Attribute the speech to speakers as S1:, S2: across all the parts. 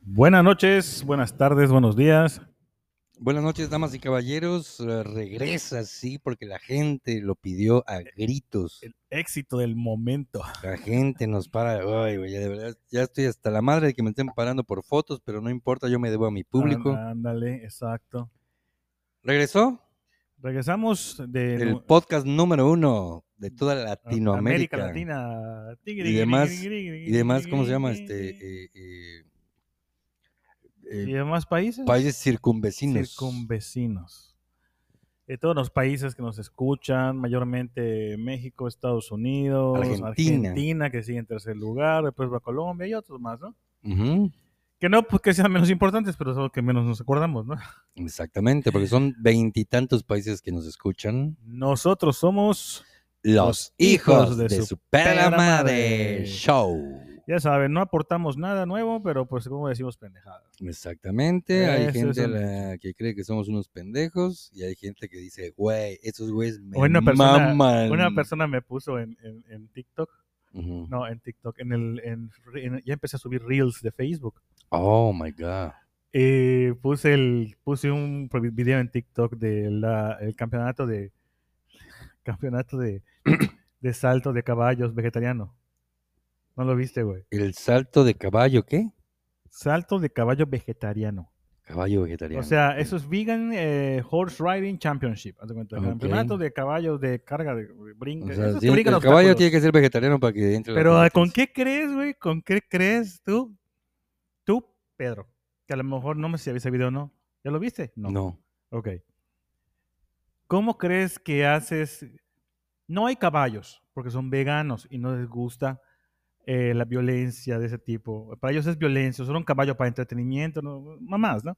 S1: Buenas noches, buenas tardes, buenos días.
S2: Buenas noches, damas y caballeros. Eh, Regresa, sí, porque la gente lo pidió a gritos.
S1: El éxito del momento.
S2: La gente nos para. Ay, güey, ya de verdad, ya estoy hasta la madre de que me estén parando por fotos, pero no importa, yo me debo a mi público.
S1: Ah, Ándale, exacto.
S2: Regresó
S1: Regresamos de
S2: el
S1: nu-
S2: podcast número uno de toda Latinoamérica.
S1: América Latina.
S2: Y demás- Y demás, ¿cómo se llama? Este, eh, eh, eh,
S1: y demás países.
S2: países circunvecinos.
S1: circunvecinos. De todos los países que nos escuchan, mayormente México, Estados Unidos,
S2: Argentina.
S1: Argentina, que sigue en tercer lugar, después va Colombia y otros más, ¿no?
S2: Ujú,
S1: Que no, pues que sean menos importantes, pero son los que menos nos acordamos, ¿no?
S2: Exactamente, porque son veintitantos países que nos escuchan.
S1: Nosotros somos,
S2: Los hijos de, su perra madre
S1: madre.
S2: show.
S1: ya saben, no aportamos nada nuevo, pero pues como decimos pendejadas.
S2: Exactamente, hay
S1: Eso es
S2: gente a
S1: un
S2: la que cree que somos unos pendejos y hay gente que dice, güey, esos güeyes me
S1: Una persona,
S2: maman".
S1: una persona me puso en, en- en TikTok,
S2: Ujú.
S1: no, en TikTok, en el, en- en- ya empecé a subir reels de Facebook.
S2: Oh my god.
S1: Eh, puse el puse un pro- video en TikTok del campeonato de campeonato de, de salto de caballos vegetariano. ¿No lo viste, güey?
S2: ¿El salto de caballo qué?
S1: Salto de caballo vegetariano.
S2: Caballo vegetariano.
S1: O sea,
S2: ok.
S1: eso es Vegan eh, Horse Riding Championship. haz de cuenta,
S2: Ok.
S1: Campeonato de caballos de carga de de
S2: O
S1: brinca.
S2: sea,
S1: esos que
S2: tiene-
S1: brincan
S2: el caballo
S1: obstáculos.
S2: tiene que ser vegetariano para que entre. a la
S1: Pero ah, ¿con
S2: competencia.
S1: qué crees, güey? ¿Con qué crees tú? Tú, Pedro. Que a lo mejor no me sé si ese video o no. ¿Ya lo viste?
S2: No.
S1: Ok. ¿Cómo crees que haces? No hay caballos, porque son veganos y no les gusta eh, la violencia de ese tipo. Para ellos es violencia, son un caballo para entretenimiento, no, mamás, ¿no?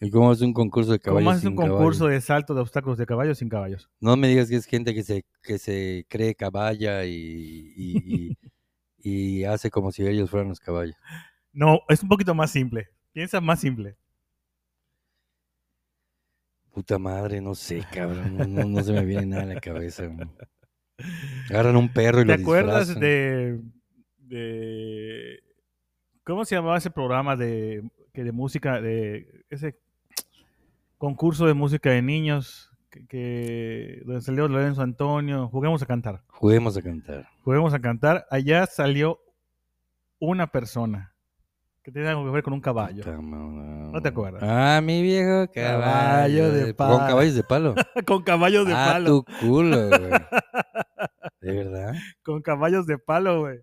S2: ¿Y cómo haces un concurso de caballos?
S1: ¿Cómo haces un
S2: sin caballo?
S1: concurso de salto de obstáculos de caballos sin caballos?
S2: No me digas que es gente que se, que se cree caballa y, y- y- y hace como si ellos fueran los caballos.
S1: No, es un poquito más simple. Piensa más simple.
S2: Puta madre, no sé, cabrón. No, no- no se me viene nada a la cabeza. man. Agarran un perro y
S1: ¿Te
S2: lo
S1: acuerdas
S2: disfrazan.
S1: de, de- ¿Cómo se llamaba ese programa de, que de música, de ese concurso de música de niños que, que donde salió Lorenzo Antonio? Juguemos a cantar.
S2: Juguemos a cantar.
S1: Juguemos a cantar. Allá salió una persona que tenía algo que ver con un caballo.
S2: Puta madre.
S1: ¿No te acuerdas?
S2: Ah, mi viejo caballo
S1: Caballo de
S2: de palo.
S1: palo.
S2: Con
S1: con caballos
S2: caballos de palo.
S1: de
S2: ah,
S1: palo.
S2: tu culo, güey. ¿De verdad?
S1: Con caballos de palo, güey.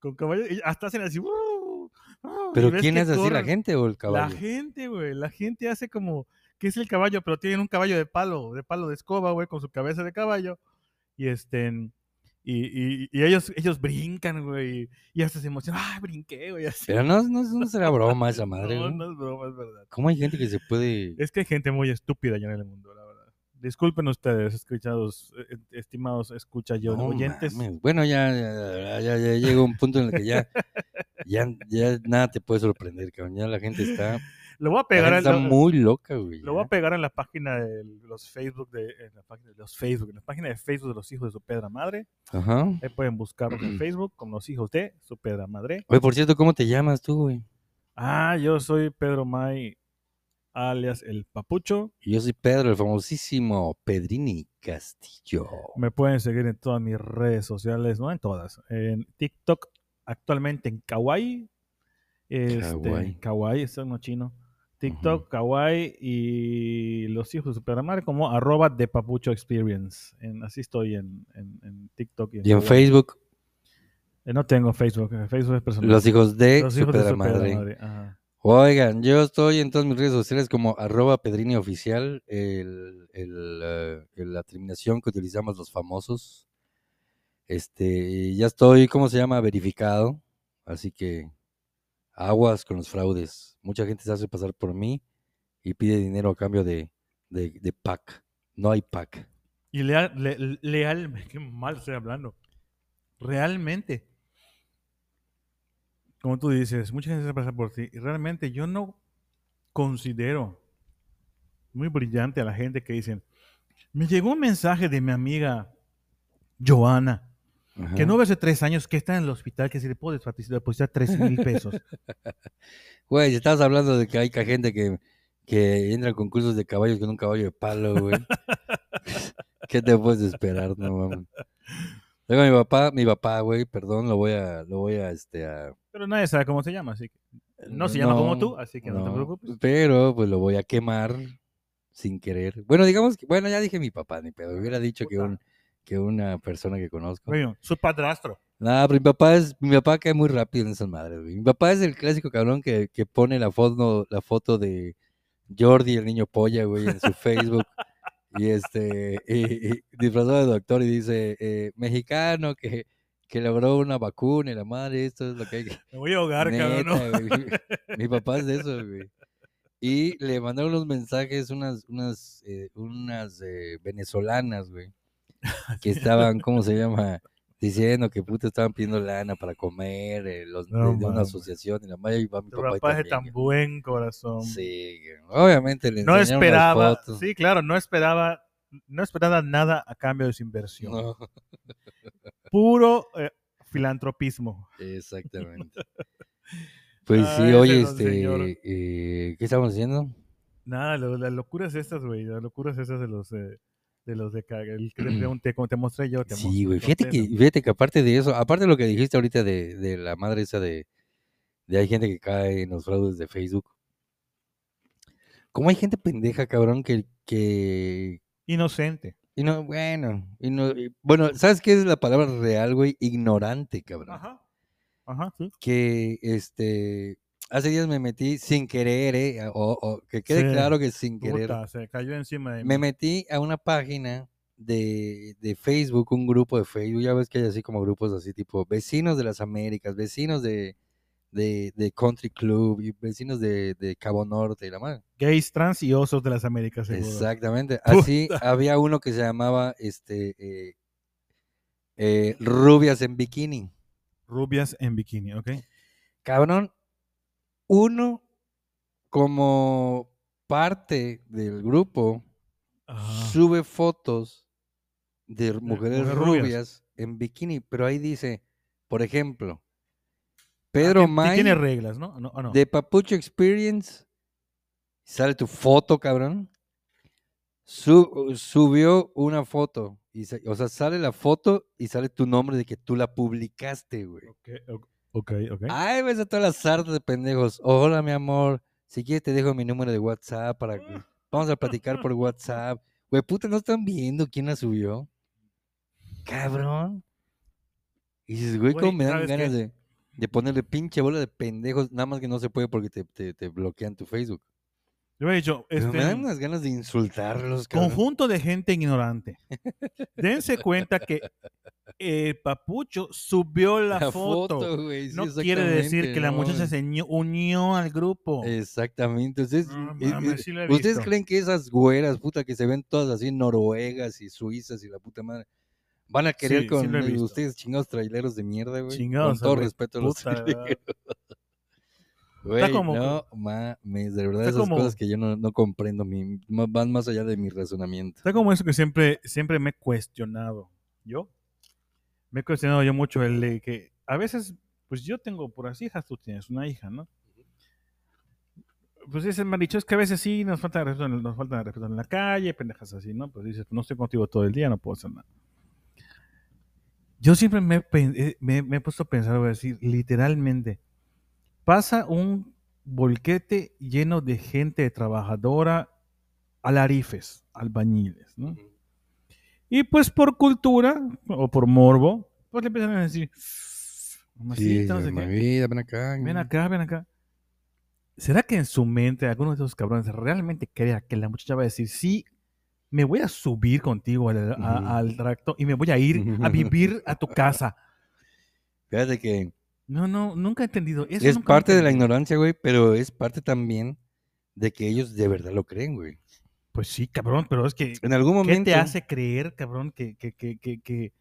S1: Con caballos. y hasta hacen así. "Uh, uh", y
S2: ¿Pero
S1: ves
S2: quién
S1: que
S2: es así, la
S1: corren.
S2: gente o el
S1: La
S2: caballo?
S1: gente, güey, la gente hace como que es el caballo, pero tienen un caballo de palo, de palo de escoba, güey, con su cabeza de caballo. Y este, y, y- y ellos, ellos brincan, güey, y hasta se emocionan. ¡Ah, brinqué, güey! Así.
S2: Pero no, no, no será broma esa madre.
S1: No,
S2: güey.
S1: no es broma, es verdad.
S2: ¿Cómo hay gente que se puede...?
S1: Es que hay gente muy estúpida ya en el mundo, la verdad. Disculpen ustedes, escuchados, eh, estimados escucha yo,
S2: No
S1: oyentes.
S2: mames, Bueno, ya, ya, ya- ya llega un punto en el que ya, ya, ya nada te puede sorprender, cabrón. Ya la gente está,
S1: Lo voy a
S2: la
S1: pegar
S2: gente
S1: al-
S2: está muy loca, güey.
S1: Lo voy a
S2: ya.
S1: pegar en la página de los Facebook de, en la página de los Facebook, en la página de Facebook de los hijos de su pedra madre.
S2: Ajá.
S1: Ahí pueden buscarnos en Facebook como los hijos de su pedra madre.
S2: Oye, por cierto, ¿cómo te llamas tú, güey?
S1: Ah, yo soy Pedro May, alias el Papucho.
S2: Yo soy Pedro, el famosísimo Pedrini Castillo.
S1: Me pueden seguir en todas mis redes sociales, no en todas. En TikTok, actualmente en Kawaii.
S2: Kawaii.
S1: Este, Kawaii, es uno chino. TikTok, Kawaii y los hijos de su pedra madre como arroba de Papucho Experience. En- así estoy en, en- en TikTok.
S2: Y en
S1: Kawaii.
S2: Facebook,
S1: Eh, no tengo Facebook, eh, Facebook es personal.
S2: los hijos de
S1: Los
S2: su
S1: hijos de
S2: pedra
S1: su pedra
S2: madre.
S1: madre, ajá.
S2: Oigan, yo estoy en todas mis redes sociales como arroba Pedrini Oficial, el, el, eh, la terminación que utilizamos los famosos. Este, ya estoy, ¿cómo se llama? Verificado. Así que aguas con los fraudes. Mucha gente se hace pasar por mí y pide dinero a cambio de, de, de pack. No hay pack.
S1: Y leal, le- leal, qué mal estoy hablando. Realmente. Como tú dices, mucha gente se pasa por ti. Y realmente yo no considero muy brillante a la gente que dicen, me llegó un mensaje de mi amiga Joana
S2: Ajá.
S1: Que no ves de tres años que está en el hospital que si le puedo desfatiz- depositar tres mil pesos.
S2: Güey, si estabas hablando de que hay ca- gente que, que entra en concursos de caballos con un caballo de palo, güey. ¿Qué te puedes esperar, no mames? Luego mi papá, mi papá, güey, perdón, lo voy a, lo voy a, este, a...
S1: Pero nadie sabe cómo se llama, así que. No se llama como tú, así que no, te
S2: no,
S1: preocupes.
S2: Pero, pues, lo voy a quemar sin querer. Bueno, digamos que, bueno, ya dije mi papá, ni pedo. Hubiera dicho que,
S1: Puta.
S2: un, que una persona que conozco.
S1: Bueno, su padrastro.
S2: Nada, pero pues, mi papá es, mi papá cae muy rápido en esas madres, güey. Mi papá es el clásico cabrón que, que pone la foto, la foto de Jordi, el niño polla, güey, en su Facebook. y este, y, y disfrazado de doctor y dice, eh, mexicano que, que logró una vacuna y la madre, esto es lo que hay que...
S1: Me voy a ahogar, cabrón. ¿no?
S2: Neta, güey. Mi papá es de eso, güey. Y le mandaron unos mensajes, unas, unas, eh, unas eh, venezolanas, güey. Que estaban, ¿cómo se llama? Diciendo que puta estaban pidiendo lana para comer, eh, los
S1: No
S2: de, de una
S1: mames.
S2: asociación y la madre y va mi
S1: Tu
S2: papá. y
S1: papá es de tan
S2: también, güey.
S1: buen corazón.
S2: Sí, güey. obviamente le
S1: no
S2: enseñaron las
S1: esperaba,
S2: fotos.
S1: sí, claro, no esperaba, no esperaba nada a cambio de su inversión.
S2: No,
S1: Puro eh, filantropismo.
S2: exactamente. Pues
S1: Ay,
S2: sí,
S1: Ah, ese
S2: oye,
S1: don señor.
S2: este, eh, ¿qué estamos haciendo?
S1: Nada, lo- las locuras estas, güey, las locuras estas de los eh, de los de ca- el que te pregunté, como te mostré yo. Te
S2: Sí, güey,
S1: mostré,
S2: fíjate que,
S1: conté, ¿no?
S2: fíjate que aparte de eso, aparte de lo que dijiste ahorita de, de la madre esa de, de hay gente que cae en los fraudes de Facebook, ¿cómo hay gente pendeja, cabrón, que, que,
S1: Inocente.
S2: y no, bueno, y no, y- bueno, ¿sabes qué es la palabra real, güey? Ignorante, cabrón.
S1: Ajá. Ajá, sí.
S2: Que, este, hace días me metí sin querer, eh, a- o, o que quede
S1: Sí,
S2: claro que sin querer,
S1: Puta, se cayó encima de mí.
S2: me metí a una página de, de Facebook, un grupo de Facebook, ya ves que hay así como grupos así tipo vecinos de las Américas, vecinos de, de, de Country Club, y vecinos de, de Cabo Norte y la madre.
S1: Gays, trans y osos de las Américas, seguro.
S2: Exactamente. Así había uno que se llamaba este eh, eh, Rubias en Bikini.
S1: Rubias en bikini, ¿ok?
S2: Cabrón, uno como parte del grupo
S1: Ajá.
S2: sube fotos de mujeres
S1: mujeres
S2: rubias.
S1: rubias.
S2: en bikini, pero ahí dice, por ejemplo,
S1: Ah,
S2: Pedro
S1: ti- ti tiene
S2: May
S1: reglas, ¿no? No, ah, no.
S2: de Papucho Experience, sale tu foto, cabrón, su- subió una foto, y sa- o sea, sale la foto y sale tu nombre de que tú la publicaste, güey.
S1: Ok, ok, ok. ok.
S2: Ay, ves a todas las sartas de pendejos. Hola, mi amor. Si quieres te dejo mi número de WhatsApp para que vamos a platicar por WhatsApp. Güey, puta, ¿no están viendo quién la subió? Cabrón. Y dices, güey,
S1: Güey,
S2: cómo me dan
S1: ¿sabes
S2: ganas
S1: qué?
S2: de, de ponerle pinche bola de pendejos. Nada más que no se puede porque te, te- te bloquean tu Facebook.
S1: Yo he dicho,
S2: Pero
S1: este,
S2: me dan unas ganas de insultarlos, cabrón.
S1: conjunto de gente ignorante. Dense cuenta que el papucho subió la, foto.
S2: güey, sí,
S1: no quiere decir que la
S2: exactamente, no
S1: muchacha
S2: mames.
S1: se ñu- unió al grupo.
S2: Exactamente. Ustedes,
S1: No
S2: eh, eh,
S1: mames, sí la he
S2: ¿ustedes
S1: visto.
S2: creen que esas güeras, puta, que se ven todas así noruegas y suizas y la puta madre, van a
S1: Sí,
S2: querer
S1: sí
S2: con
S1: lo he
S2: eh,
S1: visto.
S2: ustedes chingados traileros de mierda, güey?
S1: Chingados,
S2: Con todo
S1: güey,
S2: respeto a los
S1: puta, de
S2: traileros.
S1: verdad.
S2: Güey,
S1: como-
S2: no mames, de verdad
S1: está
S2: esas
S1: como-
S2: cosas que yo no, no comprendo, mi- ma- van más allá de mi razonamiento.
S1: Está como eso que siempre, siempre me he cuestionado. ¿Yo? Me he cuestionado yo mucho el de que a veces, pues yo tengo por las hijas, tú tienes una hija, ¿no? Pues ese me han dicho, es que a veces sí nos falta de respeto, en- nos falta de respeto en la calle, pendejas así, ¿no? Pues dices, no estoy contigo todo el día, no puedo hacer nada. Yo siempre me, he pen- eh, me- me he puesto a pensar, voy a decir, literalmente, pasa un volquete lleno de gente trabajadora, alarifes, albañiles, ¿no? Y pues por cultura o por morbo, pues le empiezan a decir, mamacita, no sé qué.
S2: vida, ven acá.
S1: Ven acá, ven acá. ¿Será que en su mente alguno de esos cabrones realmente crea que la muchacha va a decir, sí, me voy a subir contigo al, a-
S2: Ujú.
S1: al tracto y me voy a ir a vivir a tu casa?
S2: Fíjate que
S1: No, no, nunca he entendido. Eso
S2: es
S1: nunca lo he
S2: parte de la
S1: entendido.
S2: ignorancia, güey, pero es parte también de que ellos de verdad lo creen, güey.
S1: Pues sí, cabrón, pero es que...
S2: En algún
S1: ¿Qué
S2: momento.
S1: te hace creer, cabrón, que... que, que, que, que-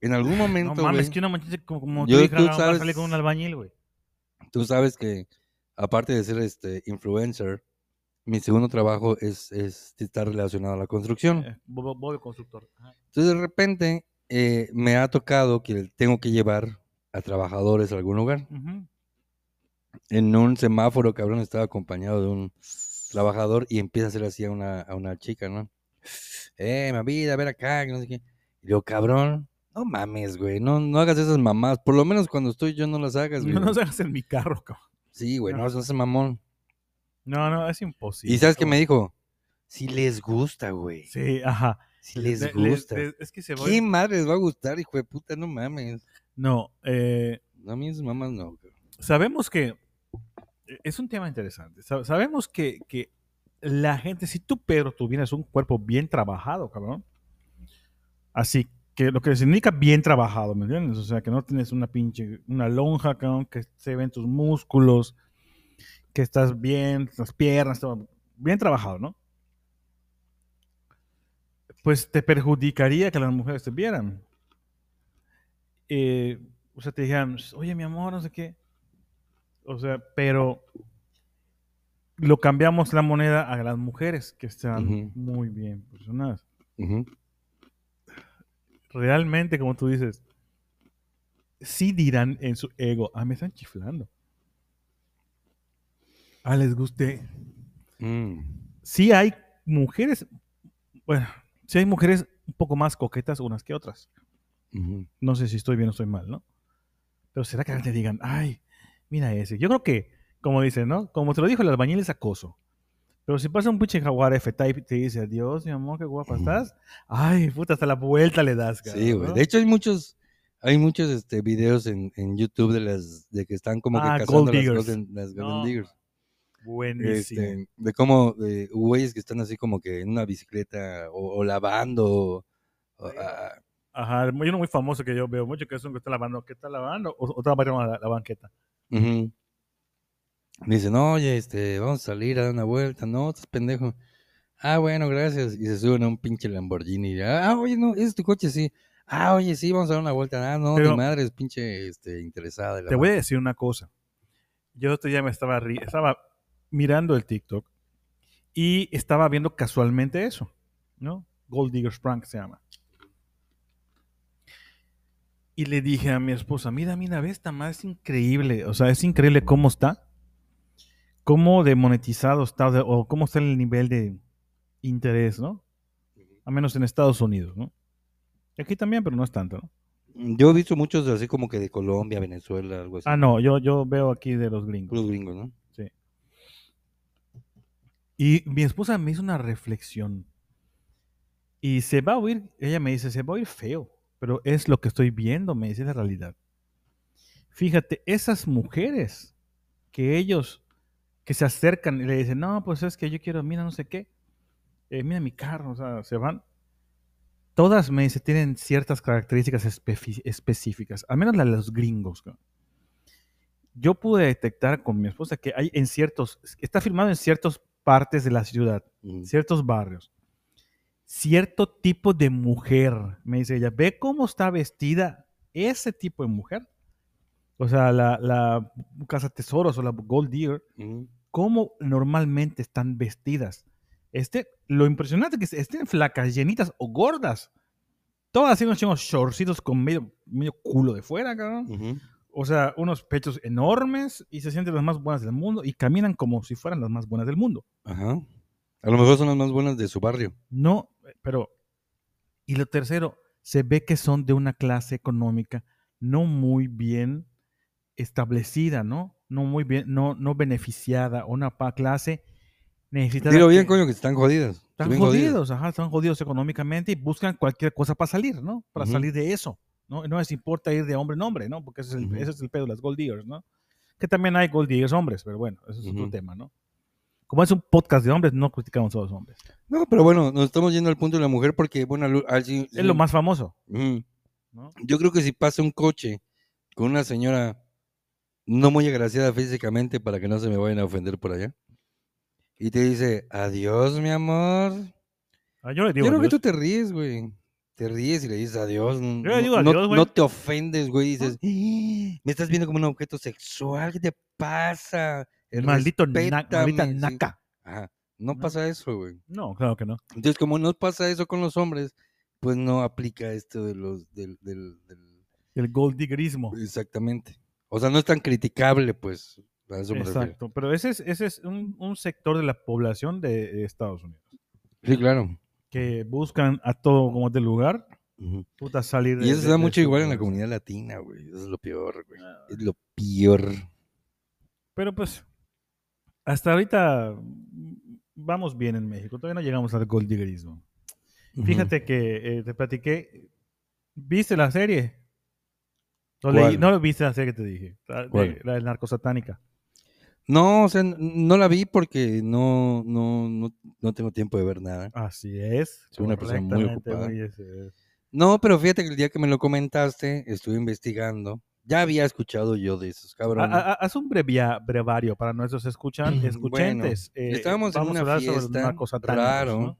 S2: En algún
S1: No
S2: momento,
S1: mames,
S2: güey,
S1: que una muchacha como, como
S2: Yo-
S1: tu hija
S2: tú
S1: va a
S2: sabes-
S1: salir con un albañil, güey.
S2: tú sabes que aparte de ser este influencer, mi segundo trabajo es, es estar relacionado a la construcción.
S1: Eh, Bob, Bob el constructor. Ajá.
S2: Entonces de repente eh, me ha tocado que tengo que llevar a trabajadores a algún lugar.
S1: Ujú.
S2: En un semáforo, cabrón, estaba acompañado de un trabajador y empieza a hacer así a una, a una chica, ¿no? Eh, mi vida, ver acá, que no sé qué. Y digo, cabrón, no mames, güey, no, no hagas esas mamás. Por lo menos cuando estoy yo no las hagas, güey.
S1: No nos hagas en mi carro, cabrón.
S2: Sí, güey, no,
S1: no.
S2: no seas mamón.
S1: No, no, es imposible.
S2: y ¿sabes qué
S1: cabrón.
S2: me dijo? Si les gusta, güey.
S1: Sí, ajá.
S2: Si les
S1: Le- le-
S2: gusta.
S1: le- es que se va.
S2: ¿Qué madre les va a gustar, hijo de puta? No mames.
S1: No, eh,
S2: No, a mí esas mamás no. güey.
S1: sabemos que eh, es un tema interesante. Sa- Sabemos que, que la gente, si tú, Pedro, tuvieras un cuerpo bien trabajado, cabrón. Así que lo que significa bien trabajado, ¿me entiendes? O sea, que no tienes una pinche, una lonja, cabrón, que se ven tus músculos, que estás bien, las piernas, todo bien trabajado, ¿no? Pues te perjudicaría que las mujeres te vieran. Eh, o sea, te dijeran, oye, mi amor, no sé qué. O sea, pero lo cambiamos la moneda a las mujeres que están
S2: Ujú.
S1: muy bien posicionadas.
S2: Ujú.
S1: Realmente, como tú dices, sí dirán en su ego, ah, me están chiflando. Ah, les guste.
S2: Mm.
S1: Sí hay mujeres, bueno, sí hay mujeres un poco más coquetas unas que otras.
S2: Ujú.
S1: No sé si estoy bien o estoy mal, ¿no? Pero será que te digan, ay, mira ese. Yo creo que, como dicen, ¿no? Como te lo dijo el albañil, es acoso. Pero si pasa un pinche jaguar F-Type y te dice, adiós, mi amor, qué guapa
S2: Ujú.
S1: estás. Ay, puta, hasta la vuelta le das, cabrón,
S2: Sí, güey.
S1: ¿no?
S2: De hecho, hay muchos, hay muchos este, videos en, en YouTube de las de que están como
S1: Ah,
S2: que cazando
S1: gold
S2: las
S1: diggers.
S2: golden, las golden
S1: No,
S2: diggers.
S1: Buenísimo.
S2: Este, de cómo eh, güeyes que están así como que en una bicicleta o, o lavando. o- o- ah,
S1: Ajá, hay uno muy famoso que yo veo mucho, que es uno que está lavando, que está lavando, o, o está barriendo la, la banqueta.
S2: ujú. Dicen, oye, este, vamos a salir a dar una vuelta. No, estás pendejo. Ah, bueno, gracias. Y se suben a un pinche Lamborghini. Ah, oye, no, es tu coche, sí. Ah, oye, sí, vamos a dar una vuelta. Ah, no,
S1: Pero-
S2: ni madres, pinche este, interesada. de la
S1: Te voy a
S2: madre.
S1: decir una cosa. Yo otro día me estaba, ri- estaba mirando el TikTok y estaba viendo casualmente eso, ¿no? Gold Diggers Prank se llama. Y le dije a mi esposa, mira, mira, ve esta madre, es increíble. O sea, es increíble cómo está, cómo de monetizado está o de- o cómo está el nivel de interés, ¿no? A menos en Estados Unidos, ¿no? Aquí también, pero no es tanto, ¿no?
S2: Yo he visto muchos así como que de Colombia, Venezuela, algo así.
S1: Mm. Ah, no, yo, yo veo aquí de los gringos.
S2: Puros gringos, ¿no?
S1: Y mi esposa me hizo una reflexión. Y se va a oír, ella me dice, se va a oír feo, pero es lo que estoy viendo, me dice "es la realidad. Fíjate, esas mujeres que ellos, que se acercan y le dicen, no, pues es que yo quiero, mira, no sé qué, eh, mira mi carro, o sea, se van. Todas, me dice, tienen ciertas características espefi- específicas, al menos la de los gringos. cabrón. Yo pude detectar con mi esposa que hay en ciertos, está firmado en ciertas partes de la ciudad
S2: Ujú.
S1: ciertos barrios, cierto tipo de mujer, me dice ella, ve cómo está vestida ese tipo de mujer. O sea, la, la Casa Tesoros o la Gold Deer,
S2: Ujú.
S1: cómo normalmente están vestidas. Este, lo impresionante es que estén flacas, llenitas o gordas. Todas así unos chingos shortcitos con medio, medio culo de fuera, cabrón.
S2: Ujú.
S1: O sea, unos pechos enormes y se sienten las más buenas del mundo y caminan como si fueran las más buenas del mundo.
S2: Ajá. A lo mejor son las más buenas de su barrio.
S1: No, eh, pero. Y lo tercero, se ve que son de una clase económica no muy bien establecida, ¿no? No muy bien, no, no beneficiada, una pa- clase necesitada.
S2: Digo bien,
S1: que-
S2: coño, que están jodidas. se
S1: Están
S2: ven
S1: jodidos, ajá, están jodidos económicamente y buscan cualquier cosa para salir, ¿no? Para
S2: Ujú.
S1: salir de eso, ¿no? No les importa ir de hombre en hombre, ¿no? Porque ese es el,
S2: Ujú.
S1: ese es el pedo de las gold diggers, ¿no? Que también hay gold diggers hombres, pero bueno, eso es otro
S2: Ujú.
S1: tema, ¿no? Como es un podcast de hombres, no criticamos a los hombres.
S2: No, pero bueno, nos estamos yendo al punto de la mujer porque, bueno, al- al- si- si-
S1: Es lo más famoso,
S2: Ujú.
S1: ¿no?
S2: Yo creo que si pasa un coche con una señora no muy agraciada físicamente para que no se me vayan a ofender por allá y te dice, adiós, mi amor.
S1: Ah, yo le digo
S2: Yo creo que
S1: adiós.
S2: tú te ríes, güey. Te ríes y le dices adiós. n-
S1: Yo le
S2: no,
S1: digo
S2: no-
S1: adiós, güey.
S2: no te ofendes, güey. Dices, "Eh, me estás viendo como un objeto sexual. ¿Qué te pasa? Eh,
S1: Maldito na- maldita
S2: respétame", sí.
S1: naca.
S2: Ajá, No
S1: No.
S2: pasa eso, güey.
S1: No, claro que no.
S2: Entonces, como no pasa eso con los hombres, pues no aplica esto de los, del, del- del-
S1: El gold diggerismo.
S2: Exactamente. O sea, no es tan criticable, pues. A eso me refiero.
S1: Exacto. Pero ese es, ese es un, un sector de la población de, de Estados Unidos
S2: Sí, claro.
S1: que buscan a todo como de lugar.
S2: Ujú.
S1: Puta salir de-
S2: Y eso se
S1: de- Ah.
S2: da
S1: de
S2: mucho
S1: su-
S2: igual en la comunidad latina, güey. Eso es lo peor, güey. Es lo peor.
S1: Pero pues, hasta ahorita mm, vamos bien en México. Todavía no llegamos al gold diggerismo. Fíjate que eh, te platiqué. ¿Viste la serie? No, leí-
S2: ¿Cuál?
S1: no lo viste la serie que te dije. La, de-
S2: ¿Cuál?
S1: la del narcosatánica.
S2: No, o sea, n- no la vi porque no, no, no, no tengo tiempo de ver nada.
S1: Así es.
S2: Soy una persona muy
S1: correctamente,
S2: ocupada.
S1: güey, ese es.
S2: No, pero fíjate que el día que me lo comentaste, estuve investigando. Ya había escuchado yo de esos
S1: Ha-
S2: cabrones.
S1: ha- ha- Ah, Haz un brevia- brevario para nuestros escuchan, escuchantes. Eh,
S2: Estábamos en
S1: vamos a
S2: una
S1: hablar sobre los
S2: fiesta,
S1: narcosatánicos,
S2: raro,
S1: ¿no?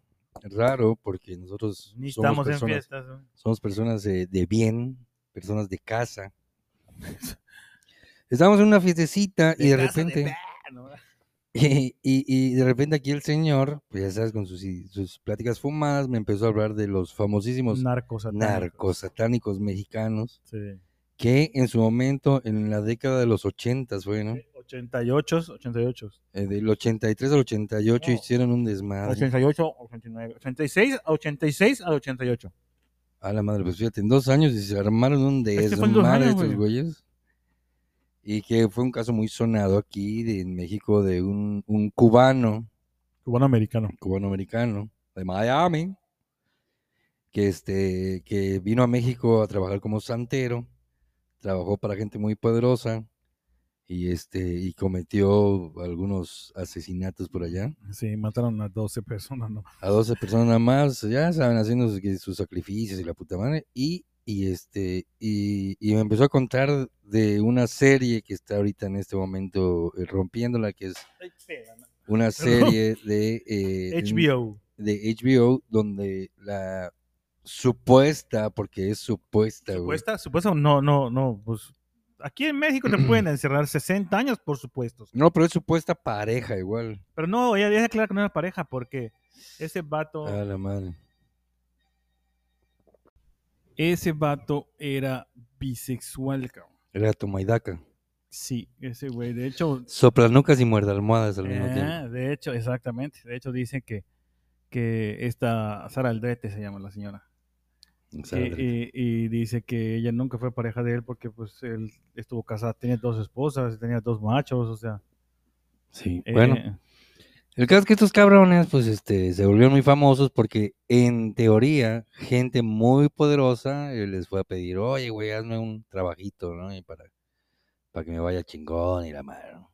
S2: raro, porque nosotros
S1: Ni
S2: somos
S1: estamos en
S2: personas,
S1: fiestas. ¿no?
S2: somos personas eh, de, bien, personas de casa. Estábamos en una fiestecita y de
S1: casa,
S2: repente...
S1: pe- ¿no?
S2: Y, y- y de repente aquí el señor, pues ya sabes, con sus, i- sus pláticas fumadas, me empezó a hablar de los famosísimos
S1: Narcosatánicos.
S2: narcos satánicos mexicanos,
S1: Sí.
S2: que en su momento, en la década de los 80, fue, ¿no?
S1: 88, 88.
S2: Eh, del 83 al 88
S1: No.
S2: hicieron un desmadre.
S1: 88, 89, 86, 86 al 88.
S2: A la madre, pues fíjate, en dos años y se armaron un
S1: que fue en dos
S2: desmadre
S1: años,
S2: estos
S1: güey.
S2: güeyes. Y que fue un caso muy sonado aquí de- en México de un, un cubano
S1: Cubano americano.
S2: cubano-americano de Miami, que, este, que vino a México a trabajar como santero, trabajó para gente muy poderosa y, este, y cometió algunos asesinatos por allá.
S1: Sí, mataron a 12 personas. ¿no?
S2: A 12 personas nada más, ya saben, haciendo sus, que sus sacrificios y la puta madre. Y, y, este, y, y me empezó a contar de una serie que está ahorita en este momento eh, rompiéndola, que es una serie de... eh, en-
S1: HBO.
S2: de HBO donde la supuesta, porque es supuesta, güey,
S1: ¿Supuesta? ¿Supuesta? No, no, no. Pues aquí en México te pueden encerrar 60 años por supuestos.
S2: No, pero es supuesta pareja igual.
S1: Pero no, ella deja claro que no era pareja porque ese vato,
S2: A la madre.
S1: ese vato era bisexual, cabrón.
S2: Era Tomaidaca.
S1: Sí, ese güey. De hecho,
S2: Soplanucas y muerde almohadas al mismo
S1: Ah,
S2: tiempo.
S1: de hecho, exactamente. De hecho, dicen que, que esta Sara Aldrete se llama la señora. eh,
S2: Sandra.
S1: Y, y- y dice que ella nunca fue pareja de él porque pues él estuvo casada, tenía dos esposas, tenía dos machos, o sea.
S2: Sí,
S1: eh,
S2: bueno. El caso es que estos cabrones, pues, este, se volvieron muy famosos porque, en teoría, gente muy poderosa eh, les fue a pedir, oye, güey, hazme un trabajito, ¿no? Y para, para que me vaya chingón y la madre, ¿no?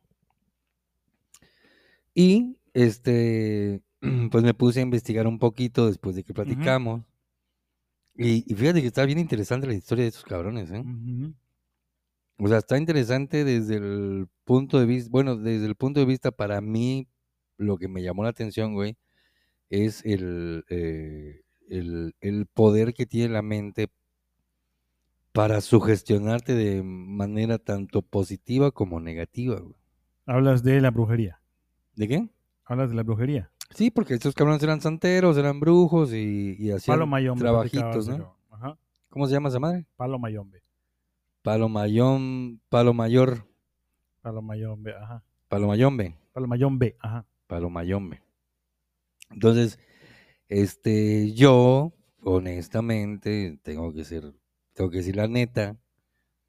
S2: Y, este, pues me puse a investigar un poquito después de que platicamos. y, y fíjate que está bien interesante la historia de estos cabrones, ¿eh?
S1: ujú.
S2: O sea, está interesante desde el punto de vista, bueno, desde el punto de vista para mí, lo que me llamó la atención, güey, es el, eh, el, el poder que tiene la mente para sugestionarte de manera tanto positiva como negativa, güey.
S1: Hablas de la brujería.
S2: ¿De qué?
S1: Hablas de la brujería.
S2: Sí, porque estos cabrones eran santeros, eran brujos y, y hacían
S1: Palo Mayombe.
S2: trabajitos,
S1: platicabas,
S2: ¿no?
S1: pero- Ajá.
S2: ¿Cómo se llama esa madre?
S1: Palo Mayombe.
S2: Palo Mayón, Palo Mayor,
S1: Palo Mayombe, ajá.
S2: Palo Mayombe.
S1: Palo Mayombe, ajá.
S2: Palomayombe. Entonces, este, yo, honestamente, tengo que ser, tengo que decir la neta,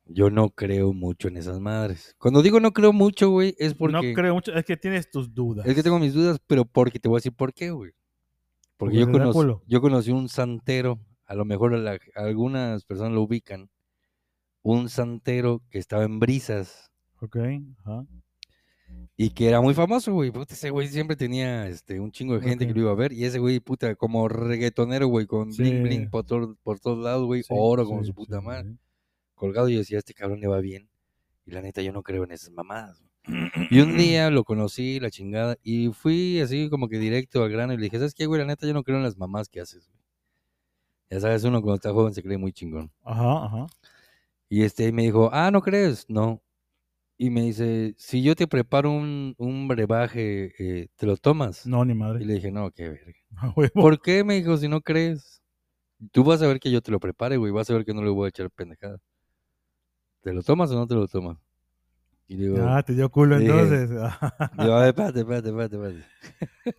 S2: yo no creo mucho en esas madres. Cuando digo no creo mucho, güey, es
S1: No
S2: porque
S1: creo mucho, es que tienes tus dudas.
S2: es que tengo mis dudas, pero porque te voy a decir por qué, güey.
S1: Porque
S2: Porque yo
S1: te da
S2: conocí,
S1: culo.
S2: yo conocí un santero, a lo mejor a la- algunas personas lo ubican, un santero que estaba en brisas
S1: Ok, ajá.
S2: y que era muy famoso, güey. Puta, ese güey siempre tenía este, un chingo de gente que
S1: Ok.
S2: lo iba a ver. Y ese güey, puta, como reggaetonero, güey, con bling
S1: Sí.
S2: bling por, todo- por todos lados, güey.
S1: Sí,
S2: oro como
S1: sí, sí,
S2: su puta madre.
S1: sí.
S2: Colgado, y yo decía, este cabrón le va bien. Y la neta, yo no creo en esas mamadas. güey. Y un día lo conocí, la chingada, y fui así como que directo al grano y le dije, ¿sabes qué, güey? La neta, yo no creo en las mamás que haces, güey. Ya sabes, uno cuando está joven se cree muy chingón.
S1: Ajá, ajá.
S2: Y este me dijo, ah, ¿no crees? No. Y me dice, si yo te preparo un, un brebaje, eh, ¿te lo tomas?
S1: No, ni
S2: Y
S1: madre.
S2: le dije, no, qué verga.
S1: A huevo.
S2: ¿Por qué? Me dijo, si no crees. Tú vas a ver que yo te lo prepare, güey. Vas a ver que no le voy a echar pendejada. ¿Te lo tomas o no te lo tomas? Y digo,
S1: Ah, te dio culo
S2: Sí.
S1: entonces.
S2: digo, a ver, espérate, espérate, espérate, espérate.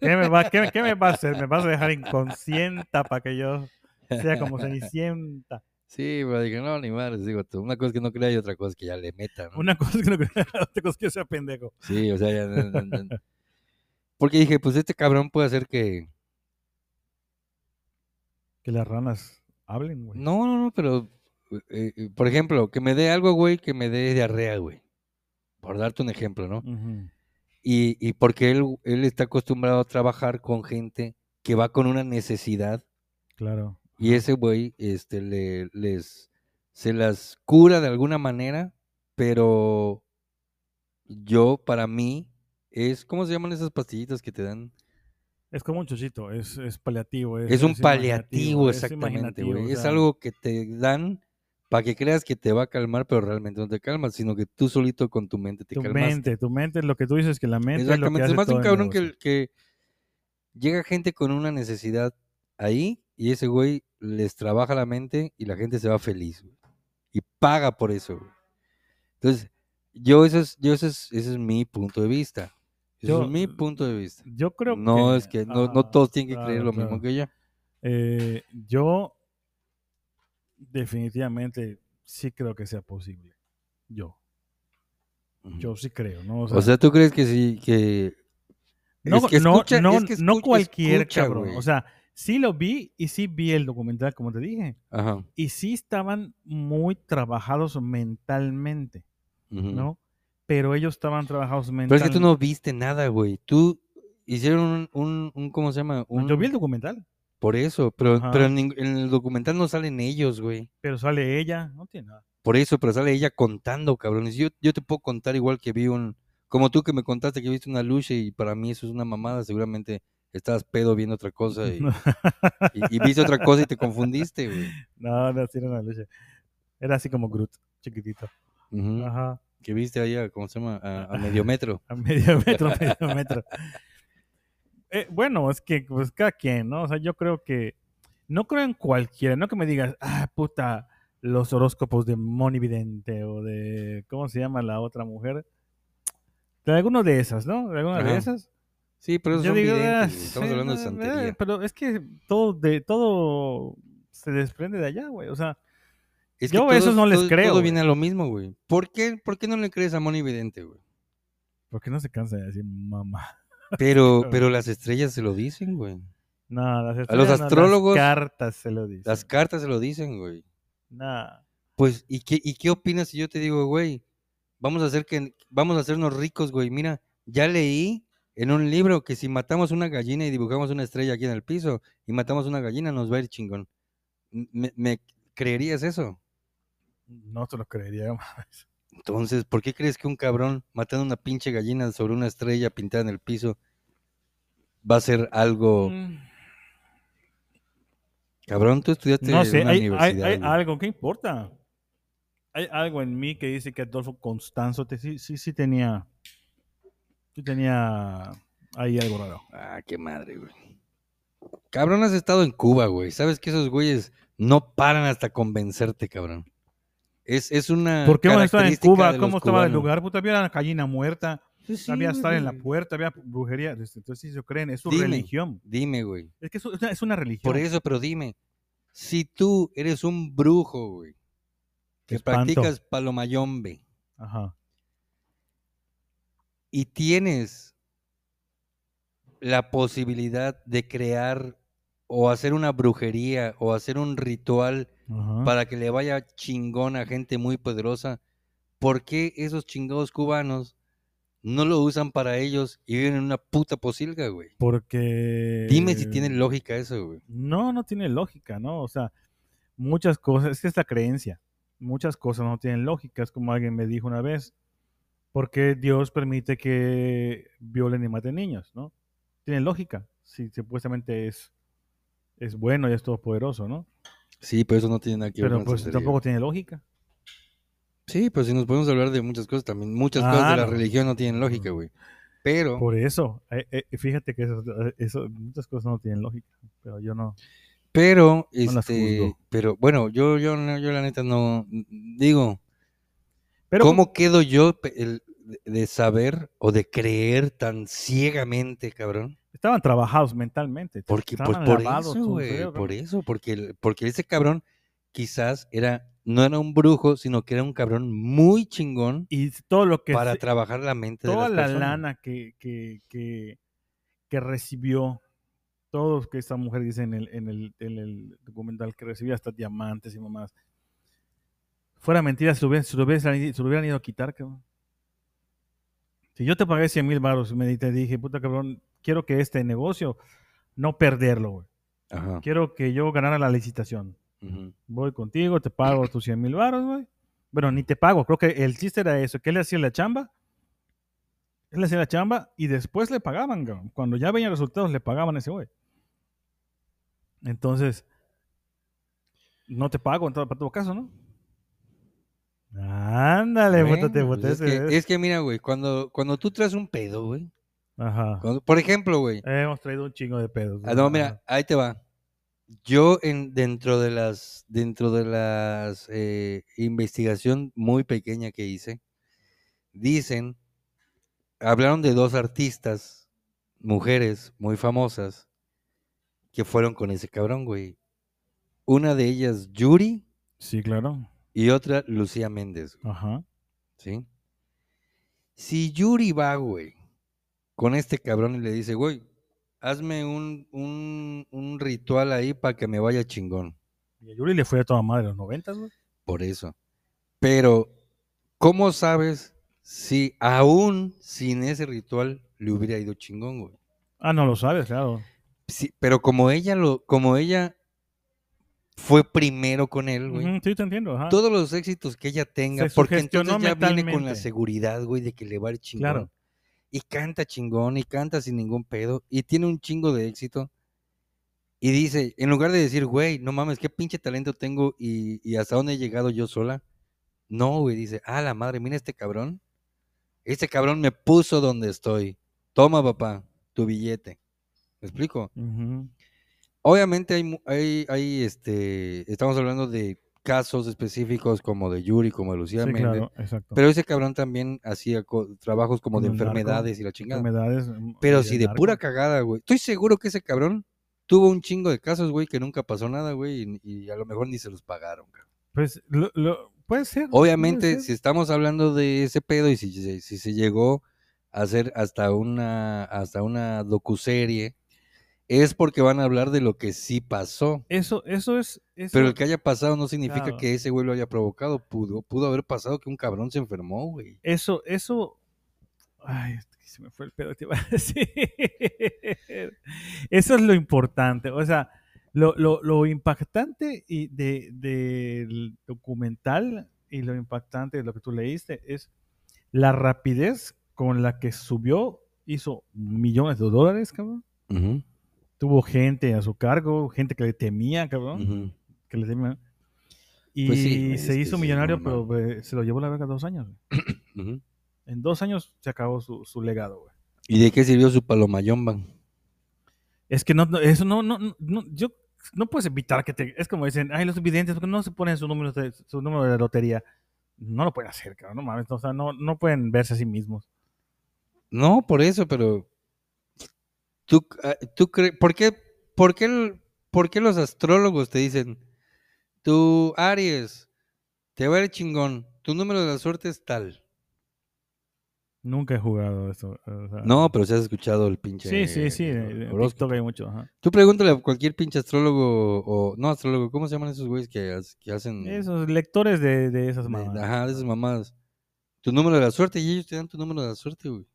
S1: ¿Qué me, va, qué, me- qué me va a hacer? ¿Me vas a dejar inconscienta para que yo sea como Cenicienta?
S2: Sí, pero dije, no, ni madres. Digo, tú, una cosa que no crea y otra cosa que ya le meta, ¿no?
S1: Una cosa que no creo, otra cosa que yo sea pendejo.
S2: Sí, o sea, ya, no- no- no- no. Porque dije, pues este cabrón puede hacer que.
S1: Que las ranas hablen, güey.
S2: pues. No, no, no, pero. eh, eh, por ejemplo, que me dé algo, güey, que me dé diarrea, güey. Por darte un ejemplo, ¿no?
S1: Ujú.
S2: Y, y porque él, él está acostumbrado a trabajar con gente que va con una necesidad
S1: Claro.
S2: y ese güey este, le, les, se las cura de alguna manera, pero yo, para mí, es, ¿cómo se llaman esas pastillitas que te dan?
S1: Es como un chochito, es, es paliativo.
S2: Es, un
S1: imaginativo,
S2: paliativo,
S1: es
S2: exactamente,
S1: imaginativo,
S2: güey.
S1: o
S2: Es
S1: sea,
S2: algo que te dan para que creas que te va a calmar, pero realmente no te calmas, sino que tú solito con tu mente te
S1: Tu
S2: calmas.
S1: mente, tu mente es lo que tú dices, que la mente es lo que
S2: Exactamente.
S1: hace
S2: Es más
S1: todo
S2: un
S1: el
S2: cabrón que,
S1: negocio.
S2: el- que llega gente con una necesidad ahí y ese güey les trabaja la mente y la gente se va feliz güey, y paga por eso. güey. Entonces, yo ese es, yo ese es, ese es mi punto de vista. Ese
S1: Yo-
S2: es mi punto de vista.
S1: Yo creo que...
S2: No es que no, no
S1: ah,
S2: todos tienen que creer
S1: claro,
S2: lo
S1: claro.
S2: mismo que yo.
S1: Eh, yo definitivamente sí creo que sea posible. Yo,
S2: Ujú.
S1: yo sí creo, ¿no?
S2: o, sea, tú crees que sí que
S1: no,
S2: es que
S1: no,
S2: escucha-
S1: no,
S2: es que
S1: no
S2: escu-
S1: cualquier
S2: escucha,
S1: cabrón.
S2: güey.
S1: O sea, sí lo vi y sí vi el documental, como te dije.
S2: ajá,
S1: Y sí estaban muy trabajados mentalmente,
S2: ujú.
S1: ¿no? Pero ellos estaban trabajados
S2: Pero es que
S1: mentalmente.
S2: tú no viste nada, güey. Tú hicieron un, un, un- ¿cómo se llama? Un,
S1: Yo vi el documental,
S2: Por eso, pero,
S1: Ajá.
S2: pero en, ning- en el documental no salen ellos, güey.
S1: pero sale ella, no tiene nada.
S2: Por eso, pero sale ella contando, cabrones. Yo, yo te puedo contar igual que vi un... Como tú que me contaste que viste una lucha y para mí eso es una mamada, seguramente estabas pedo viendo otra cosa y, y- y viste otra cosa y te confundiste, güey.
S1: No, no, sí era una leche. Era así como Groot, chiquitito.
S2: Ujú,
S1: Ajá.
S2: Que viste allá, ¿cómo se llama? A, a medio metro.
S1: A medio metro, medio metro. Eh, bueno, es que pues cada quien, ¿no? O sea, yo creo que. No creo en cualquiera, no que me digas, ah, puta, los horóscopos de Moni Vidente o de. ¿Cómo se llama la otra mujer? De alguno de esas, ¿no? De alguna de
S2: Ajá.
S1: esas.
S2: Sí, pero esos
S1: Yo
S2: son
S1: digo,
S2: videntes,
S1: "Ah,
S2: güey, Estamos
S1: sí,
S2: hablando de
S1: no, eh. no,
S2: santería.
S1: Pero es que todo, de, todo se desprende de allá, güey. O sea,
S2: Es
S1: yo a esos no les
S2: todo-
S1: creo,
S2: Todo
S1: güey.
S2: viene a lo mismo, güey. ¿Por qué, ¿Por qué no le crees a Moni Vidente, güey?
S1: ¿por qué no se cansa de decir mamá?
S2: Pero,
S1: cabrón.
S2: pero las estrellas se lo dicen, güey.
S1: No, las
S2: los
S1: estrellas no,
S2: astrólogos-
S1: las cartas se lo dicen.
S2: Las cartas se lo dicen, güey.
S1: Nah.
S2: Pues, ¿y qué, ¿y qué opinas si yo te digo, güey? Vamos a hacer que vamos a hacernos ricos, güey. Mira, ya leí en un libro que si matamos una gallina y dibujamos una estrella aquí en el piso y matamos una gallina, nos va a ir chingón. M- ¿Me, me creerías eso?
S1: No te lo creería. mames.
S2: Entonces, ¿por qué crees que un cabrón matando una pinche gallina sobre una estrella pintada en el piso va a ser algo?
S1: Mm.
S2: Cabrón, tú estudiaste
S1: No sé,
S2: en este, una
S1: hay, hay,
S2: universidad.
S1: hay
S2: güey.
S1: algo, ¿qué importa? Hay algo en mí que dice que Adolfo Constanzo te- sí, sí, sí tenía. Sí tenía ahí algo raro.
S2: Ah, qué madre, güey. Cabrón, has estado en Cuba, güey. Sabes que esos güeyes no paran hasta convencerte, cabrón. Es, es una.
S1: ¿Por qué hemos estado en
S2: Ah, característica
S1: Cuba?
S2: de los
S1: ¿Cómo estaba el
S2: cubanos.
S1: lugar? Puta, había una gallina muerta,
S2: Pues sí,
S1: había
S2: güey,
S1: estar en la
S2: pues,
S1: puerta, había brujería. este, Entonces sí se creen, es su
S2: Dime.
S1: religión.
S2: Dime, güey.
S1: Es que es una, es una religión.
S2: Por eso, pero dime. Si tú eres un brujo, güey, que
S1: Espanto.
S2: practicas palomayombe
S1: Ajá.
S2: y tienes la posibilidad de crear o hacer una brujería o hacer un ritual
S1: ajá.
S2: para que le vaya chingón a gente muy poderosa, ¿por qué esos chingados cubanos no lo usan para ellos y viven en una puta posilga, güey?
S1: Porque.
S2: Dime si tiene
S1: Eh.
S2: lógica eso, güey.
S1: No, no tiene lógica, ¿no? O sea, muchas cosas, es que es la creencia, muchas cosas no tienen lógica, es como alguien me dijo una vez, porque Dios permite que violen y maten niños, ¿no? Tiene lógica, si supuestamente es, es bueno y es todopoderoso, ¿no?
S2: Sí, pero eso no tiene nada que ver
S1: Pero
S2: con
S1: pues
S2: santería.
S1: tampoco tiene lógica.
S2: Sí, pero si nos podemos hablar de muchas cosas también, muchas cosas
S1: Ah,
S2: de la
S1: no.
S2: religión no tienen lógica, güey. Pero
S1: eh, Por eso, eh, eh, fíjate que eso, eso- muchas cosas no tienen lógica, pero yo no.
S2: Pero,
S1: No las
S2: este,
S1: juzgo.
S2: pero bueno, yo, yo, no- yo la neta no digo,
S1: Pero
S2: ¿cómo quedo yo pe- el- de- de saber o de creer tan ciegamente, cabrón?
S1: estaban trabajados mentalmente.
S2: Porque pues,
S1: estaban
S2: por
S1: lavados
S2: eso,
S1: su
S2: güey,
S1: cerebro.
S2: por eso, porque, el- porque ese cabrón quizás era, no era un brujo, sino que era un cabrón muy chingón
S1: Y todo lo que
S2: para
S1: se-
S2: trabajar la mente
S1: toda la
S2: de las personas.
S1: lana que, que, que, que recibió, todo lo que esta mujer dice en el, en el, en el documental, que recibió hasta diamantes y mamás. Fuera mentira, se lo hubieran, se lo hubieran- se lo hubieran ido a quitar, cabrón. Si yo te pagué 100 mil baros y me di- te dije, puta cabrón, quiero que este negocio no perderlo, güey.
S2: Ajá,
S1: Quiero que yo ganara la licitación.
S2: ujú.
S1: voy contigo, te pago tus 100 mil baros, güey. Bueno, ni te pago, creo que el chiste era eso, que él le hacía la chamba, él le hacía la chamba y después le pagaban, cabrón. cuando ya veían resultados le pagaban a ese güey. Entonces, no te pago en todo para todo caso, ¿no? Ándale,
S2: Bueno,
S1: bótate,
S2: pues
S1: bótate.
S2: es, que, es que mira, güey, cuando, cuando tú traes un pedo, güey,
S1: Ajá. Eh,
S2: cuando- por ejemplo, güey,
S1: Hemos traído un chingo de pedos.
S2: Ah, no, mira, ahí te va. Yo en, dentro de las dentro de las eh, investigación muy pequeña que hice, dicen, hablaron de dos artistas, mujeres muy famosas, que fueron con ese cabrón, güey. Una de ellas, Yuri,
S1: Sí, claro.
S2: y otra, Lucía Méndez, güey,
S1: Ajá.
S2: ¿sí? Si Yuri va, güey, con este cabrón y le dice, güey, hazme un, un, un ritual ahí para que me vaya chingón.
S1: Y a Yuri le fue a toda madre en los 90, güey.
S2: Por eso. Pero, ¿cómo sabes si aún sin ese ritual le hubiera ido chingón, güey?
S1: Ah, no lo sabes, claro.
S2: Sí, pero como ella lo, como ella fue primero con él, güey.
S1: Ujú, sí, te entiendo. Ajá.
S2: Todos los éxitos que ella tenga,
S1: Se
S2: porque entonces
S1: sugestionó
S2: ya viene con la
S1: mentalmente.
S2: seguridad, güey, de que le va a ir chingón.
S1: Claro.
S2: y canta chingón y canta sin ningún pedo y tiene un chingo de éxito. Y dice, en lugar de decir, güey, no mames, qué pinche talento tengo y, y hasta dónde he llegado yo sola. No, güey, dice, ah, la madre, mira este cabrón. Este cabrón me puso donde estoy. Toma, papá, tu billete. ¿Me explico?
S1: Ujú.
S2: Obviamente hay, mu- hay, hay, este, estamos hablando de casos específicos como de Yuri, como de Lucía
S1: Sí,
S2: Méndez,
S1: claro, exacto.
S2: Pero ese cabrón también hacía co- trabajos como de
S1: Como el narco,
S2: enfermedades y la chingada.
S1: Enfermedades,
S2: Pero
S1: eh,
S2: si de
S1: narco.
S2: pura cagada, güey. Estoy seguro que ese cabrón tuvo un chingo de casos, güey, que nunca pasó nada, güey, y, y a lo mejor ni se los pagaron. cabrón.
S1: Pues lo- lo- puede ser. puede
S2: Obviamente,
S1: ser.
S2: si estamos hablando de ese pedo y si, se- si se llegó a hacer hasta una, hasta una docuserie, es porque van a hablar de lo que sí pasó.
S1: Eso, eso es. eso-
S2: Pero el que haya pasado no significa
S1: Claro.
S2: que ese güey lo haya provocado. Pudo, pudo haber pasado que un cabrón se enfermó, güey.
S1: Eso, eso. Ay, es que se me fue el pedo que te iba a decir. Eso es lo importante. O sea, lo, lo- lo impactante y de- del documental y lo impactante de lo que tú leíste es la rapidez con la que subió, hizo millones de dólares, cabrón.
S2: Ujú,
S1: tuvo gente a su cargo, gente que le temía, cabrón,
S2: ujú.
S1: que le temía. Y
S2: Pues sí, es
S1: se
S2: que sí
S1: hizo
S2: es
S1: millonario, pero
S2: normal.
S1: güey, se lo llevó la verga dos años. güey.
S2: Ujú.
S1: En dos años se acabó su, su legado, güey.
S2: ¿Y de qué sirvió su palomayomba?
S1: Es que no, no, eso no, no, no- no, yo no puedes evitar que te, es como dicen, ay, los videntes, porque no se ponen su número de, su número de lotería. No lo pueden hacer, cabrón, no mames, o sea, no, no pueden verse a sí mismos.
S2: No, por eso, pero tú, ah, tú cre- ¿por qué, por qué el- por qué los astrólogos te dicen, tú Aries, te va a ir chingón, tu número de la suerte es tal?
S1: Nunca he jugado eso. o sea,
S2: No, pero si has escuchado el pinche
S1: Sí, sí, sí, en- en
S2: horóscopo.
S1: TikTok hay mucho. ajá.
S2: Tú pregúntale a cualquier pinche astrólogo o no astrólogo, ¿cómo se llaman esos güeyes que, has- que hacen
S1: Esos lectores de, de esas
S2: Mm. de-
S1: mamadas.
S2: ajá, de esas mamadas? Tu número de la suerte y ellos te dan tu número de la suerte, güey.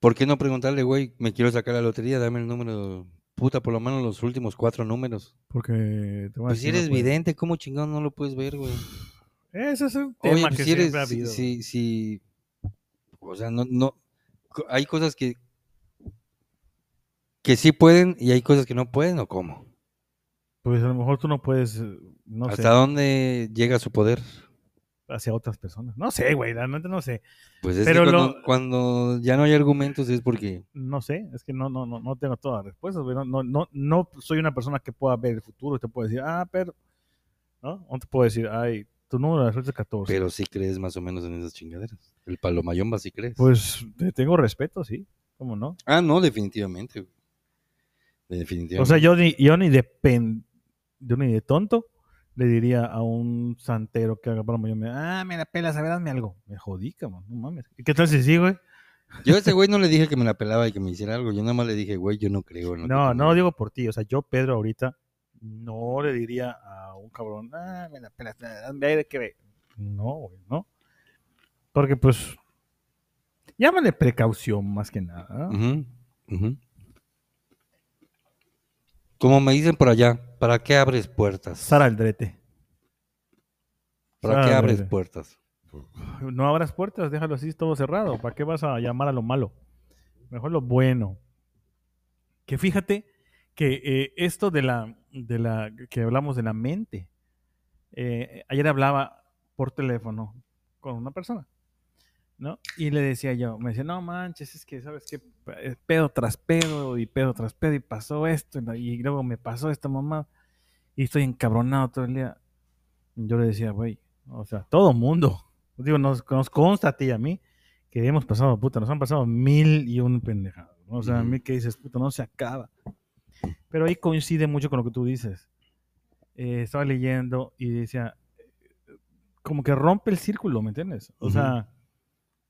S2: ¿Por qué no preguntarle, güey, me quiero sacar la lotería, dame el número, puta, por lo menos los últimos cuatro números?
S1: Porque te van a
S2: Pues si
S1: decir, no
S2: eres
S1: puedes.
S2: vidente, ¿cómo chingado no lo puedes ver, güey?
S1: Ese es un tema
S2: Oye, pues
S1: que
S2: si eres,
S1: siempre ha
S2: si,
S1: habido.
S2: si, si- o sea, no, no, co- hay cosas que, que sí pueden y hay cosas que no pueden, ¿o cómo?
S1: Pues a lo mejor tú no puedes, eh, no
S2: ¿Hasta
S1: sé.
S2: dónde llega su poder?
S1: hacia otras personas. No sé, güey, realmente no sé.
S2: Pues es que
S1: Pero
S2: cuando,
S1: lo-
S2: cuando ya no hay argumentos es porque
S1: No sé, es que no, no, no, no tengo todas las respuestas, güey. No, no, no, no soy una persona que pueda ver el futuro y te puedo decir, ah, pero, ¿no? No te puedo decir, ay, tu número de la suerte es 14.
S2: pero sí crees más o menos en esas chingaderas. El palomayomba sí crees.
S1: Pues te tengo respeto, sí, ¿cómo no?
S2: ah, no, definitivamente. güey. Definitivamente.
S1: O sea, yo ni, yo ni de pen- yo ni de tonto le diría a un santero que haga broma, yo me, ah, me la pelas, a ver, hazme algo. Me jodí, cabrón, no mames. ¿Y ¿Qué tal si sí, güey?
S2: Yo a ese güey no le dije que me la pelaba y que me hiciera algo. Yo nada más le dije, güey, yo no creo en lo que
S1: No,
S2: tú
S1: no lo
S2: me-
S1: digo por ti. O sea, yo, Pedro, ahorita no le diría a un cabrón, ah, me la pelas, ah, hazme aire que ve. No, güey, no. Porque, pues, llámale precaución más que nada.
S2: Ujú, ujú. Como me dicen por allá, ¿para qué abres puertas?
S1: Sara el drete.
S2: ¿Para qué
S1: Sara,
S2: abres
S1: güey.
S2: puertas?
S1: No abras puertas, déjalo así todo cerrado. ¿Para qué vas a llamar a lo malo? Mejor lo bueno. Que fíjate que eh, esto de la, de la que hablamos de la mente. eh, ayer hablaba por teléfono con una persona, ¿no? Y le decía yo, me decía, no manches, es que sabes que pedo tras pedo y pedo tras pedo y pasó esto y la- y luego me pasó esta mamá y estoy encabronado todo el día. Yo le decía, güey, o sea, todo mundo. Digo, nos, nos consta a ti y a mí que hemos pasado, puta, nos han pasado mil y un pendejadas. ¿no? O sea, a
S2: Ujú.
S1: mí que dices, puta, no se acaba. Pero ahí coincide mucho con lo que tú dices. Eh, estaba leyendo y decía, eh, como que rompe el círculo, ¿me entiendes? O
S2: Ujú.
S1: sea,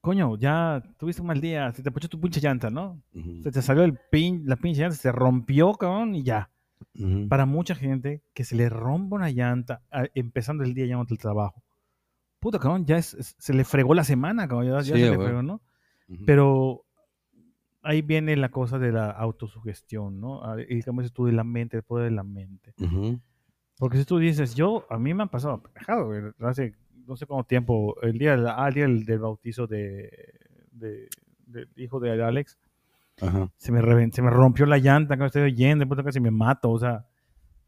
S1: coño, ya tuviste un mal día, se te ponchó tu pinche llanta, ¿no?
S2: Ujú,
S1: Se te salió el pin, la pinche llanta, se te rompió, cabrón, y ya
S2: ujú.
S1: para mucha gente que se le rompa una llanta a- empezando el día llamando al trabajo. Puta, cabrón, ya es- es- se le fregó la semana, cabrón, ya, ya
S2: Sí,
S1: se le
S2: güey.
S1: fregó, ¿no?
S2: Ujú.
S1: Pero ahí viene la cosa de la autosugestión, ¿no? Ah, Y como dices tú, de la mente, el poder de la mente.
S2: Ujú.
S1: Porque si tú dices, yo, a mí me han pasado pendejado, güey, hace no sé cuánto tiempo, el día, del- ah, el día del, del bautizo de, de- del hijo de Alex,
S2: Ajá.
S1: se me, reven- se me rompió la llanta, que estoy oyendo, puta, casi me mato, o sea,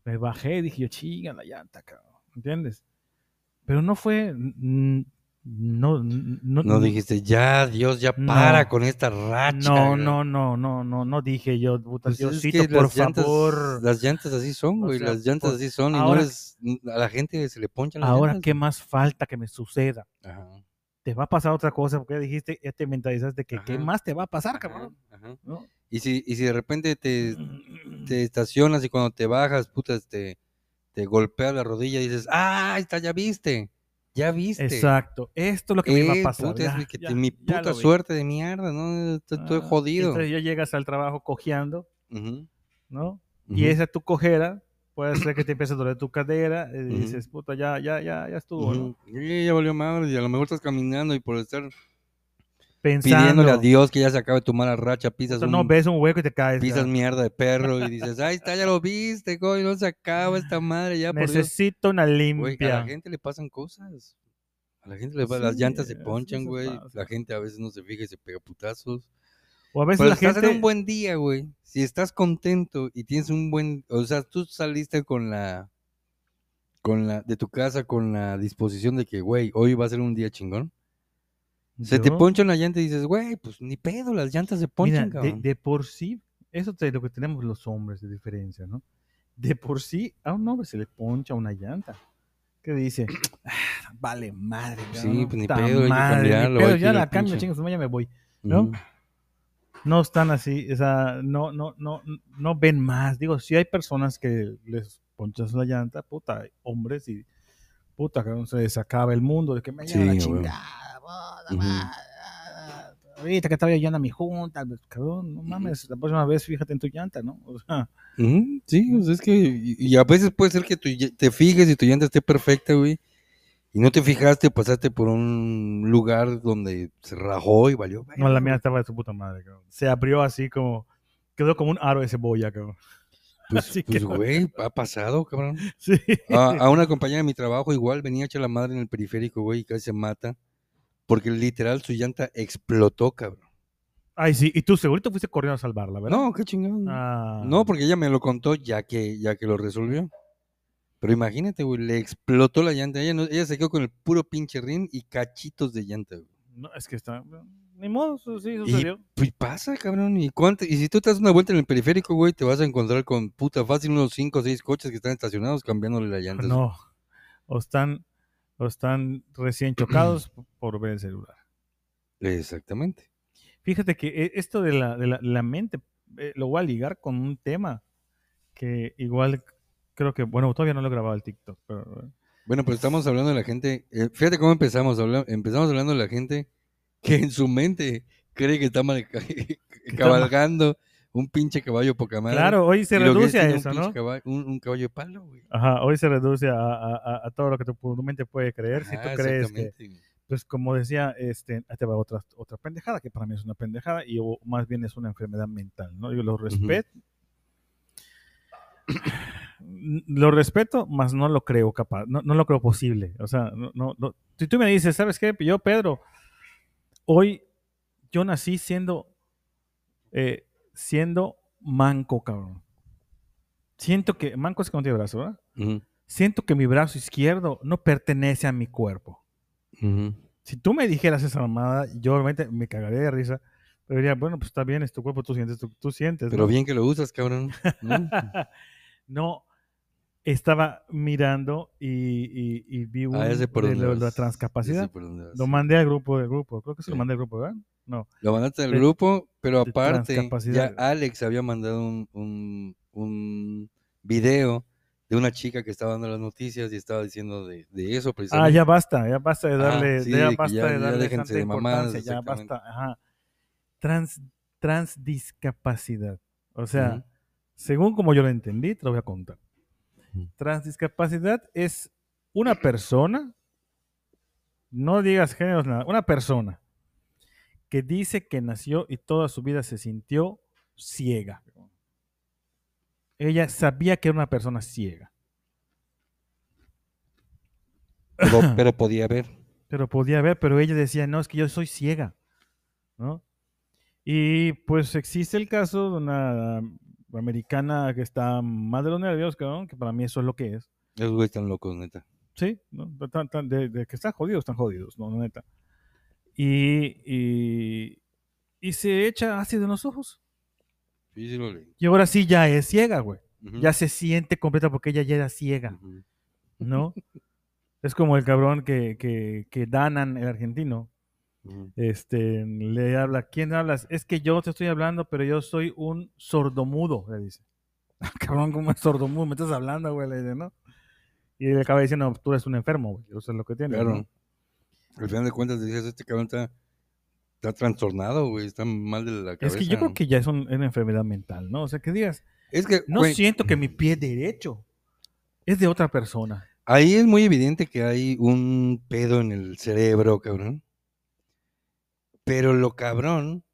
S1: me bajé, dije yo, chinga la llanta, cabrón, ¿entiendes? Pero no fue, mm, no, no,
S2: No dijiste, ya, Dios, ya
S1: No.
S2: para con esta racha.
S1: no,
S2: güey".
S1: no, no, no, no, no dije yo, puta,
S2: Pues es
S1: Diosito,
S2: que
S1: por
S2: las llantas-
S1: favor,
S2: Las llantas así son,
S1: O
S2: güey.
S1: sea,
S2: las llantas
S1: por-
S2: así son. Y
S1: ahora-
S2: no les, a la gente se le ponchan las
S1: ahora
S2: llantas.
S1: qué más falta que me suceda,
S2: güey. Ajá.
S1: te va a pasar otra cosa, porque ya dijiste, ya te mentalizaste que qué
S2: Ajá.
S1: más te va a pasar,
S2: Ajá,
S1: cabrón,
S2: ajá.
S1: ¿no?
S2: Y si, y si de repente te, te estacionas y cuando te bajas, putas, te, te golpea la rodilla y dices, ah, está, ya viste, ya viste.
S1: Exacto, esto es lo que me iba
S2: Eh,
S1: a pasar.
S2: puta, Este es
S1: ya,
S2: mi que te-
S1: ya,
S2: mi
S1: ya lo
S2: puta
S1: vi.
S2: suerte de mierda, ¿no? Estoy, estoy
S1: Ah, y
S2: jodido.
S1: Entonces ya llegas al trabajo cojeando,
S2: Ujú,
S1: ¿no?
S2: ujú.
S1: y esa tu cojera puede ser que te empiece a doler tu cadera eh, y
S2: Ujú.
S1: dices, puta, ya, ya, ya, ya estuvo, ¿no?
S2: Ujú. Eh, ya valió madre, y a lo mejor estás caminando y por estar
S1: Pensando,
S2: pidiéndole a Dios que ya se acabe tu mala racha, pisas,
S1: puta, no
S2: un-
S1: ves un hueco y te caes.
S2: pisas
S1: ya.
S2: mierda de perro y dices, ahí está, ya lo viste, coño, no se acaba esta madre, ya por Dios.
S1: Necesito una
S2: Güey,
S1: limpia.
S2: a la gente le pasan cosas. A la gente le pa- las
S1: Sí,
S2: llantas se
S1: así
S2: ponchan,
S1: se
S2: güey.
S1: pasa.
S2: La gente a veces no se fija y se pega putazos.
S1: o a veces
S2: Pero
S1: la
S2: estás
S1: gente...
S2: en un buen día, güey. Si estás contento y tienes un buen, o sea, tú saliste con la con la de tu casa con la disposición de que, güey, hoy va a ser un día chingón. Se te
S1: Yo-
S2: poncha una llanta y dices, güey, pues ni pedo, las llantas se
S1: Mira,
S2: ponchan,
S1: de,
S2: cabrón.
S1: de por sí, eso es lo que tenemos los hombres de diferencia, ¿no? De por sí, a un hombre se le poncha una llanta. ¿Qué dice? "Ah, vale, madre.
S2: Sí,
S1: cabrón,
S2: pues, ni
S1: puta
S2: pedo, hay que
S1: madre, ni
S2: cambiarlo,
S1: pedo,
S2: hay que
S1: ya
S2: ir al
S1: la cambio,
S2: pinche-
S1: chingas, ya me voy.
S2: Ujú.
S1: ¿no? no están así, o sea, no, no, no, no ven más. Digo, si hay personas que les ponchas la llanta, puta, hay hombres y puta, cabrón, se les acaba el mundo, de que me lleva
S2: Sí,
S1: la
S2: a
S1: chingada, puta
S2: Ujú.
S1: madre, ah, ahorita que estaba yo yendo a mi junta, pues, cabrón, no mames, la próxima vez fíjate en tu llanta, ¿no? O sea,
S2: Ujú, Sí, o sea, es que. Y, y a veces puede ser que tu lle- te fijes y tu llanta esté perfecta, güey. Y no te fijaste, pasaste por un lugar donde se rajó y valió.
S1: no, la
S2: verga,
S1: mía
S2: güey.
S1: estaba de su puta madre, cabrón. Se abrió así como, quedó como un aro de cebolla, cabrón.
S2: Pues,
S1: Así
S2: pues,
S1: quedó.
S2: güey, ha pasado, cabrón.
S1: Sí.
S2: A, a una compañera de mi trabajo igual venía hecha la madre en el periférico, güey, y casi se mata. Porque literal su llanta explotó, cabrón.
S1: Ay, sí, y tú segurito fuiste corriendo a salvarla, ¿verdad?
S2: No, qué chingón.
S1: Ah.
S2: No, porque ella me lo contó ya que, ya que lo resolvió. Pero imagínate, güey, le explotó la llanta. Ella, no- ella se quedó con el puro pinche rin y cachitos de llanta, güey.
S1: No, es que está. Ni modo, eso sí
S2: Y-
S1: sucedió.
S2: Pues pasa, cabrón. ¿Y, cuánto? y si tú te das una vuelta en el periférico, güey, te vas a encontrar con puta fácil unos 5 o 6 coches que están estacionados cambiándole la llanta.
S1: No. O están, o están recién chocados por ver el celular.
S2: Exactamente.
S1: Fíjate que eh, esto de la, de la, la mente eh, lo voy a ligar con un tema que igual creo que, bueno, todavía no lo he grabado el TikTok, pero eh,
S2: Bueno, pero estamos hablando de la gente. eh, fíjate cómo empezamos. habla- empezamos hablando de la gente que en su mente cree que está mal-
S1: mal.
S2: cabalgando un pinche caballo poca madre.
S1: claro, hoy se
S2: Y lo que es
S1: reduce a
S2: tiene un
S1: eso,
S2: pinche
S1: ¿no?
S2: caballo- un, un caballo de palo, güey.
S1: Ajá, hoy se reduce a, a- a- a todo lo que tu, tu mente puede creer. si
S2: Ajá,
S1: tú crees que,
S2: Ah, exactamente, güey.
S1: pues como decía, este, ahí te va otra, otra pendejada, que para mí es una pendejada y o más bien es una enfermedad mental, ¿no? Yo lo respeto. Lo respeto, más no lo creo capaz, no, no lo creo posible. O sea, no, no, no- si tú me dices, ¿sabes qué? Yo, Pedro, hoy yo nací siendo, eh, siendo manco, cabrón. Siento que, manco es que no tiene brazo, ¿verdad?
S2: Ujú,
S1: Siento que mi brazo izquierdo no pertenece a mi cuerpo.
S2: ujú.
S1: Si tú me dijeras esa mamada, yo realmente me cagaría de risa. Pero diría, bueno, pues está bien, es tu cuerpo, tú sientes, tú, tú sientes.
S2: Pero
S1: ¿no?
S2: bien que lo usas, cabrón. ¿no?
S1: No, estaba mirando y, y- y vi un,
S2: Ah, ya sé por
S1: de
S2: dónde
S1: lo-
S2: vas.
S1: la
S2: Ya sé
S1: transcapacidad.
S2: por dónde vas.
S1: Lo mandé al grupo del grupo. Creo que se lo
S2: Sí.
S1: mandé al grupo, ¿verdad?
S2: Lo mandaste al
S1: de-
S2: grupo, pero
S1: de
S2: aparte, ya
S1: transcapacidad.
S2: Alex había mandado un, un, un video de una chica que estaba dando las noticias y estaba diciendo de, de eso
S1: Ah,
S2: precisamente.
S1: ya basta, ya basta de
S2: Ajá,
S1: darle,
S2: Ah, sí,
S1: ya
S2: de que
S1: basta
S2: ya-
S1: de
S2: ya
S1: darle
S2: déjense
S1: tanta
S2: de mamadas,
S1: importancia, ya
S2: exactamente.
S1: basta. Ajá. Trans, transdiscapacidad. O sea,
S2: Ujú.
S1: según como yo lo entendí, te lo voy a contar.
S2: Ujú.
S1: Transdiscapacidad es una persona, no digas géneros nada, una persona que dice que nació y toda su vida se sintió ciega. Ella sabía que era una persona ciega,
S2: Pero, pero podía ver.
S1: pero podía ver, pero ella decía, no, es que yo soy ciega, ¿no? Y pues existe el caso de una americana que está más de los nervios, cabrón, que para mí eso es lo que es.
S2: Esos güeyes están locos, neta.
S1: Sí, ¿no? De tan- tan- de, de que están jodidos, están jodidos, no, neta. Y, y, y se echa ácido en los ojos.
S2: Sí, sí lo leí.
S1: Y ahora sí ya es ciega, güey.
S2: Ujú,
S1: Ya se siente completa porque ella ya era ciega,
S2: ujú.
S1: ¿no? es como el cabrón que, que, que Danan, el argentino,
S2: Ujú.
S1: este, le habla, ¿quién hablas? Es que yo te estoy hablando, pero yo soy un sordomudo, le dice. "Ah, Cabrón, ¿cómo es sordomudo? Me estás hablando, güey, le dice, ¿no? Y le acaba diciendo, tú eres un enfermo, güey, eso es lo que tienes. ¿no?".
S2: Claro. Al final de cuentas decías, este cabrón está, está trastornado, güey. Está mal de la
S1: Es
S2: cabeza.
S1: que yo creo que ya es un- una enfermedad mental, ¿no? O sea, que digas,
S2: Es que,
S1: no
S2: güey,
S1: siento que mi pie derecho es de otra persona.
S2: Ahí es muy evidente que hay un pedo en el cerebro, cabrón. Pero lo cabrón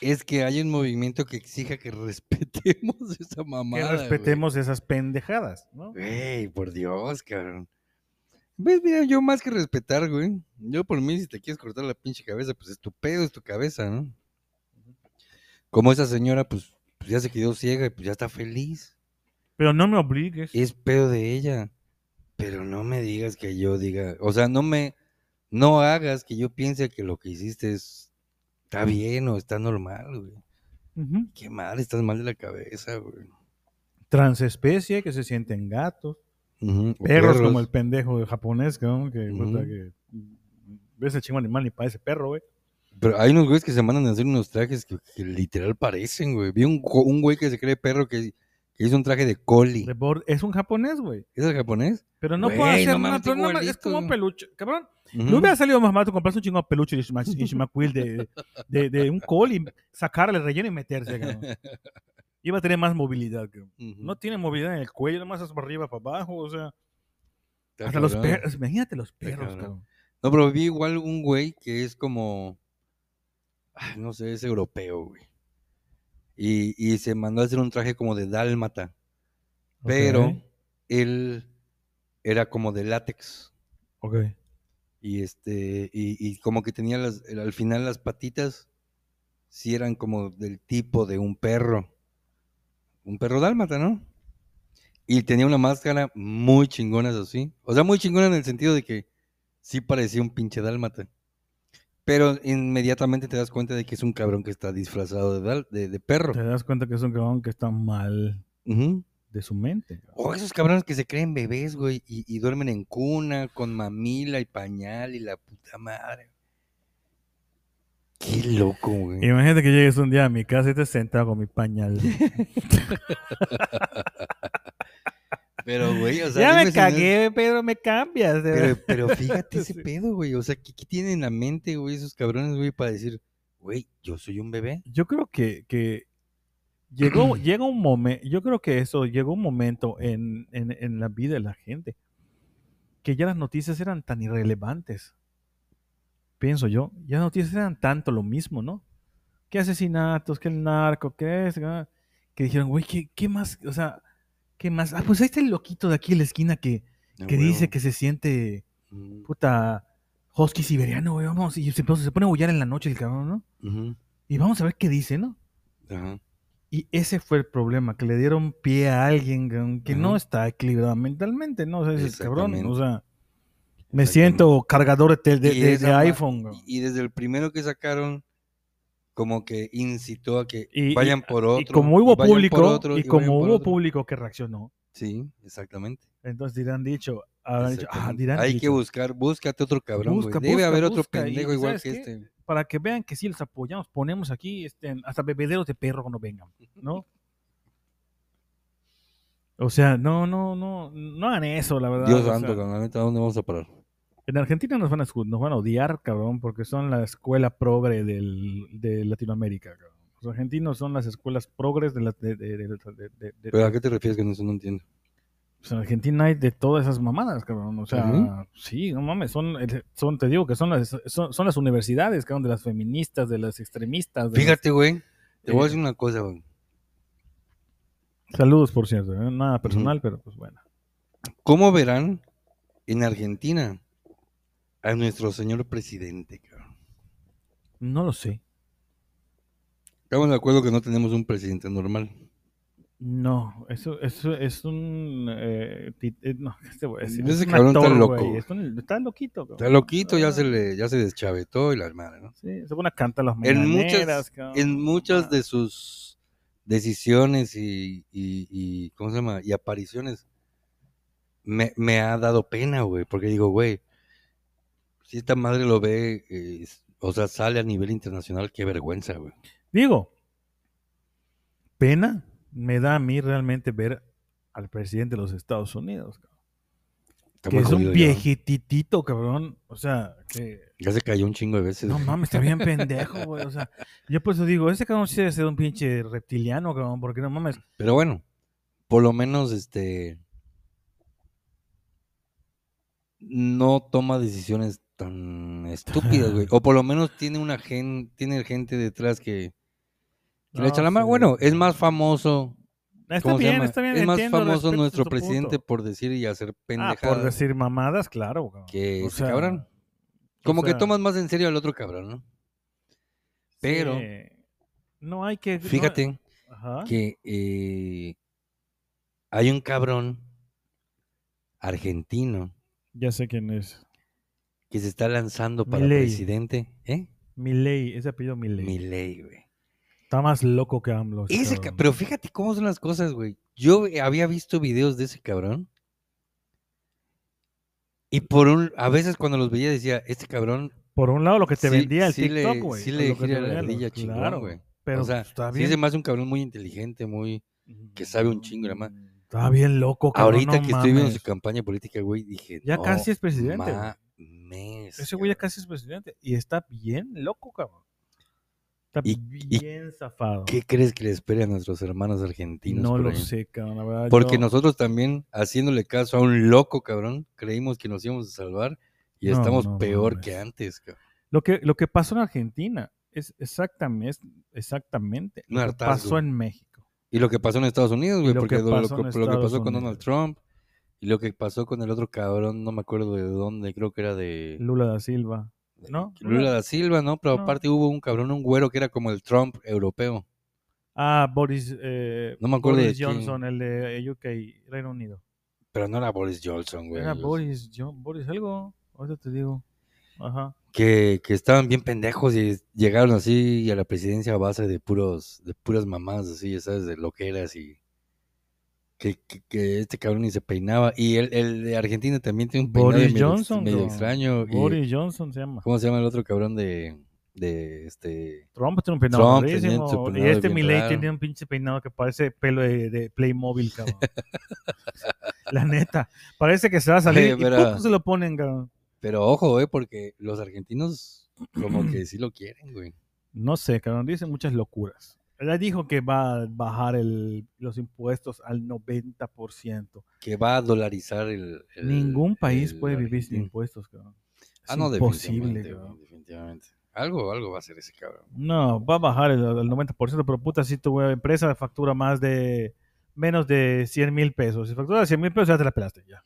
S2: es que hay un movimiento que exija que respetemos esa
S1: Que
S2: mamada. güey.
S1: respetemos esas pendejadas, ¿no?
S2: Güey, por Dios, cabrón. Ves, mira, yo más que respetar, güey. Yo por mí, si te quieres cortar la pinche cabeza, pues es tu pedo, es tu cabeza, ¿no? Como esa señora, pues, pues ya se quedó ciega y pues ya está feliz.
S1: Pero no me obligues.
S2: es pedo de ella. Pero no me digas que yo diga, o sea, no me, no hagas que yo piense que lo que hiciste es, está bien o está normal, güey.
S1: Ujú.
S2: Qué mal, estás mal de la cabeza, güey.
S1: Transespecie, que se sienten gatos.
S2: Ujú, o
S1: Perros, como
S2: perros.
S1: el pendejo japonés, ¿no? Que,
S2: Ujú.
S1: puta, que ves el chingo animal y parece perro, güey.
S2: Pero hay unos güeyes que se mandan a hacer unos trajes que, que literal parecen, güey. Vi un, jo- un güey que se cree perro que, que hizo un traje de coli.
S1: De bor- Es un japonés, güey.
S2: ¿Es el japonés?
S1: Pero no
S2: Güey,
S1: puedo hacer
S2: no
S1: nada,
S2: mames,
S1: pero no mames, es
S2: igualito.
S1: como un peluche. Cabrón,
S2: Ujú.
S1: No hubiera salido más barato comprarse un chingado peluche de Ishma- Ishmaquil de, de, de un col y sacarle el relleno y meterse. cabrón. Iba a tener más movilidad. cabrón.
S2: Ujú.
S1: No tiene movilidad en el cuello, nomás es para arriba, para abajo. O sea,
S2: Está
S1: hasta los
S2: cabrón.
S1: perros. Imagínate los perros,
S2: cabrón.
S1: cabrón.
S2: No, pero vi igual un güey que es como. ay, no sé, es europeo, güey. Y, y se mandó a hacer un traje como de dálmata. Pero él era como de látex.
S1: Ok.
S2: Y este. Y, y como que tenía las. el- Al final las patitas. Sí eran como del tipo de un perro. Un perro dálmata, ¿no? Y tenía una máscara muy chingona, eso sí. O sea, muy chingona en el sentido de que sí parecía un pinche dálmata. Pero inmediatamente te das cuenta de que es un cabrón que está disfrazado de, dal- de, de perro.
S1: Te das cuenta que es un cabrón que está mal
S2: Ujú.
S1: de su mente. cabrón.
S2: O Oh, esos cabrones que se creen bebés, güey, y, y duermen en cuna, con mamila y pañal y la puta madre. Qué loco, güey.
S1: Imagínate que llegues un día a mi casa y te sentado con mi pañal.
S2: Pero, güey, o sea.
S1: ya
S2: dime
S1: me
S2: si no es-
S1: cagué, Pedro, me cambias. De verdad.
S2: Pero, pero fíjate ese
S1: Sí.
S2: pedo, güey. O sea, ¿qué, qué tienen en la mente, güey, esos cabrones, güey, para decir, güey, yo soy un bebé?
S1: Yo creo que, que llegó, llega un momento, yo creo que eso, llegó un momento en, en- en la vida de la gente que ya las noticias eran tan irrelevantes. Pienso yo, ya las noticias eran tanto lo mismo, ¿no? ¿Qué asesinatos? ¿Qué el narco? ¿Qué es? Ah, Que dijeron, güey, ¿qué, ¿qué más? O sea, ¿qué más? Ah, pues ahí está el loquito de aquí en la esquina que,
S2: No,
S1: que
S2: güey.
S1: dice que pues se siente
S2: Ah, Mm,
S1: puta husky siberiano, güey, vamos, y se, se pone a aullar en la noche el cabrón, ¿no?
S2: ujú,
S1: Y vamos a ver qué dice, ¿no?
S2: ajá.
S1: Y ese fue el problema, que le dieron pie a alguien que- que no
S2: Ajá.
S1: está equilibrado mentalmente, ¿no? O sea, ese cabrón, o
S2: Exactamente.
S1: sea, me siento cargador de, de-
S2: Y
S1: de-
S2: esa
S1: de
S2: ma-
S1: iPhone. güey.
S2: Y, y desde el primero que sacaron, como que incitó a que
S1: Y- y-
S2: vayan por otro.
S1: Y como hubo
S2: vayan por
S1: público,
S2: otro,
S1: y
S2: vayan
S1: como
S2: por
S1: hubo
S2: otro.
S1: público que reaccionó,
S2: Sí, exactamente.
S1: entonces dirán dicho, habrán dicho, ah,
S2: exactamente.
S1: dirán
S2: Hay que
S1: dicho,
S2: buscar, búscate otro cabrón. güey.
S1: Busca,
S2: Debe
S1: busca,
S2: haber otro
S1: busca, y-
S2: pendejo
S1: y
S2: igual
S1: ¿sabes
S2: que
S1: qué?
S2: este.
S1: para que vean que sí los apoyamos, ponemos aquí este, hasta bebederos de perro cuando vengan, ¿no? O sea, no, no, no, no hagan eso, la verdad.
S2: Dios
S1: o sea, eh,
S2: santo, con la neta, ¿a ¿dónde vamos a parar?
S1: En Argentina nos van a, escu- nos van a odiar, cabrón, porque son la escuela progre del, de Latinoamérica, cabrón. Los argentinos son las escuelas progres de la... de- de- de- de- de- de-
S2: ¿Pero a qué te refieres con eso? No entiendo.
S1: pues en Argentina hay de todas esas mamadas, cabrón. O sea,
S2: Ujú.
S1: sí, no mames, son, eh, son, te digo que son las, son, son las universidades, cabrón, de las feministas, de las extremistas. de
S2: Fíjate, güey. Te voy
S1: Eh.
S2: a decir una cosa, güey.
S1: las- Saludos, por cierto, ¿eh? nada personal, pero pues bueno.
S2: ¿Cómo verán en Argentina a nuestro señor presidente, cabrón?
S1: No lo sé.
S2: Estamos de acuerdo que no tenemos un presidente normal.
S1: No, eso, eso es un... eh, ti- eh, no, ¿qué te voy a decir?
S2: Ese
S1: Es un
S2: cabrón está
S1: actor,
S2: loco,
S1: güey,
S2: güey.
S1: es un- Está loquito, cabrón.
S2: Está loquito, ya se
S1: Ah.
S2: le, ya se deschavetó y la hermana, ¿no?
S1: Sí, se pone a cantar las
S2: En
S1: mañaneras.
S2: muchas,
S1: cabrón.
S2: en muchas
S1: Ah,
S2: de sus decisiones y, y- y- ¿cómo se llama? Y apariciones me, me ha dado pena, güey, porque digo, güey, si esta madre lo ve, eh, s- o sea, sale a nivel internacional, qué vergüenza, güey.
S1: Digo, pena me da a mí realmente ver al presidente de los Estados Unidos. cabrón.
S2: Está
S1: Que
S2: muy
S1: es un
S2: jodido ya.
S1: viejititito, cabrón. O sea, que...
S2: Ya se cayó un chingo de veces.
S1: No mames, está bien pendejo, güey. O sea, yo por eso digo, ese cabrón sí debe ser un pinche reptiliano, cabrón, porque no mames.
S2: Pero bueno, por lo menos este no toma decisiones tan estúpidas, güey. O por lo menos tiene una gen, tiene gente detrás que, que le
S1: No,
S2: echa la mano.
S1: Ah, sí.
S2: Bueno, es más famoso.
S1: Está
S2: ¿cómo se
S1: bien,
S2: llama?
S1: está bien.
S2: Es más
S1: entiendo,
S2: famoso
S1: respeto
S2: nuestro
S1: tu punto.
S2: presidente por decir y hacer
S1: Ah,
S2: pendejadas
S1: por decir mamadas, claro, cabrón.
S2: que
S1: O
S2: ese
S1: sea,
S2: cabrón.
S1: o
S2: Como
S1: sea,
S2: que tomas más en serio al otro cabrón, ¿no? Pero
S1: sí. No hay que... no-
S2: fíjate.
S1: Ajá.
S2: que eh, hay un cabrón argentino
S1: Ya sé quién es.
S2: que se está lanzando para
S1: Milei.
S2: presidente, ¿eh?
S1: Milei, ese apellido Milei.
S2: Milei, güey.
S1: Está más loco que AMLO. ese
S2: Ese
S1: Pues
S2: ca-
S1: cabrón.
S2: pero fíjate cómo son las cosas, güey. Yo eh, había visto videos de ese cabrón. Y por un, a veces cuando los veía decía, este cabrón
S1: Por un lado, lo que te
S2: sí-
S1: vendía el
S2: sí le-
S1: TikTok, güey.
S2: Sí
S1: o
S2: le
S1: lo que te
S2: gira la
S1: vendía lo-
S2: ardilla chingón,
S1: claro,
S2: güey.
S1: Pero
S2: o sea,
S1: está
S2: sí
S1: bien.
S2: se me hace un cabrón muy inteligente, muy que sabe un chingo, la madre.
S1: Está bien loco, Oh, cabrón.
S2: Ahorita
S1: no
S2: que estoy viendo su
S1: mames.
S2: campaña política, güey, dije.
S1: Ya
S2: "No
S1: casi es presidente. güey.
S2: mames,
S1: Ese güey ya
S2: cabrón".
S1: casi es presidente. Y está bien loco, cabrón. Está
S2: Y- y-
S1: bien zafado.
S2: ¿Qué crees que le espera a nuestros hermanos argentinos?
S1: no
S2: por
S1: lo
S2: ahí?
S1: sé, cabrón. La verdad,
S2: Porque
S1: yo-
S2: nosotros también, haciéndole caso a un loco, cabrón, creímos que nos íbamos a salvar y
S1: No,
S2: estamos
S1: no
S2: peor que
S1: mames.
S2: antes, cabrón.
S1: Lo que, lo que pasó en Argentina es exactamente, exactamente
S2: Un
S1: lo que
S2: hartazgo.
S1: pasó en México.
S2: Y lo que pasó en Estados Unidos, güey,
S1: lo
S2: porque
S1: que
S2: lo, lo
S1: pasó en
S2: que- lo que
S1: Estados
S2: pasó con Donald
S1: Unidos.
S2: Trump y lo que pasó con el otro cabrón, no me acuerdo de dónde, creo que era de
S1: Lula da Silva.
S2: de
S1: ¿no?
S2: Lula da Silva, ¿no? Pero
S1: No.
S2: aparte hubo un cabrón, un güero que era como el Trump europeo.
S1: Ah, Boris, eh,
S2: No me acuerdo
S1: Boris
S2: de quién.
S1: Johnson, el de UK, Reino Unido.
S2: Pero no era Boris Johnson, güey.
S1: Era
S2: los-
S1: Boris, Jo- Boris algo, ahorita te digo. Ajá.
S2: Que, que estaban bien pendejos y llegaron así a la presidencia a base de puros, de puras mamás, así, ya sabes, de loqueras y que, que, que este cabrón ni se peinaba. Y el, el de Argentina también tiene un peinado
S1: Boris
S2: medio, ex-
S1: Johnson,
S2: medio
S1: cabrón.
S2: extraño. y-
S1: Boris Johnson se llama.
S2: ¿Cómo se llama el otro cabrón de, de este?
S1: Trump tiene un peinado
S2: Trump tenía
S1: rarísimo,
S2: su
S1: Y
S2: peinado
S1: este
S2: bien
S1: Milei
S2: raro.
S1: tiene un pinche peinado que parece pelo de, de Playmobil, cabrón. La neta. Parece que se va a salir
S2: Oye,
S1: y
S2: pero-
S1: ¡pum! se lo ponen, cabrón.
S2: Pero ojo, eh, porque los argentinos como que sí lo quieren, güey.
S1: No sé, cabrón. Dicen muchas locuras. Ella dijo que va a bajar el- los impuestos al 90%.
S2: Que va a dolarizar el... el-
S1: Ningún país
S2: el
S1: puede vivir sin
S2: argentino.
S1: impuestos, cabrón. Es
S2: Ah, no,
S1: imposible,
S2: definitivamente,
S1: cabrón.
S2: güey, definitivamente. Algo, algo va a ser ese cabrón.
S1: No, va a bajar el, el 90%, pero puta, si tu empresa factura más de menos de 100 mil pesos, si factura 100 mil pesos ya te la pelaste, ya.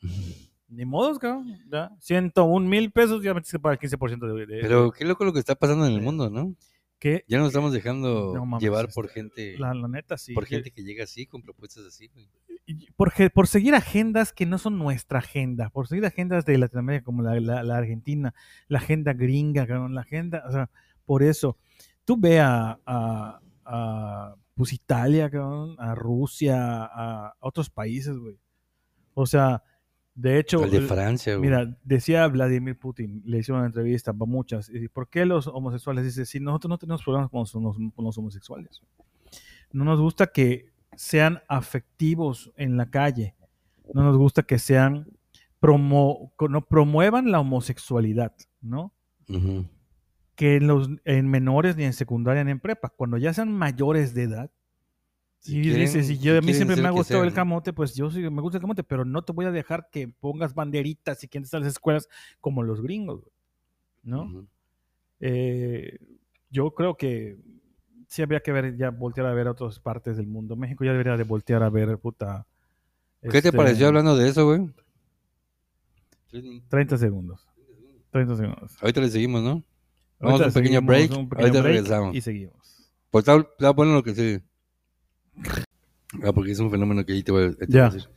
S1: Ni modos, cabrón, ya. 101 mil pesos ya me tienes que pagar el 15% de, de-
S2: Pero qué loco lo que está pasando en el
S1: eh,
S2: mundo, ¿no?
S1: que
S2: Ya nos estamos dejando
S1: No mames,
S2: llevar
S1: este,
S2: por gente,
S1: la, la neta sí.
S2: por
S1: que-
S2: gente que llega así, con propuestas así, güey.
S1: y- por, ge- por seguir agendas que no son nuestra agenda, por seguir agendas de Latinoamérica como la, la- la Argentina, la agenda gringa, cabrón, la agenda, o sea, por eso, tú ve a, a- a, pues Italia, cabrón, a Rusia, a, a otros países, güey. O sea, de hecho,
S2: Al de Francia, güey.
S1: mira, decía Vladimir Putin, le hicieron una entrevista a muchas, y dice, ¿por qué los homosexuales? Dice, si nosotros no tenemos problemas con los, homo- con los homosexuales, no nos gusta que sean afectivos en la calle, no nos gusta que sean, promo, co- no promuevan la homosexualidad, ¿no?
S2: Ujú.
S1: Que en, los, en menores ni en secundaria ni en prepa, cuando ya sean mayores de edad,
S2: Si
S1: y
S2: quieren-
S1: dices, si
S2: si
S1: yo, a mí
S2: quieren
S1: siempre
S2: ser
S1: me ha
S2: que
S1: gustado el
S2: sean, ¿no?
S1: camote, pues yo sí me gusta el camote, pero no te voy a dejar que pongas banderitas y que entres a las escuelas como los gringos, güey, ¿no?
S2: Ujú.
S1: Eh, yo creo que sí habría que ver, ya voltear a ver a otras partes del mundo. México ya debería de voltear a ver, puta.
S2: ¿Qué
S1: este,
S2: te pareció hablando de eso, güey?
S1: 30 segundos. 30 segundos.
S2: Ahorita le seguimos, ¿no? Vamos
S1: Ahorita
S2: a un pequeño
S1: seguimos,
S2: break,
S1: un pequeño
S2: ahorita
S1: break
S2: regresamos.
S1: Y seguimos.
S2: Pues está, está bueno lo que sigue. Ah, porque es un fenómeno que ahí te voy a, te voy a
S1: Ya.
S2: decir.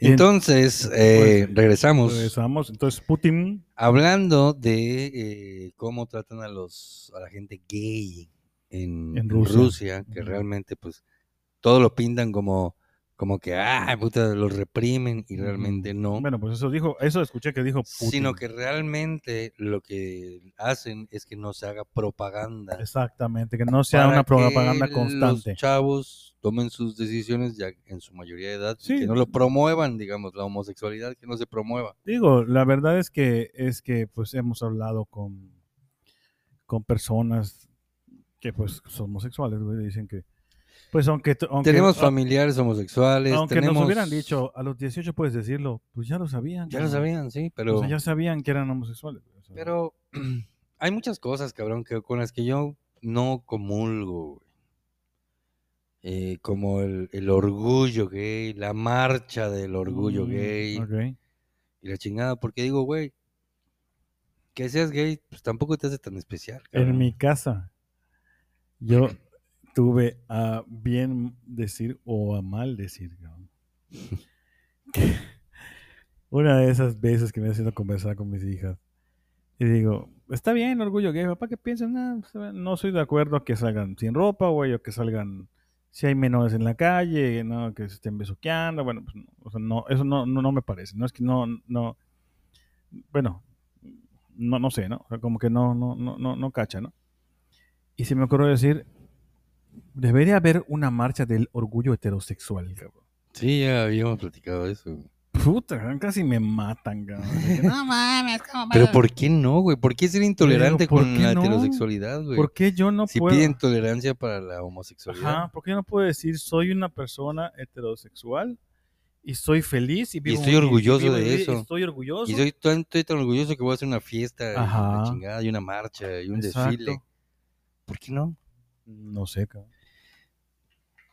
S2: Entonces, eh,
S1: Pues,
S2: regresamos.
S1: Regresamos. Entonces, Putin.
S2: Hablando de eh, cómo tratan a los a la gente gay en,
S1: En
S2: en
S1: Rusia.
S2: Rusia. que
S1: Ujú.
S2: realmente pues todo lo pintan como como que ah, puta, los reprimen y realmente no,
S1: Bueno, pues eso dijo, eso escuché que dijo Putin.
S2: sino que realmente lo que hacen es que no se haga propaganda.
S1: Exactamente, que no sea
S2: para
S1: una
S2: que
S1: propaganda constante.
S2: Los chavos tomen sus decisiones ya en su mayoría de edad,
S1: Sí.
S2: que no lo promuevan, digamos, la homosexualidad, que no se promueva.
S1: Digo, la verdad es que es que pues hemos hablado con, con personas que pues son homosexuales, güey, dicen que pues aunque t- aunque,
S2: tenemos
S1: a-
S2: familiares homosexuales,
S1: aunque
S2: tenemos...
S1: nos hubieran dicho a los 18 puedes decirlo, pues ya lo sabían.
S2: Ya lo
S1: cabrón.
S2: sabían, sí, pero...
S1: O sea, ya sabían que eran homosexuales. güey, o sea,
S2: Pero hay muchas cosas, cabrón, que, con las que yo no comulgo, güey. Eh, como el, el orgullo gay, la marcha del orgullo
S1: mm,
S2: gay.
S1: ok.
S2: y la chingada, porque digo, güey, que seas gay, pues tampoco te hace tan especial.
S1: En
S2: cabrón.
S1: mi casa yo tuve a bien decir o a mal decir, cabrón, que una de esas veces que me haciendo conversar con mis hijas y digo, está bien, orgullo gay, papá, ¿qué piensan? "Nah, pues, no soy de acuerdo a que salgan sin ropa, güey, o que salgan si hay menores en la calle, no, que se estén besuqueando, bueno, pues, no, o sea, no, eso no, no, no me parece, no es que no, no, bueno, no, no sé, ¿no? O sea, como que no, no, no, no, no cacha, ¿no? Y se me ocurrió decir, debería haber una marcha del orgullo heterosexual, cabrón.
S2: Sí, ya habíamos platicado de eso. güey.
S1: Puta, cabrón, casi me matan, cabrón. De que, "No,
S2: Pero ¿por qué no, güey? ¿Por qué ser intolerante
S1: ¿por
S2: con
S1: qué
S2: la
S1: no?
S2: heterosexualidad, güey?
S1: ¿Por qué yo no
S2: si
S1: puedo?
S2: piden tolerancia para la homosexualidad.
S1: Ajá, ¿por qué yo no puedo decir soy una persona heterosexual y soy feliz y vivo
S2: estoy
S1: un-
S2: orgulloso
S1: vivo
S2: de
S1: y- y
S2: eso.
S1: Estoy orgulloso.
S2: Y soy tan, estoy tan orgulloso que voy a hacer una fiesta, y
S1: pues, Ajá.
S2: una chingada, y una marcha, y un
S1: Exacto.
S2: desfile. ¿Por qué no?
S1: No sé, cabrón.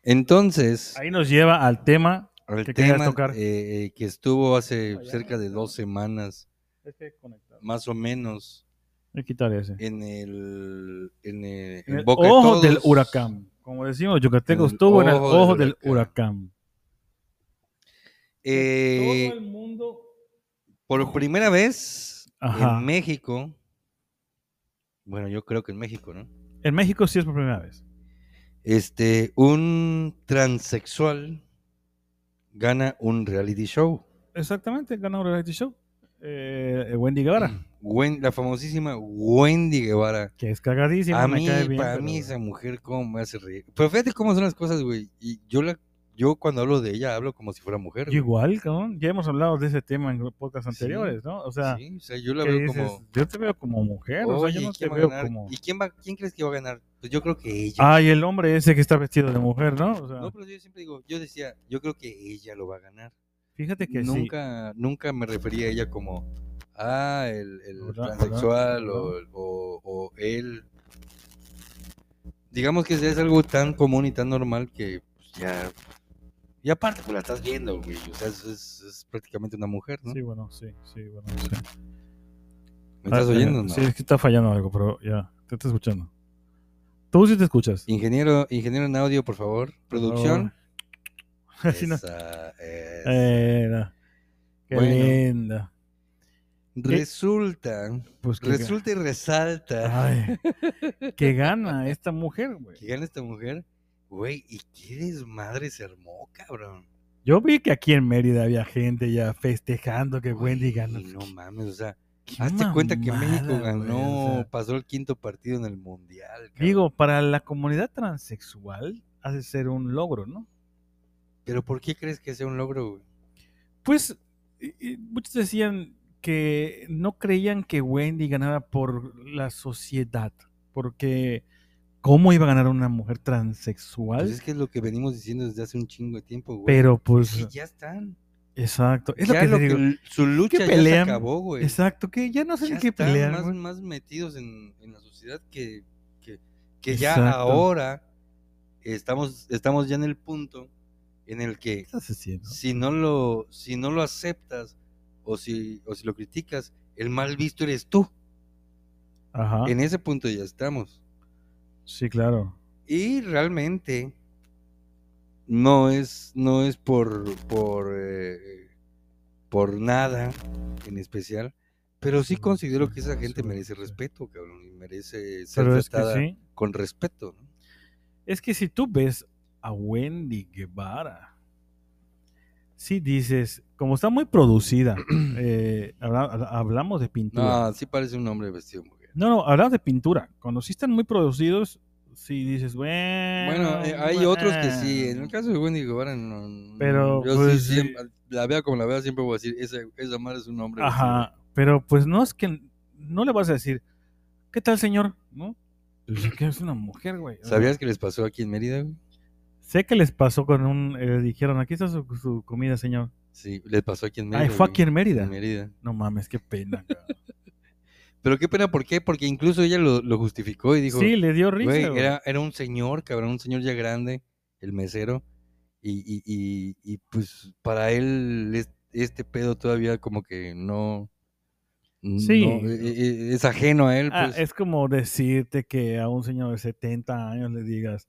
S2: Entonces,
S1: Ahí nos lleva al tema.
S2: el
S1: ¿qué querías
S2: tema
S1: tocar?
S2: eh, eh, que estuvo hace
S1: Ah, ya.
S2: cerca de dos semanas,
S1: Es que conectado.
S2: más o menos,
S1: Voy a quitar ese.
S2: en el en el, en
S1: En el
S2: boca de
S1: ojo del
S2: todos,
S1: huracán. Como decimos, Yucateco
S2: En el
S1: estuvo en el
S2: ojo del
S1: ojo del huracán.
S2: huracán. Eh,
S1: Todo el mundo.
S2: por primera vez
S1: Ajá.
S2: en México, bueno, yo creo que en México, ¿no?
S1: En México sí es por primera vez.
S2: Este, un transexual gana un reality show.
S1: Exactamente, ganó un reality show. Eh, eh, Wendy Guevara,
S2: Mm. Wen- la famosísima Wendy Guevara.
S1: que es cagadísima.
S2: a
S1: me
S2: mí,
S1: cae bien,
S2: para
S1: pero-
S2: mí esa mujer cómo me hace reír. Pero fíjate cómo son las cosas, güey. Y yo la, yo cuando hablo de ella hablo como si fuera mujer.
S1: Yo
S2: güey.
S1: Igual, cabrón. Ya hemos hablado de ese tema en podcasts
S2: Sí.
S1: anteriores, ¿no? O sea,
S2: Sí, o sea, yo la
S1: que
S2: veo
S1: dices,
S2: como.
S1: yo te veo como mujer, o sea, yo
S2: "Oye,
S1: no te
S2: ¿quién va a
S1: veo
S2: ganar?
S1: como...
S2: ¿Y quién va, quién crees que va a ganar? Pues yo creo que ella.
S1: Ay, el hombre ese que está vestido de mujer, ¿no? O sea,
S2: No, pero yo siempre digo, yo decía, yo creo que ella lo va a ganar.
S1: fíjate que sí.
S2: Nunca, nunca me refería a ella como, ah, el, el
S1: ¿Verdad?
S2: transexual
S1: ¿Verdad?
S2: o, o- o él. Digamos que es algo tan común y tan normal que pues, ya. Y aparte, pues la estás viendo, güey. O sea, es, es- es prácticamente una mujer, ¿no?
S1: Sí, bueno, sí, sí, bueno, sí.
S2: ¿Me estás
S1: Ah,
S2: oyendo?
S1: eh,
S2: o No?
S1: Sí, es que está fallando algo, pero ya, te estoy escuchando. Tú sí te escuchas.
S2: Ingeniero, ingeniero en audio, por favor. Producción.
S1: Así no.
S2: Esa, esa.
S1: Eh, no. Qué
S2: Bueno.
S1: linda.
S2: Resulta,
S1: Pues que,
S2: resulta y resalta
S1: Ay, que gana esta mujer, güey.
S2: que gana esta mujer, güey, y qué desmadre se armó, cabrón.
S1: Yo vi que aquí en Mérida había gente ya festejando que Wendy
S2: Güey,
S1: ganó.
S2: No mames, o sea,
S1: Qué
S2: hazte cuenta que México
S1: mamada, güey,
S2: ganó,
S1: o sea.
S2: pasó el quinto partido en el mundial. cabrón.
S1: Digo, para la comunidad transexual ha de ser un logro, ¿no?
S2: pero ¿por qué crees que sea un logro, güey?
S1: Pues y- y muchos decían que no creían que Wendy ganara por la sociedad, porque ¿cómo iba a ganar una mujer transexual?
S2: Pues es que es lo que venimos diciendo desde hace un chingo de tiempo, güey.
S1: Pero
S2: Es que
S1: pues,
S2: ya están.
S1: exacto, es
S2: ya
S1: lo que, te
S2: lo que
S1: digo.
S2: l- su lucha ya se
S1: pelean?
S2: acabó, güey.
S1: Exacto, que ya no sé
S2: Ya
S1: ni qué
S2: están
S1: pelear.
S2: más,
S1: güey.
S2: más metidos en, en la sociedad que, que, que ya
S1: Exacto.
S2: ahora estamos, estamos ya en el punto en el que
S1: ¿Qué estás haciendo?
S2: si no lo, si no lo aceptas o si, o si lo criticas, el mal visto eres tú.
S1: Ajá,
S2: En ese punto ya estamos.
S1: sí, claro.
S2: Y realmente no es, no es por, por, eh, por nada en especial, pero sí
S1: Sí,
S2: considero
S1: sí,
S2: que esa
S1: sí,
S2: gente
S1: sí,
S2: merece
S1: sí.
S2: respeto, cabrón, y merece ser
S1: Pero es que
S2: tratada
S1: sí.
S2: con respeto. ¿no?
S1: Es que si tú ves a Wendy Guevara, si dices, como está muy producida, eh, habla- habla- hablamos de pintura.
S2: No, sí parece un hombre vestido de mujer.
S1: No, no, hablamos de pintura. Cuando sí están muy producidos, si dices, bueno.
S2: Bueno, eh, hay otros que sí. En
S1: Ah, bueno".
S2: el caso de Wendy Guevara, no- no,
S1: Pero,
S2: yo sí
S1: pues,
S2: siem- la vea como la vea, siempre voy a decir, esa, esa madre es un hombre. vestido de
S1: Ajá, pero pues no es que. No le vas a decir, ¿qué tal, señor? ¿No? Pues, es que es una mujer, güey. O sea,
S2: ¿Sabías que les pasó aquí en Mérida? güey?
S1: Sé que les pasó con un. eh, dijeron, aquí está su, su comida, señor.
S2: Sí, les pasó aquí en Mérida.
S1: Ay, fue
S2: güey.
S1: aquí en Mérida.
S2: En Mérida.
S1: No mames, qué pena, cabrón.
S2: Pero qué pena, ¿por qué? Porque incluso ella lo, lo justificó y dijo,
S1: sí, le dio risa.
S2: güey,
S1: güey.
S2: era, era un señor, cabrón, un señor ya grande, el mesero, y, y, y, y, pues para él es- este pedo todavía como que no... n-
S1: Sí.
S2: no, e- e- es ajeno a él,
S1: Ah,
S2: pues.
S1: es como decirte que a un señor de 70 años le digas,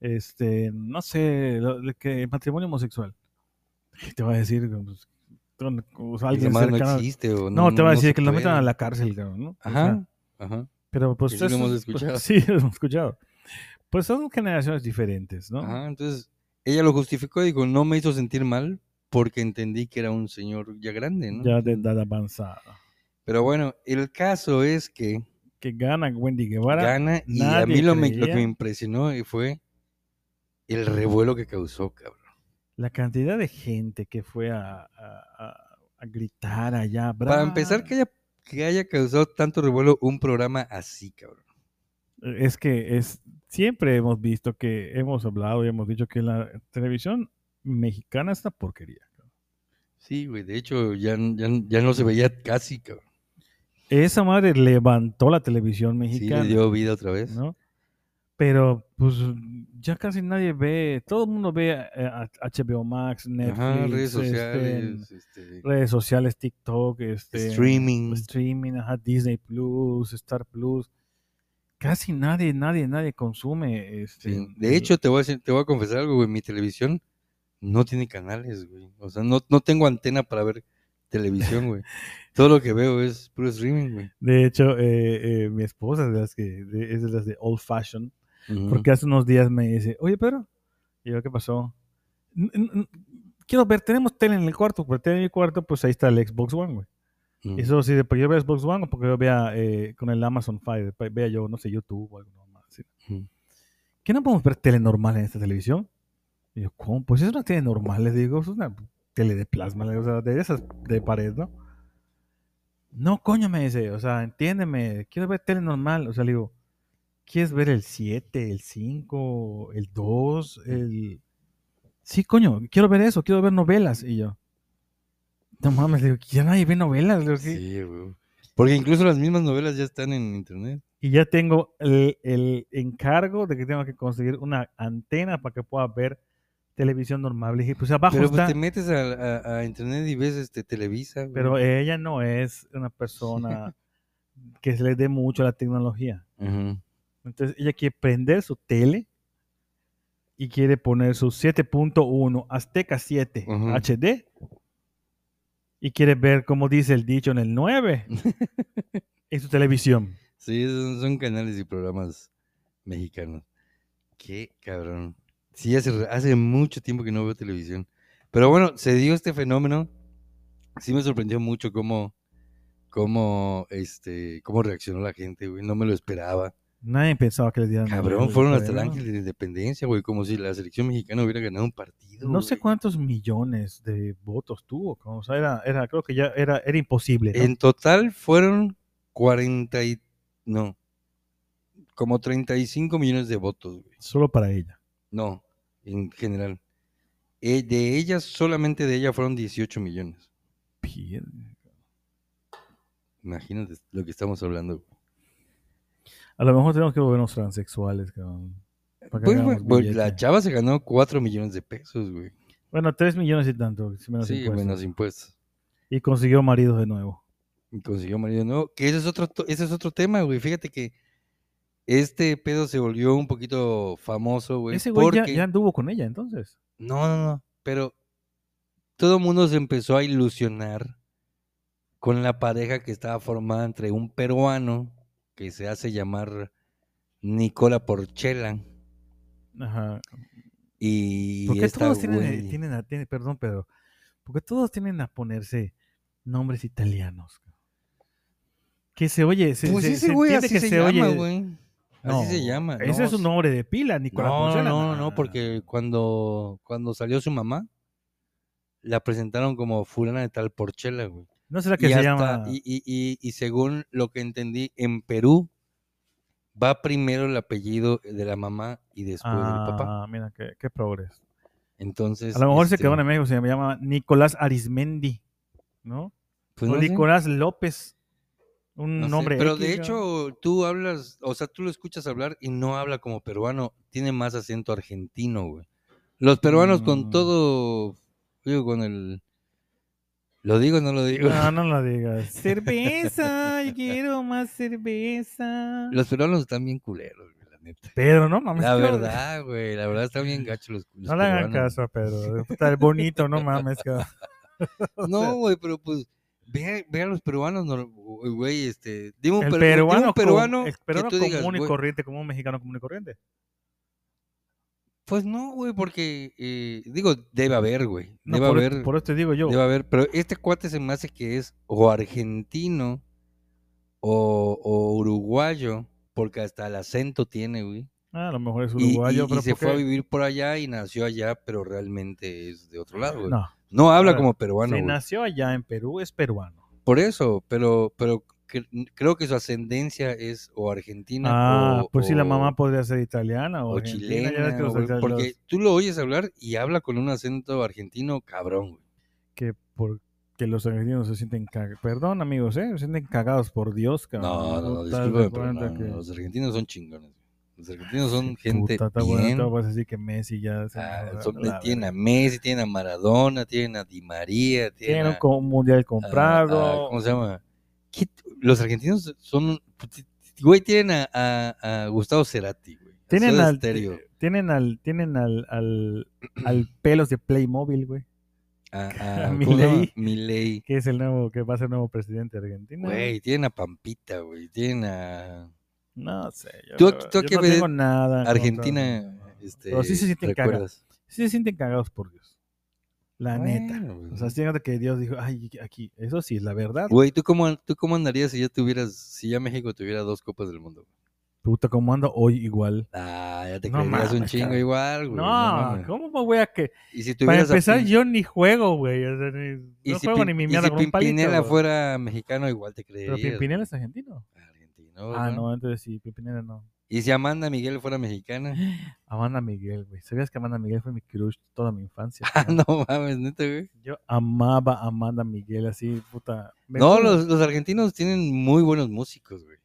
S1: este, no sé, lo- lo que matrimonio homosexual. Y Te va a decir, pues, con- o sea,
S2: Esa
S1: alguien
S2: madre
S1: cercano-
S2: no existe o
S1: No, te va a decir
S2: se
S1: que lo metan
S2: puede.
S1: a la cárcel, cabrón, ¿no? O sea,
S2: Ajá, ajá.
S1: pero pues
S2: que sí lo
S1: eso
S2: hemos
S1: es- pues,
S2: escuchado.
S1: sí, lo hemos escuchado. Pues son generaciones diferentes, ¿no?
S2: Ajá, entonces ella lo justificó y dijo, no me hizo sentir mal porque entendí que era un señor ya grande, ¿no?
S1: Ya de edad avanzada.
S2: Pero bueno, el caso es que
S1: Que gana Wendy Guevara.
S2: gana y a
S1: nadie
S2: mí lo, me- lo que
S1: creía.
S2: me impresionó eh, fue el revuelo que causó, cabrón.
S1: La cantidad de gente que fue a, a- a- a gritar allá.
S2: Para empezar,
S1: "Bravo".
S2: que haya, que haya causado tanto revuelo un programa así, cabrón.
S1: Es que es siempre hemos visto que hemos hablado y hemos dicho que la televisión mexicana es una porquería.
S2: Sí, güey, de hecho ya, n- ya, n- ya no se veía casi, cabrón.
S1: Esa madre levantó la televisión
S2: Sí,
S1: mexicana,
S2: le dio pues. vida otra vez.
S1: ¿no? Pero pues ya casi nadie ve, todo el mundo ve eh, a- HBO Max, Netflix,
S2: Ajá, redes
S1: este,
S2: sociales, este,
S1: redes sociales, TikTok, este,
S2: streaming.
S1: streaming, ajá, Disney Plus, Star Plus. casi nadie, nadie, nadie consume. Este,
S2: Sí, De hecho, te voy a decir- te voy a confesar algo, güey. Mi televisión no tiene canales, güey. O sea, no, no tengo antena para ver televisión, güey. Todo lo que veo es puro streaming, güey.
S1: de hecho eh, eh, mi esposa es de las que de- es de las de old fashion.
S2: Ujú.
S1: Porque hace unos días me dice, oye Pedro, y yo, ¿qué pasó? "N- n- n- Quiero ver, tenemos tele en el cuarto, porque tele en el cuarto, pues ahí está el Xbox One, güey.
S2: Ujú.
S1: Eso sí, de porque yo vea Xbox One o porque yo vea eh, con el Amazon Fire, pa- vea yo, no sé, YouTube o algo normal. así.
S2: Ujú.
S1: ¿Qué no podemos ver tele normal en esta televisión? Y yo, ¿cómo? Pues es una tele normal, les digo, es una tele de plasma, o sea, de esas de pared, ¿no? No, coño, me dice, o sea, entiéndeme, quiero ver tele normal, o sea, le digo, ¿quieres ver el 7, el 5, el 2, el... Sí, coño, quiero ver eso, quiero ver novelas, y yo. No mames, le digo, ya nadie ve novelas, le digo, ¿qué-
S2: Sí, güey. Porque incluso las mismas novelas ya están en internet.
S1: y ya tengo el, el encargo de que tengo que conseguir una antena para que pueda ver televisión normal. Le dije, pues abajo
S2: Pero pues
S1: está.
S2: te metes a, a- a internet y ves este Televisa, güey.
S1: Pero eh, ella no es una persona que se le dé mucho a la tecnología.
S2: Ujú.
S1: Entonces ella quiere prender su tele y quiere poner su 7.1 Azteca 7
S2: Ujú.
S1: HD y quiere ver cómo dice el dicho en el 9 en su televisión.
S2: Sí, son, son canales y programas mexicanos. Qué cabrón. Sí, hace, re- hace mucho tiempo que no veo televisión. Pero bueno, se dio este fenómeno. Sí me sorprendió mucho cómo, cómo, este, cómo reaccionó la gente, güey. No me lo esperaba.
S1: Nadie pensaba que le dieran.
S2: Cabrón,
S1: Nobel,
S2: fueron
S1: pero
S2: hasta el
S1: no.
S2: Ángel de la Independencia, güey. Como si la selección mexicana hubiera ganado un partido.
S1: No sé
S2: güey.
S1: cuántos millones de votos tuvo. como, O sea, era, era, creo que ya era, era imposible. ¿no?
S2: En total fueron 40 y... No. Como 35 millones de votos, güey.
S1: Solo para ella.
S2: No, en general. Eh, de ellas, solamente de ella fueron 18 millones.
S1: Pier-
S2: Imagínate lo que estamos hablando. güey.
S1: A lo mejor tenemos que volvernos transexuales. cabrón, para que
S2: Pues,
S1: hagamos
S2: güey, güey, la
S1: billete.
S2: chava se ganó 4 millones de pesos, güey.
S1: Bueno, tres millones y tanto. si menos
S2: sí,
S1: impuestos.
S2: menos impuestos.
S1: Y consiguió maridos de nuevo.
S2: Y consiguió marido nuevo. Que ese es otro, to- ese es otro tema, güey. Fíjate que este pedo se volvió un poquito famoso, güey.
S1: Ese güey ya-
S2: Pues, porque-
S1: ya, anduvo con ella entonces.
S2: No, no, no. Pero todo el mundo se empezó a ilusionar con la pareja que estaba formada entre un peruano que se hace llamar Nicola Porchela
S1: Ajá.
S2: y
S1: ¿Por qué
S2: esta
S1: todos tienen, eh,
S2: güey-
S1: tienen a- tienen- perdón, Pedro? Porque todos tienen a ponerse nombres italianos. cabrón? Que se oye, se,
S2: Pues
S1: se-
S2: ese
S1: se
S2: güey
S1: entiende
S2: así
S1: que
S2: se,
S1: se
S2: llama,
S1: oye.
S2: güey. así se llama.
S1: Ese
S2: No,
S1: es un
S2: sí.
S1: nombre de pila, Nicolás
S2: No,
S1: Poncela.
S2: no, no, porque cuando, cuando salió su mamá, la presentaron como fulana de tal Porchela, güey.
S1: No será que
S2: y,
S1: se
S2: hasta-
S1: llama.
S2: y, y- y- y según lo que entendí, en Perú va primero el apellido de la mamá y después del papá.
S1: Ah, mira, qué, qué progres.
S2: Entonces.
S1: A lo mejor se
S2: este,
S1: quedó en México, se me llama Nicolás Arismendi, ¿no?
S2: pues
S1: o
S2: no sé,
S1: Nicolás López. Un
S2: no sé,
S1: nombre.
S2: Pero
S1: X,
S2: de
S1: ¿no?
S2: hecho, tú hablas, o sea, tú lo escuchas hablar y no habla como peruano, tiene más acento argentino, güey. Los peruanos
S1: Mm.
S2: con todo. Digo, con el. ¿Lo digo o no lo digo?
S1: No, no lo digas. cerveza, yo quiero más cerveza.
S2: Los peruanos están bien culeros, güey, la neta.
S1: Pedro, no mames.
S2: La
S1: qué-
S2: verdad, güey, la verdad están bien gachos los, los
S1: No le hagan
S2: peruanos,
S1: caso a Pedro. Está el bonito, no mames. cabrón.
S2: No, güey, pero pues ve, ve a los peruanos, no- güey, este, dime un,
S1: El
S2: peru- dime un
S1: peruano, com-
S2: peruano
S1: el
S2: que
S1: peruano
S2: tú digas,
S1: común y
S2: güey,
S1: corriente, como un mexicano común y corriente.
S2: pues no, güey, porque eh, digo, debe haber, güey,
S1: No,
S2: debe
S1: por,
S2: haber,
S1: esto- por eso te digo yo.
S2: debe haber, pero este cuate se me hace que es o argentino o, o uruguayo, porque hasta el acento tiene, güey.
S1: Ah, a lo mejor es
S2: y- y-
S1: uruguayo,
S2: y,
S1: pero
S2: se
S1: ¿por
S2: fue a
S1: qué?
S2: vivir por allá y nació allá, pero realmente es de otro lado, güey. No,
S1: No,
S2: habla
S1: ahora,
S2: como peruano,
S1: si
S2: güey.
S1: nació allá en Perú es peruano.
S2: Por eso, pero, pero cre- creo que su ascendencia es o argentina
S1: Ah,
S2: o,
S1: pues sí, la mamá
S2: o-
S1: podría ser italiana o,
S2: o
S1: argentina, ya ves
S2: chilena.
S1: que los
S2: o-
S1: argentinos-
S2: porque tú lo oyes hablar y habla con un acento argentino cabrón. güey.
S1: que porque los argentinos se sienten cagados. Perdón, amigos, ¿eh? Se sienten cagados por Dios, cabrón.
S2: No, no, no,
S1: Tú te das
S2: discúlpame, pero
S1: cuenta
S2: no, no,
S1: que-
S2: los argentinos son chingones. güey. Los argentinos son
S1: Sí,
S2: gente
S1: puta, está bueno,
S2: bien.
S1: te vas a decir que Messi ya... se
S2: ah,
S1: mejoró,
S2: son-
S1: la
S2: tienen a
S1: verga.
S2: Messi, tienen a Maradona, tienen a Di María, tienen
S1: Tienen un
S2: a-
S1: co- un mundial
S2: a- a-
S1: comprado.
S2: ¿Cómo se llama? ¿Qué- Los argentinos son, Güey, tienen a, a- a Gustavo Cerati, güey. a
S1: Tienen
S2: Soda
S1: al,
S2: Stereo,
S1: tienen al, tienen al, al, al pelos de Playmobil, güey,
S2: a,
S1: a
S2: a, ¿cómo se llama?
S1: Milei.
S2: Milei.
S1: que es el nuevo, que va a ser nuevo presidente de Argentina.
S2: Güey, tienen a Pampita, güey. Tienen a
S1: No sé. Yo,
S2: ¿Tú-
S1: la-
S2: tú a
S1: yo
S2: qué
S1: Ah, no
S2: vedette
S1: tengo nada. contra-
S2: Argentina. Este,
S1: Pero sí se siente caga.
S2: ¿recuerdas?
S1: Sí se sienten cagados por Dios. La neta.
S2: Bueno, güey.
S1: O sea, siento que Dios dijo, ay, aquí, eso sí es la verdad.
S2: Güey, ¿tú cómo, ¿tú cómo andarías si ya tuvieras, si ya México tuviera dos copas del mundo?
S1: Puta, ¿cómo ando hoy igual?
S2: Ah, ya te
S1: No
S2: creerías un
S1: mames,
S2: chingo
S1: cabrón.
S2: igual, güey.
S1: No,
S2: mames.
S1: ¿cómo me voy a que?
S2: Y si
S1: Para
S2: tuvieras a
S1: empezar,
S2: Pin-
S1: yo ni juego, güey. o sea, ni-
S2: y
S1: no
S2: si
S1: juego
S2: Pin-
S1: ni mi
S2: y
S1: mierda
S2: si
S1: con un palito.
S2: Pimpinela
S1: güey.
S2: fuera mexicano, igual te
S1: Pero
S2: creerías.
S1: Pimpinela es argentino.
S2: güey. Oh, Argentino,
S1: Ah,
S2: ¿no?
S1: no, entonces sí, Pimpinela no.
S2: Y si Amanda Miguel fuera mexicana.
S1: Amanda Miguel, güey. ¿Sabías que Amanda Miguel fue mi crush toda mi infancia?
S2: Ah,
S1: cabrón?
S2: no mames, neta, güey.
S1: Yo amaba a Amanda Miguel así, puta. Me
S2: No,
S1: juro.
S2: los, los argentinos tienen muy buenos músicos, güey.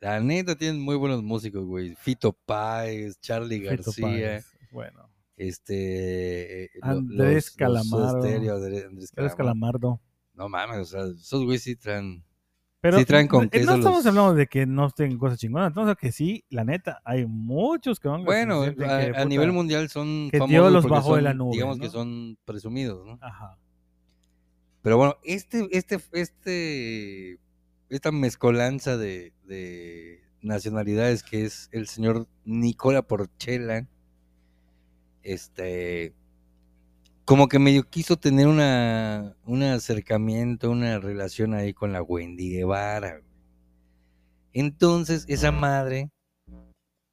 S2: La neta tienen muy buenos músicos, güey. Fito Páez, Charlie
S1: Fito
S2: García,
S1: Páez, Bueno,
S2: este eh, lo-
S1: Andrés
S2: los- los Soda
S1: Calamaro.
S2: Stereo, André- Andrés
S1: eres
S2: Calamaro.
S1: calamardo.
S2: No mames, o sea, esos güey sí traen.
S1: Pero
S2: Sí traen con
S1: no,
S2: queso
S1: no estamos
S2: los-
S1: hablando de que no estén cosas chingonas, entonces que sí, la neta, hay muchos que van
S2: Bueno,
S1: que se sienten
S2: a,
S1: que,
S2: a
S1: puta,
S2: nivel mundial son
S1: que Dios
S2: famosos
S1: los
S2: porque
S1: bajó de la
S2: son,
S1: nube,
S2: Digamos que
S1: ¿no?
S2: son presumidos, ¿no?
S1: Ajá.
S2: Pero bueno, este, este, este, esta mezcolanza de, de nacionalidades que es el señor Nicola Porchela, este, como que medio quiso tener una, un acercamiento, una relación ahí con la Wendy Guevara. güey. Entonces, esa madre,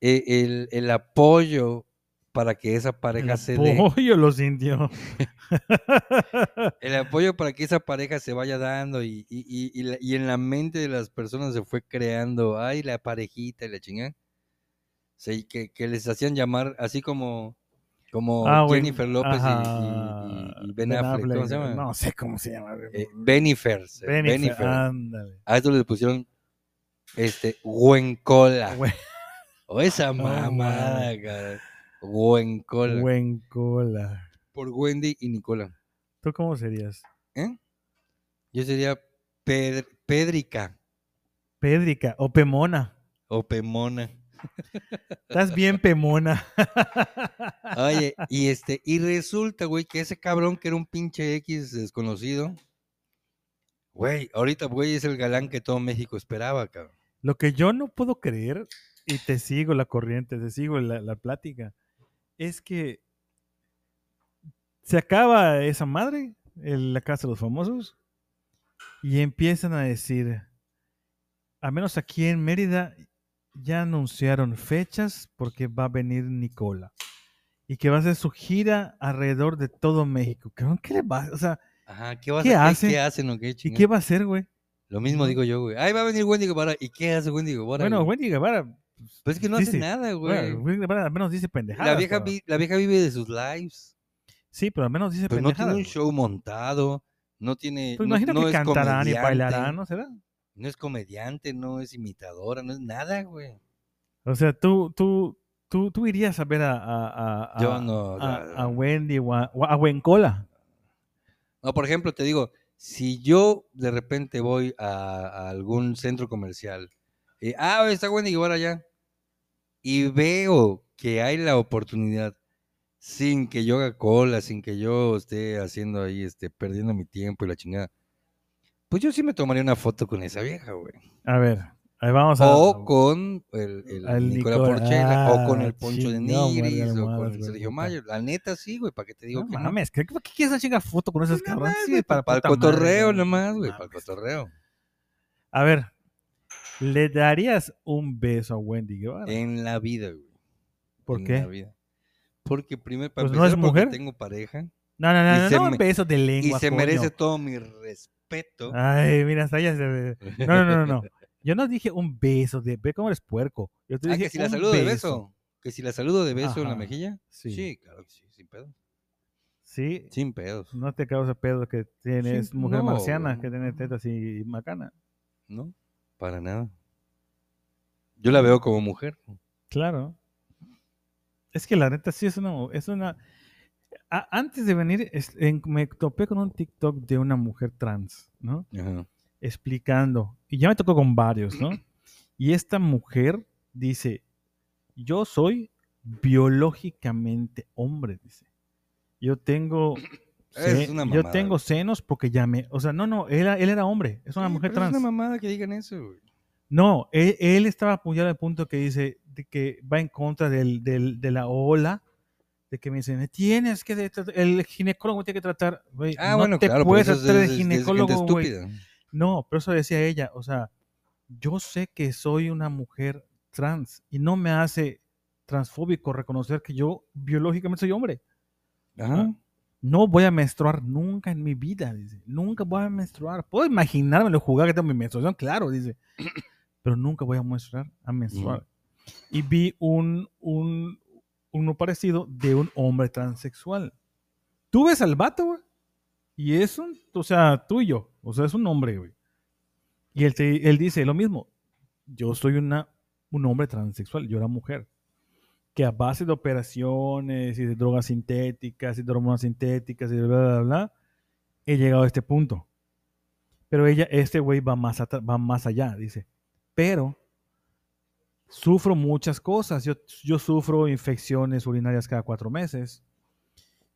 S2: eh, el, el apoyo para que esa pareja se dé.
S1: El pollo los indios.
S2: El apoyo para que esa pareja se vaya dando y, y- y- y la- y en la mente de las personas se fue creando, ay, la parejita y la chingada. Sí, que, que les hacían llamar así como, como
S1: Ah, güey,
S2: Jennifer López y-
S1: ajá,
S2: y, y- y Ben Affleck. ¿Cómo se llama?
S1: No sé cómo se llama. güey.
S2: Eh, Benifer. se-
S1: Bennifer,
S2: Benifer.
S1: ándale.
S2: A esto le pusieron este, Huencola.
S1: Güey.
S2: O esa
S1: No
S2: mamada,
S1: mames.
S2: cara. Huencola.
S1: Buen cola.
S2: Por Wendy y Nicola.
S1: ¿Tú cómo serías?
S2: ¿eh? Yo sería Pedr- Pédrica.
S1: Pédrica o Pemona.
S2: O Pemona.
S1: Estás bien Pemona.
S2: Oye, y este, y resulta, güey, que ese cabrón que era un pinche X desconocido, güey, ahorita, güey, es el galán que todo México esperaba, cabrón.
S1: Lo que yo no puedo creer, y te sigo la corriente, te sigo la, la plática, es que se acaba esa madre, el- la casa de los famosos, y empiezan a decir, a menos aquí en Mérida, ya anunciaron fechas porque va a venir Nicola. Y que va a hacer su gira alrededor de todo México. Cabrón, ¿Qué le va? O sea,
S2: Ajá, ¿qué vas
S1: ¿Qué
S2: a
S1: hace?
S2: ¿Qué hacen o qué
S1: ¿y
S2: chingada?
S1: qué va a hacer, güey?
S2: Lo mismo digo yo, güey. Ahí va a venir Wendy Guevara. ¿Y qué hace Wendy Guevara?
S1: Bueno,
S2: güey?
S1: Wendy Guevara,
S2: Pues es que no
S1: sí,
S2: hace
S1: sí.
S2: nada, güey.
S1: bueno, Wendy Guevara al menos dice pendejadas.
S2: la, vieja
S1: cabrón.
S2: vi- la vieja vive de sus lives.
S1: Sí, pero al menos dice
S2: Pero Pues no tiene
S1: pendejadas,
S2: un
S1: güey.
S2: show montado. No tiene.
S1: Pues
S2: no,
S1: imagino
S2: no
S1: que
S2: es
S1: cantarán y
S2: comediante,
S1: bailarán, ¿no será?
S2: No es comediante, no es imitadora, no es nada, güey.
S1: O sea, tú, tú, tú, tú irías a ver a, a, a-
S2: Yo
S1: a-
S2: no,
S1: a-
S2: la-
S1: a Wendy o a, o a Wencola.
S2: No, por ejemplo, te digo, si yo de repente voy a, a algún centro comercial y, ah, está Wendy Guevara allá, y veo que hay la oportunidad, sin que yo haga cola, sin que yo esté haciendo ahí, este, perdiendo mi tiempo y la chingada, pues yo sí me tomaría una foto con esa vieja, güey.
S1: A ver, ahí vamos a.
S2: o con el, el
S1: al
S2: Nicola
S1: Nicola-
S2: Porchela,
S1: ah,
S2: o con el Poncho de
S1: chingado, madre
S2: Nigris, o
S1: almohadas,
S2: con el
S1: güey,
S2: Sergio
S1: puta.
S2: Mayer. La neta sí, güey, ¿para qué te digo
S1: No
S2: que no? Pues
S1: mames, ¿qué, qué quieres hacer una foto con esas
S2: Nada
S1: cabronas?
S2: más,
S1: Sí,
S2: güey,
S1: para
S2: pa- el
S1: puta madre,
S2: cotorreo
S1: güey, no
S2: nomás, güey, para el
S1: mames.
S2: cotorreo.
S1: A ver, ¿le darías un beso a Wendy Guevara?
S2: En la vida, güey.
S1: ¿Por
S2: Eh, en
S1: qué?
S2: la vida. Porque primero, para
S1: Pues no es
S2: empezar, porque
S1: mujer.
S2: tengo pareja
S1: No, no,
S2: Y
S1: no, no,
S2: se
S1: no,
S2: me-
S1: un beso de
S2: y
S1: lengua.
S2: se
S1: coño.
S2: merece todo mi respeto. Ah,
S1: Ay, mira, hasta allá se ve. Ah, No, no, no, no, no. Yo no dije un beso de. Ve cómo eres puerco. Yo te
S2: Ah,
S1: dije
S2: que si la
S1: un
S2: saludo de beso. Que si la saludo de beso en la
S1: Ajá,
S2: mejilla.
S1: Sí.
S2: Sí.
S1: Sí.
S2: claro que sí, sin pedos. Sin pedos,
S1: No te causa pedo que tienes
S2: Sí,
S1: mujer
S2: no,
S1: marciana
S2: güey.
S1: que tiene tetas y macana.
S2: ¿no? Para nada. Yo la veo como mujer.
S1: Claro. Es que la neta sí es una. Es una... a- antes de venir, es- en- me topé con un TikTok de una mujer trans, ¿no?
S2: Ajá.
S1: Explicando. Y ya me tocó con varios, ¿no? Y esta mujer dice, yo soy biológicamente hombre, dice. Yo tengo...
S2: Es
S1: ce-
S2: una
S1: yo
S2: mamada,
S1: tengo
S2: güey.
S1: senos porque ya me... O sea, no, no, él, él era hombre, es una
S2: Sí,
S1: mujer
S2: pero
S1: trans.
S2: Es una mamada que digan eso, güey.
S1: No, él, él estaba apoyado al punto que dice de que va en contra del- del- de la ola, de que me dicen, tienes que, de- el ginecólogo tiene que tratar, güey,
S2: Ah,
S1: no
S2: bueno,
S1: te
S2: claro,
S1: puedes
S2: por eso
S1: hacer de
S2: es- es- es gente
S1: ginecólogo, güey.
S2: estúpida.
S1: No, pero eso decía ella, o sea, yo sé que soy una mujer trans y no me hace transfóbico reconocer que yo biológicamente soy hombre.
S2: Ajá.
S1: Ah. No voy a menstruar nunca en mi vida, dice. Nunca voy a menstruar. Puedo imaginármelo jugar que tengo mi menstruación, claro, dice. Pero nunca voy a menstruar, a menstruar. Y vi un, un, uno parecido de un hombre transexual. Tú ves al vato, güey. Y es un, o sea, tuyo. O sea, es un hombre, güey. Y él, te- él dice lo mismo. Yo soy una, un hombre transexual, yo era mujer que a base de operaciones y de drogas sintéticas y de hormonas sintéticas y de bla, bla, bla, bla, he llegado a este punto. Pero ella, este güey va más, atra- va más allá, dice. Pero sufro muchas cosas. Yo, yo sufro infecciones urinarias cada cuatro meses.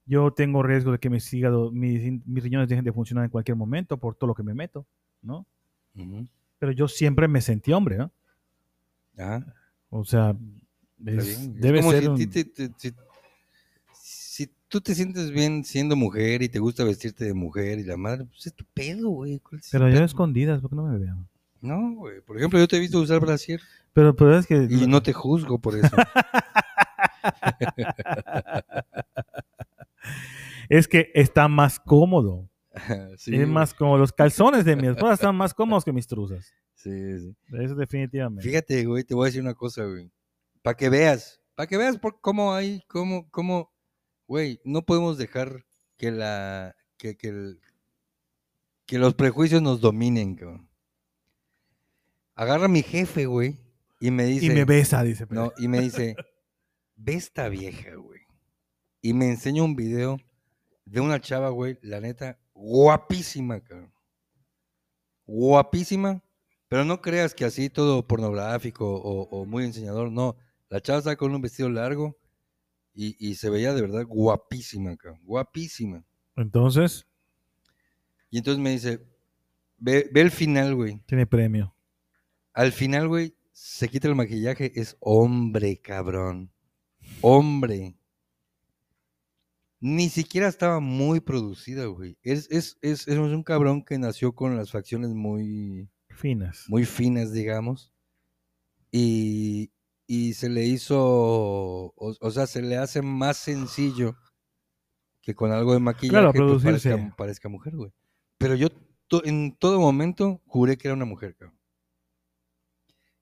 S1: Yo tengo riesgo de que mis hígados, mis, mis riñones dejen de funcionar en cualquier momento por todo lo que me meto, ¿no?
S2: Ujú.
S1: Pero yo siempre me sentí hombre, ¿no?
S2: Ajá.
S1: O sea,
S2: Está
S1: es-
S2: bien. Es
S1: debe
S2: como
S1: ser
S2: si,
S1: un-
S2: ti- te- te- si- si tú te sientes bien siendo mujer y te gusta vestirte de mujer y la madre, pues es tu pedo, güey. ¿Cuál es el
S1: Pero yo
S2: pedo?
S1: a escondidas, porque no me vean.
S2: No, güey. Por ejemplo, yo te he visto usar brasier
S1: Pero, pero es que.
S2: y no te juzgo por eso.
S1: Es que está más cómodo.
S2: Sí,
S1: es
S2: güey.
S1: más cómodo. Los calzones de mi esposa están más cómodos que mis truzas.
S2: Sí, sí.
S1: Eso definitivamente.
S2: Fíjate, güey, te voy a decir una cosa, güey. Para que veas, para que veas por cómo hay, cómo, cómo, güey, no podemos dejar que la, que, que, el- que los prejuicios nos dominen, cabrón. Agarra a mi jefe, güey, y me dice,
S1: y me besa, dice. pero-
S2: no, y me dice, ve esta vieja, güey. Y me enseña un video de una chava, güey, la neta, guapísima, cabrón. Guapísima, pero no creas que así todo pornográfico o, o muy enseñador, no. La chava estaba con un vestido largo y, y se veía de verdad guapísima, cabrón. Guapísima.
S1: Entonces,
S2: Y entonces me dice, ve, ve el final, güey.
S1: tiene premio.
S2: Al final, güey, se quita el maquillaje, es hombre, cabrón. Hombre. Ni siquiera estaba muy producida, güey. Es, es, es, es un cabrón que nació con las facciones muy,
S1: Finas.
S2: muy finas, digamos. Y, y se le hizo, o, o sea, se le hace más sencillo que con algo de maquillaje pues,
S1: producirse.
S2: parezca, parezca mujer, güey. Pero yo to- en todo momento juré que era una mujer, cabrón.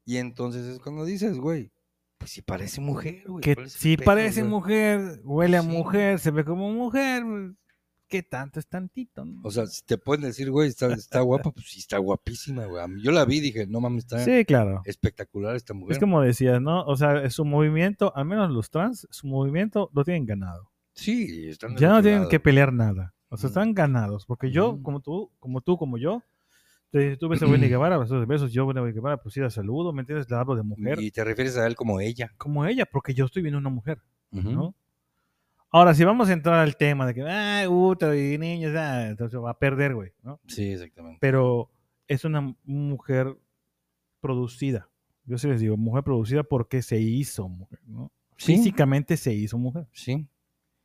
S2: Y entonces es cuando dices, güey, pues si parece mujer, güey.
S1: que
S2: ¿cuál es el
S1: si
S2: pedo,
S1: parece
S2: güey?
S1: mujer, huele a
S2: Sí.
S1: mujer, se ve como mujer, pues, ¿qué tanto es tantito? no?
S2: O sea, si te pueden decir, güey, está, está guapa, pues sí, está guapísima, güey. A mí- Yo la vi y dije, no mames, está
S1: sí,
S2: eh,
S1: claro.
S2: espectacular esta mujer.
S1: Es como decías, ¿no? O sea, es su movimiento, al menos los trans, su movimiento lo tienen ganado.
S2: Sí, están del
S1: ya no
S2: otro
S1: tienen
S2: lado,
S1: que pelear nada. O sea,
S2: Mm.
S1: están ganados. Porque yo,
S2: Ujú.
S1: como tú, como tú, como yo, te, tú ves a
S2: Mm.
S1: Wendy Guevara, besos de besos, yo Wendy Guevara, pues sí la saludo, ¿me entiendes? La hablo de mujer.
S2: Y te refieres a él como ella.
S1: Como ella, porque yo estoy viendo una mujer,
S2: ¿no?
S1: ¿no? Ahora, si vamos a entrar al tema de que, ah, puta, y niños, ah", entonces va a perder, güey, ¿no?
S2: Sí, exactamente.
S1: Pero es una mujer producida. Yo sí les digo, mujer producida porque se hizo mujer, ¿no?
S2: Sí,
S1: Físicamente se hizo mujer.
S2: sí.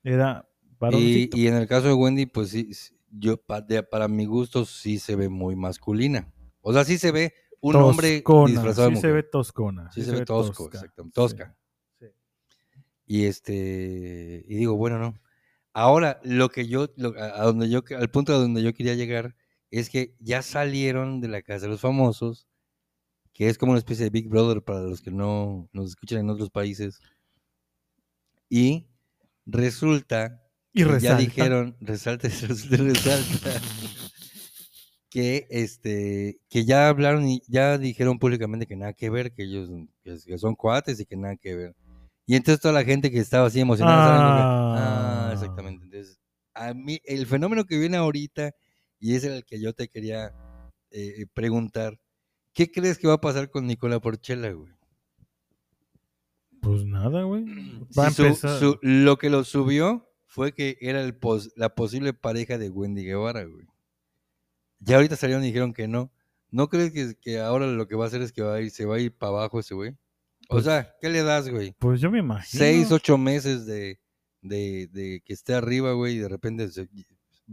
S1: Era
S2: Y,
S1: varoncito.
S2: y en el caso de Wendy, pues sí, sí, yo pa- de- para mi gusto sí se ve muy masculina. O sea, sí se ve un hombre
S1: Toscona,
S2: disfrazado de
S1: sí se ve
S2: mujer.
S1: toscona.
S2: Sí se ve tosco, exactamente, tosca.
S1: Sí, sí.
S2: Y este, y digo, bueno, no. Ahora, lo que yo, lo- a a donde yo, que- al punto a donde yo quería llegar es que ya salieron de la casa de los famosos, que es como una especie de Big Brother para los que no nos escuchan en otros países. Y resulta
S1: Y
S2: que
S1: resalta.
S2: ya dijeron, resalta, resalta, resalta, que este, que ya hablaron y ya dijeron públicamente que nada que ver, que ellos que- que son cuates y que nada que ver. Y entonces toda la gente que estaba así emocionada, ¿saben? Como que, "Ah,
S1: Ah.
S2: exactamente. Entonces, a mí, el fenómeno que viene ahorita, y es el que yo te quería eh, preguntar, ¿Qué crees que va a pasar con Nicola Porchela, güey?
S1: Pues nada, güey.
S2: Si
S1: Va a
S2: su-
S1: empezar.
S2: su- lo que lo subió fue que era el pos- la posible pareja de Wendy Guevara, güey. Ya ahorita salieron y dijeron que no. ¿No crees que, que ahora lo que va a hacer es que va a ir, se va a ir para abajo ese güey? O
S1: Pues-
S2: sea, ¿qué le das, güey?
S1: Pues yo me imagino.
S2: Seis, ocho meses de, de- de que esté arriba, güey, y de repente se-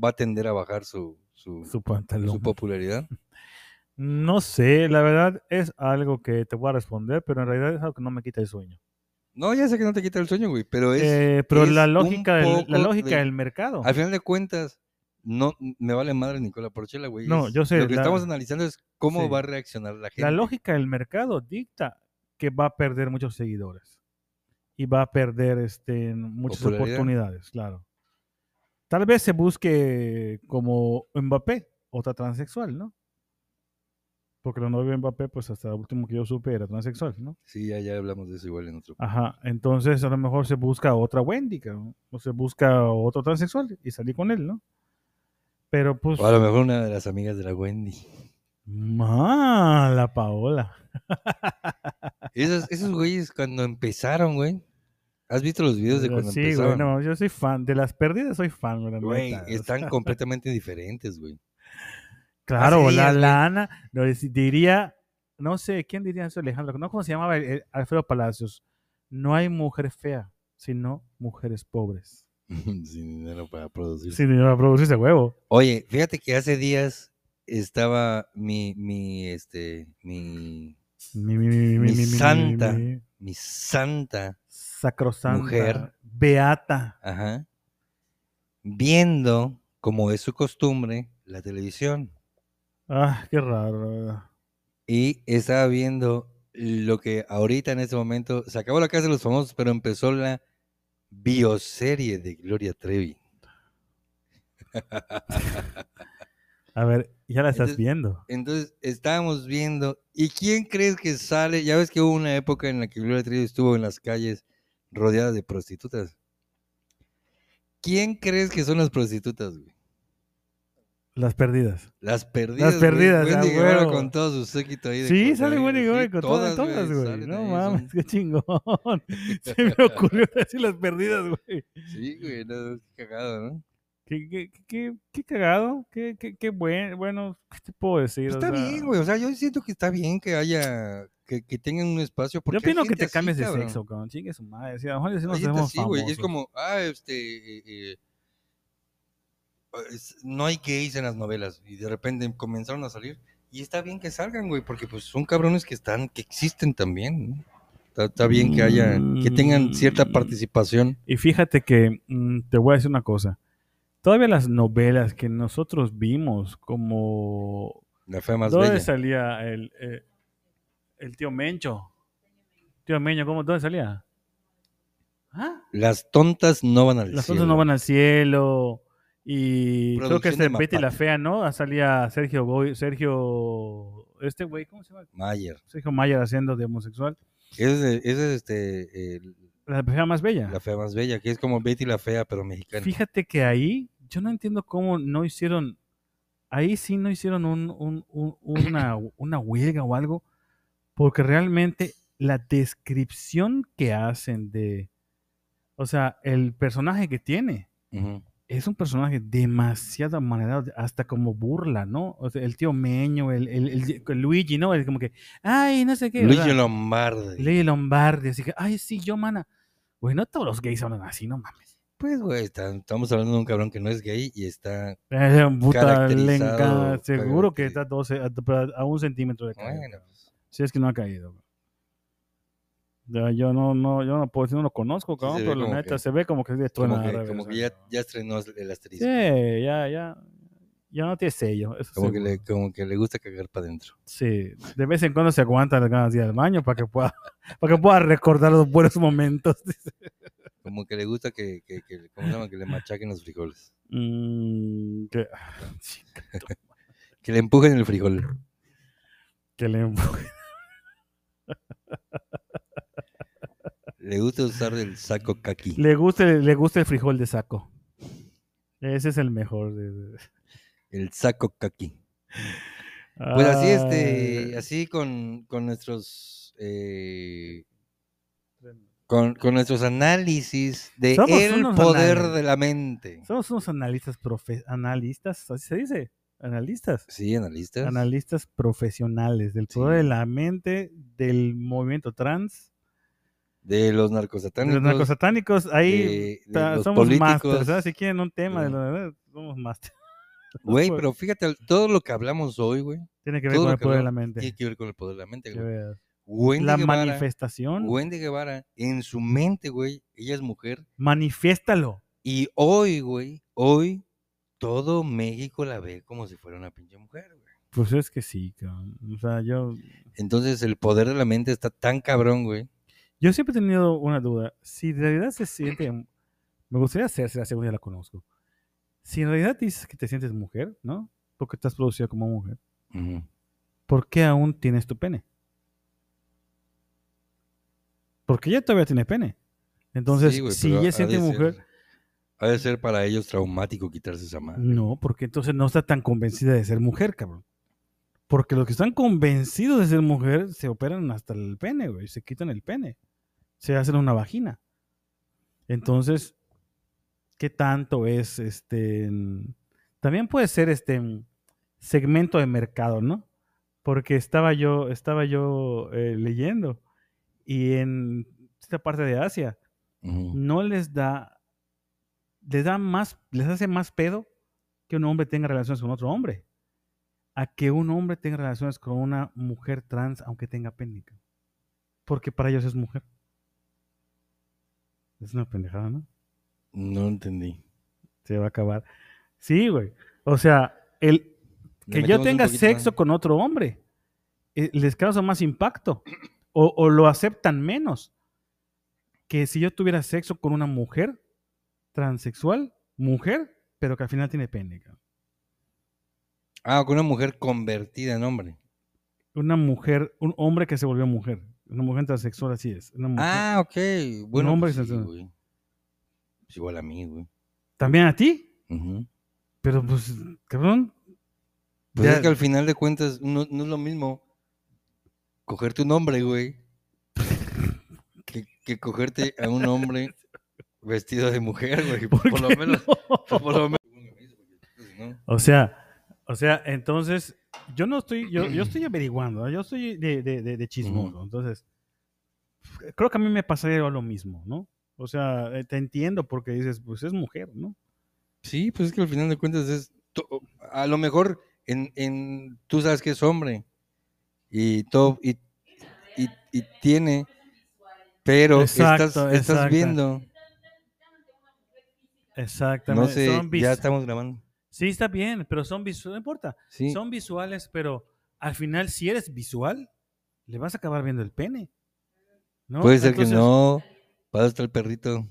S2: va a tender a bajar su, su,
S1: Su
S2: su
S1: pantalón.
S2: popularidad.
S1: No sé, la verdad es algo que te voy a responder, pero en realidad es algo que no me quita el sueño.
S2: No, ya sé que no te quita el sueño, güey, pero es...
S1: Eh, pero
S2: Pues es
S1: la
S2: un
S1: lógica, del,
S2: poco
S1: la lógica
S2: de-
S1: del mercado.
S2: Al final de cuentas, no n- me vale madre Nicola Porchela, güey.
S1: No,
S2: es-
S1: yo sé,
S2: Lo que
S1: la-
S2: estamos analizando es cómo
S1: sí.
S2: va a reaccionar la gente.
S1: La lógica del mercado dicta que va a perder muchos seguidores y va a perder este, muchas
S2: Popularidad.
S1: oportunidades, claro. Tal vez se busque como Mbappé, otra transexual, ¿no? Porque la novia de Mbappé, pues hasta el último que yo supe era transexual, ¿no?
S2: Sí, ya, ya hablamos de eso igual en otro.
S1: Ajá, entonces a lo mejor se busca otra Wendy, cabrón, o se busca otro transexual y salí con él, ¿no? Pero pues...
S2: O a lo mejor una de las amigas de la Wendy.
S1: Mala Paola.
S2: Esos, esos güeyes cuando empezaron, güey. ¿Has visto los videos de cuando
S1: Pues, sí, güey,
S2: empezaron?
S1: no, yo soy fan. De las pérdidas soy fan, güey, la
S2: Güey,
S1: neta, o sea,
S2: están completamente diferentes, güey.
S1: claro,
S2: hace
S1: la
S2: días, güey.
S1: lana. no, es- diría, no sé, ¿quién diría eso, Alejandro? No, ¿cómo se llamaba? el- el Alfredo Palacios. No hay mujer fea, sino mujeres pobres.
S2: Sin dinero para producir.
S1: Sí, no va a producir ese huevo.
S2: Oye, fíjate que hace días estaba mi, mi, este, mi,
S1: Mi, mi, mi, mi, mi, mi, mi, mi,
S2: santa.
S1: mi,
S2: mi santa,
S1: sacrosanta.
S2: Mujer.
S1: Beata.
S2: ajá, viendo, como es su costumbre, la televisión.
S1: Ah, qué raro. la verdad.
S2: Y estaba viendo lo que ahorita en este momento se acabó la casa de los famosos, pero empezó la bioserie de Gloria Trevi.
S1: A ver, ya la estás
S2: Entonces-
S1: viendo.
S2: Entonces estábamos viendo, ¿y quién crees que sale? Ya ves que hubo una época en la que Gloria Trevi estuvo en las calles rodeada de prostitutas. ¿Quién crees que son las prostitutas, güey?
S1: Las perdidas.
S2: Las perdidas. güey.
S1: perdidas,
S2: Wendy
S1: ah,
S2: Guevara
S1: huevo.
S2: con todo su séquito ahí. de
S1: Sí, sale
S2: cocodrilos,
S1: Wendy
S2: sí,
S1: Guevara con todas, todas, güey.
S2: salen
S1: No
S2: ahí,
S1: mames,
S2: son-
S1: qué chingón. Se me ocurrió decir las perdidas, güey.
S2: Sí, güey, no, qué cagado, ¿no?
S1: Qué, qué, qué, qué cagado, qué, qué, qué buen, bueno, ¿qué te puedo decir?
S2: Pues
S1: O
S2: está
S1: sea,
S2: bien, güey. O sea, yo siento que está bien que haya, que, que tengan un espacio. Porque
S1: Yo
S2: hay
S1: opino que
S2: gente
S1: te
S2: así,
S1: cambies de
S2: cabrón.
S1: sexo, cabrón. Chingue su madre. Sí, a lo mejor sí
S2: Hay
S1: nos
S2: gente
S1: hacemos
S2: así, güey. Es
S1: famosos.
S2: como, ah, este, eh, eh, es- no hay gays en las novelas. Y de repente comenzaron a salir. Y está bien que salgan, güey, porque pues son cabrones que están, que existen también, ¿no? Está, está bien que haya, que tengan cierta
S1: Mm.
S2: participación.
S1: Y fíjate que mm, te voy a decir una cosa. Todavía las novelas que nosotros vimos, como.
S2: La fe más
S1: ¿Dónde
S2: bella.
S1: salía el, eh, el tío Mencho? Tío Mencho, ¿cómo? ¿Dónde salía? ¿Ah?
S2: Las tontas no van al
S1: Las
S2: cielo.
S1: fotos no van al cielo. Y creo que
S2: Producción de
S1: este Betty la
S2: Mapache.
S1: Fea, ¿no? Ah, Salía Sergio Goy- Sergio. Este güey, ¿cómo se llama?
S2: Mayer.
S1: Sergio Mayer haciendo de homosexual.
S2: Esa es, de- esa es, este, eh,
S1: La fea más bella.
S2: la fea más bella, que es como Betty la fea, pero mexicana.
S1: Fíjate que ahí, yo no entiendo cómo no hicieron. Ahí sí no hicieron un- un- un- una, una huelga o algo. Porque realmente la descripción que hacen de. O sea, el personaje que tiene.
S2: Ujú.
S1: es un personaje demasiado manedado, hasta como burla, ¿no? O sea, el tío Meño, el, el- el- el Luigi, ¿no? Es como que, ay, no sé qué.
S2: Luigi
S1: ¿verdad?
S2: Lombardi.
S1: Luigi Lombardi, así que, ay, sí, yo, mana. Güey, no todos los gays hablan así, no mames.
S2: Pues, güey, está- estamos hablando de un cabrón que no es gay y está.
S1: Eh, puta, le enca-
S2: Caracterizado,
S1: Seguro que
S2: caracteriz-
S1: está 12 a, a un centímetro de caer.
S2: Bueno, pues,
S1: Si es que no ha caído. Ya, Yo no, no, yo no puedo decir, no lo conozco, cabrón,
S2: se ve
S1: pero la
S2: como
S1: neta
S2: que-
S1: se ve como que es de
S2: como
S1: truena,
S2: que,
S1: árabe,
S2: como
S1: o
S2: que
S1: sea,
S2: ya, ya estrenó el asterisco.
S1: Sí, ya, ya. Ya no tiene sello. Eso
S2: Como, que
S1: seguro.
S2: le, como que le gusta cagar para adentro.
S1: Sí, de vez en cuando se aguanta las ganas de ir al baño para que pueda, para que pueda recordar los buenos momentos. dice.
S2: Como que le gusta que, que, que- ¿cómo se llama? que le machaquen los frijoles.
S1: Mm, que, sí,
S2: Que le empujen el frijol.
S1: que le empuje.
S2: Le gusta usar el saco kaki.
S1: le gusta le gusta el frijol de saco. Ese es el mejor. de- de-
S2: El saco kaki. Pues así, este, así con, con nuestros eh, con, con nuestros análisis de
S1: Somos
S2: el
S1: unos
S2: poder
S1: análisis.
S2: de la mente.
S1: Somos unos analistas, profe analistas, así se dice, analistas.
S2: Sí, analistas.
S1: Analistas profesionales del
S2: Sí.
S1: poder de la mente, del movimiento trans,
S2: de los narcosatánicos.
S1: de los narcosatánicos. Ahí
S2: de- de
S1: ta-
S2: los
S1: somos
S2: políticos.
S1: masters, ¿ah? Si quieren un tema, de
S2: Sí.
S1: la verdad, somos masters.
S2: Güey,
S1: pues.
S2: pero fíjate, todo lo que hablamos hoy, güey,
S1: Tiene que ver
S2: todo
S1: con
S2: lo
S1: el
S2: que
S1: poder de la
S2: hablamos tiene
S1: mente.
S2: que ver con el poder de la mente,
S1: que
S2: güey.
S1: veas.
S2: Wendy
S1: La
S2: Guevara-
S1: manifestación,
S2: Wendy Guevara, en su mente, güey, ella es mujer.
S1: manifiéstalo.
S2: Y hoy, güey, hoy, todo México la ve como si fuera una pinche mujer, güey.
S1: Pues es que sí, cabrón. O sea, yo,
S2: Entonces, el poder de la mente está tan cabrón, güey.
S1: yo siempre he tenido una duda. Si de realidad se siente. Me gustaría hacerse la segunda, la conozco. Si en realidad dices que te sientes mujer, ¿no? Porque estás producida como mujer. ¿Por qué aún tienes tu pene? Porque ella todavía tiene pene. Entonces,
S2: Sí, güey,
S1: si
S2: pero
S1: ella
S2: ha
S1: se siente
S2: de ser-
S1: mujer,
S2: Ha de ser para ellos traumático quitarse esa madre.
S1: No, porque entonces no está tan convencida de ser mujer, cabrón. Porque los que están convencidos de ser mujer se operan hasta el pene, güey. Se quitan el pene. Se hacen una vagina. Entonces, ¿qué tanto es este? en- También puede ser este en segmento de mercado, ¿no? Porque estaba yo, estaba yo eh, leyendo y en esta parte de Asia
S2: Ujú.
S1: no les da, les da más, les hace más pedo que un hombre tenga relaciones con otro hombre, a que un hombre tenga relaciones con una mujer trans aunque tenga pene, cabrón. porque para ellos es mujer. Es una pendejada, ¿no?
S2: No entendí.
S1: Se va a acabar. Sí, güey. O sea, el que
S2: Le
S1: yo
S2: metemos un
S1: tenga
S2: poquito
S1: sexo
S2: más.
S1: con otro hombre eh, les causa más impacto o, o lo aceptan menos que si yo tuviera sexo con una mujer transexual, mujer, pero que al final tiene pene. cabrón.
S2: Ah, con una mujer convertida en hombre.
S1: Una mujer, un hombre que se volvió mujer. Una mujer transexual, así es. Una mujer.
S2: Ah, ok. Bueno,
S1: hombre
S2: pues
S1: que se-
S2: sí, güey. Pues igual a mí, güey.
S1: También a ti,
S2: Ujú.
S1: pero pues, cabrón.
S2: Pues
S1: Ya-
S2: es que al final de cuentas no, no es lo mismo cogerte un hombre, güey, que, que cogerte a un hombre vestido de mujer, güey. Por,
S1: ¿por
S2: lo
S1: qué
S2: menos.
S1: no?
S2: Por lo menos. ¿no?
S1: O sea, o sea, entonces, yo no estoy, yo, yo estoy averiguando, ¿no? yo estoy de, de, de, de chismoso, entonces, creo que a mí me pasaría lo mismo, ¿no? O sea, eh, te entiendo porque dices, pues es mujer, ¿no?
S2: Sí, pues es que al final de cuentas es. to- A lo mejor en, en- tú sabes que es hombre y, todo, y, y, y tiene, pero
S1: Exacto,
S2: estás, estás
S1: exacto.
S2: viendo.
S1: Exactamente.
S2: No sé,
S1: son vis-
S2: ya estamos grabando.
S1: Sí, está bien, pero son visuales, no importa,
S2: Sí,
S1: son visuales, pero al final, si eres visual, le vas a acabar viendo el pene. ¿no?
S2: puede ser que
S1: Entonces,
S2: no. Para estar el perrito.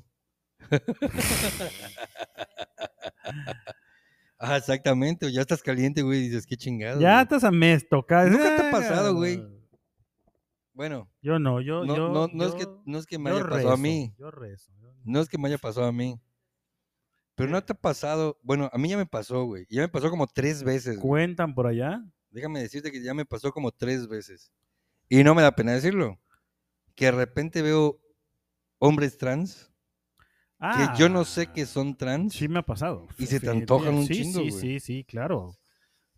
S2: ah, exactamente. Ya estás caliente, güey. Dices, qué chingado.
S1: Ya
S2: güey".
S1: estás a mes, toca.
S2: Nunca te ha pasado, güey. Bueno,
S1: Yo no, yo.
S2: no,
S1: yo,
S2: no, no es que,
S1: yo-
S2: no es que me
S1: yo
S2: haya pasado a
S1: rezo,
S2: mí.
S1: Yo rezo. yo no-
S2: No es que me haya pasado a mí. Pero no te ha pasado. Bueno, a mí ya me pasó, güey. Ya me pasó como tres veces. güey.
S1: Cuentan por allá.
S2: Déjame decirte que ya me pasó como tres veces. Y no me da pena decirlo. Que de repente veo hombres trans. Que yo no sé que
S1: Ah,
S2: son trans.
S1: Sí me ha pasado.
S2: y se te
S1: Definitiva-
S2: antojan un
S1: sí,
S2: chingo,
S1: Sí,
S2: güey.
S1: sí, sí, claro.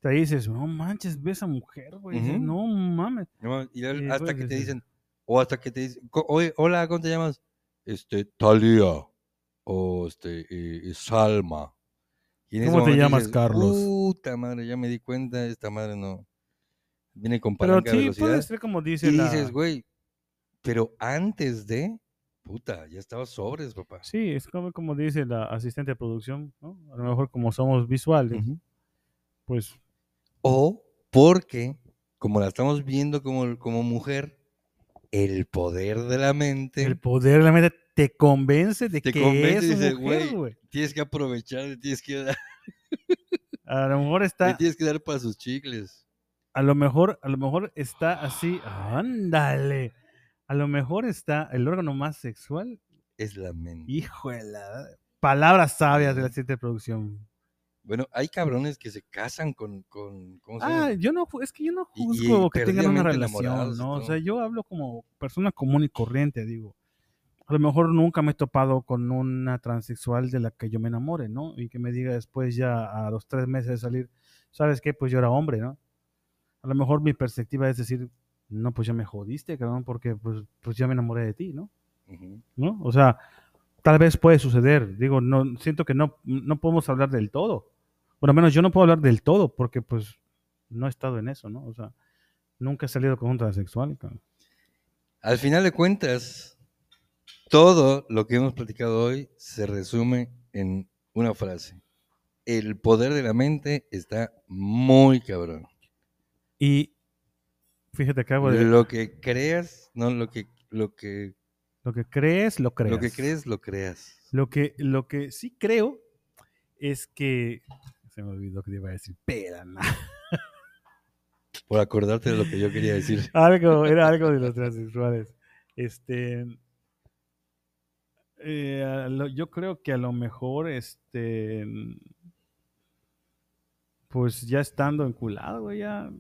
S1: Te dices, no manches, ve esa mujer, güey. Dices,
S2: Ujú.
S1: No mames.
S2: ¿no? Y luego
S1: Sí,
S2: hasta
S1: puede
S2: que te
S1: ser.
S2: dicen. O hasta que te dicen. co- Oye, hola, ¿cómo te llamas? Este, Talía. O este, eh, eh, Salma. Y en ese
S1: ¿Cómo te
S2: momento
S1: llamas,
S2: dices,
S1: Carlos?
S2: Puta madre, ya me di cuenta. Esta madre no. Viene con
S1: Pero
S2: palanca de
S1: sí,
S2: velocidad.
S1: puede ser como dice
S2: Y
S1: la-
S2: dices, güey, pero antes de, puta, ya estaba sobres, papá.
S1: Sí, es como, como dice la asistente de producción, ¿no? A lo mejor como somos visuales,
S2: Ujú.
S1: pues
S2: O porque, como la estamos viendo como, como mujer, el poder de la mente,
S1: el poder de la mente te convence de
S2: Te
S1: que
S2: convence
S1: es
S2: y dices,
S1: mujer,
S2: "Güey,
S1: güey.
S2: tienes que aprovechar, le tienes que, dar,
S1: A lo mejor
S2: le
S1: está
S2: tienes que dar para sus chicles.
S1: A lo mejor, a lo mejor está así, ándale. A lo mejor está el órgano más sexual.
S2: Es la mente.
S1: Híjole. Palabras sabias de la siguiente producción.
S2: Bueno, hay cabrones que se casan con. con ¿cómo se
S1: Ah,
S2: llama?
S1: yo no, ju- es que yo no
S2: Y- y
S1: juzgo que tengan una
S2: perdidamente
S1: relación,
S2: enamorados y
S1: ¿no? O
S2: todo.
S1: sea, yo hablo como persona común y corriente, digo. A lo mejor nunca me he topado con una transexual de la que yo me enamore, ¿no? Y que me diga después ya a los tres meses de salir, ¿sabes qué? Pues yo era hombre, ¿no? A lo mejor mi perspectiva es decir, no, pues ya me jodiste, cabrón, porque pues, pues ya me enamoré de ti, ¿no?
S2: Ujú.
S1: ¿no? O sea, tal vez puede suceder. Digo, no siento que no, no podemos hablar del todo. Por lo menos yo no puedo hablar del todo porque pues no he estado en eso, ¿no? O sea, nunca he salido con un transexual. cabrón.
S2: Al final de cuentas, todo lo que hemos platicado hoy se resume en una frase. El poder de la mente está muy cabrón.
S1: Y fíjate, acabo de...
S2: Lo que creas, no lo que lo que
S1: Lo que crees, lo creas.
S2: lo que crees lo creas.
S1: Lo que, lo que sí creo es que... Se me olvidó que te iba a decir, peda, na.
S2: Por acordarte de lo que yo quería decir.
S1: algo, era algo de los transexuales. Este. eh, a lo- yo creo que a lo mejor, este. Pues ya estando enculado, güey, ya.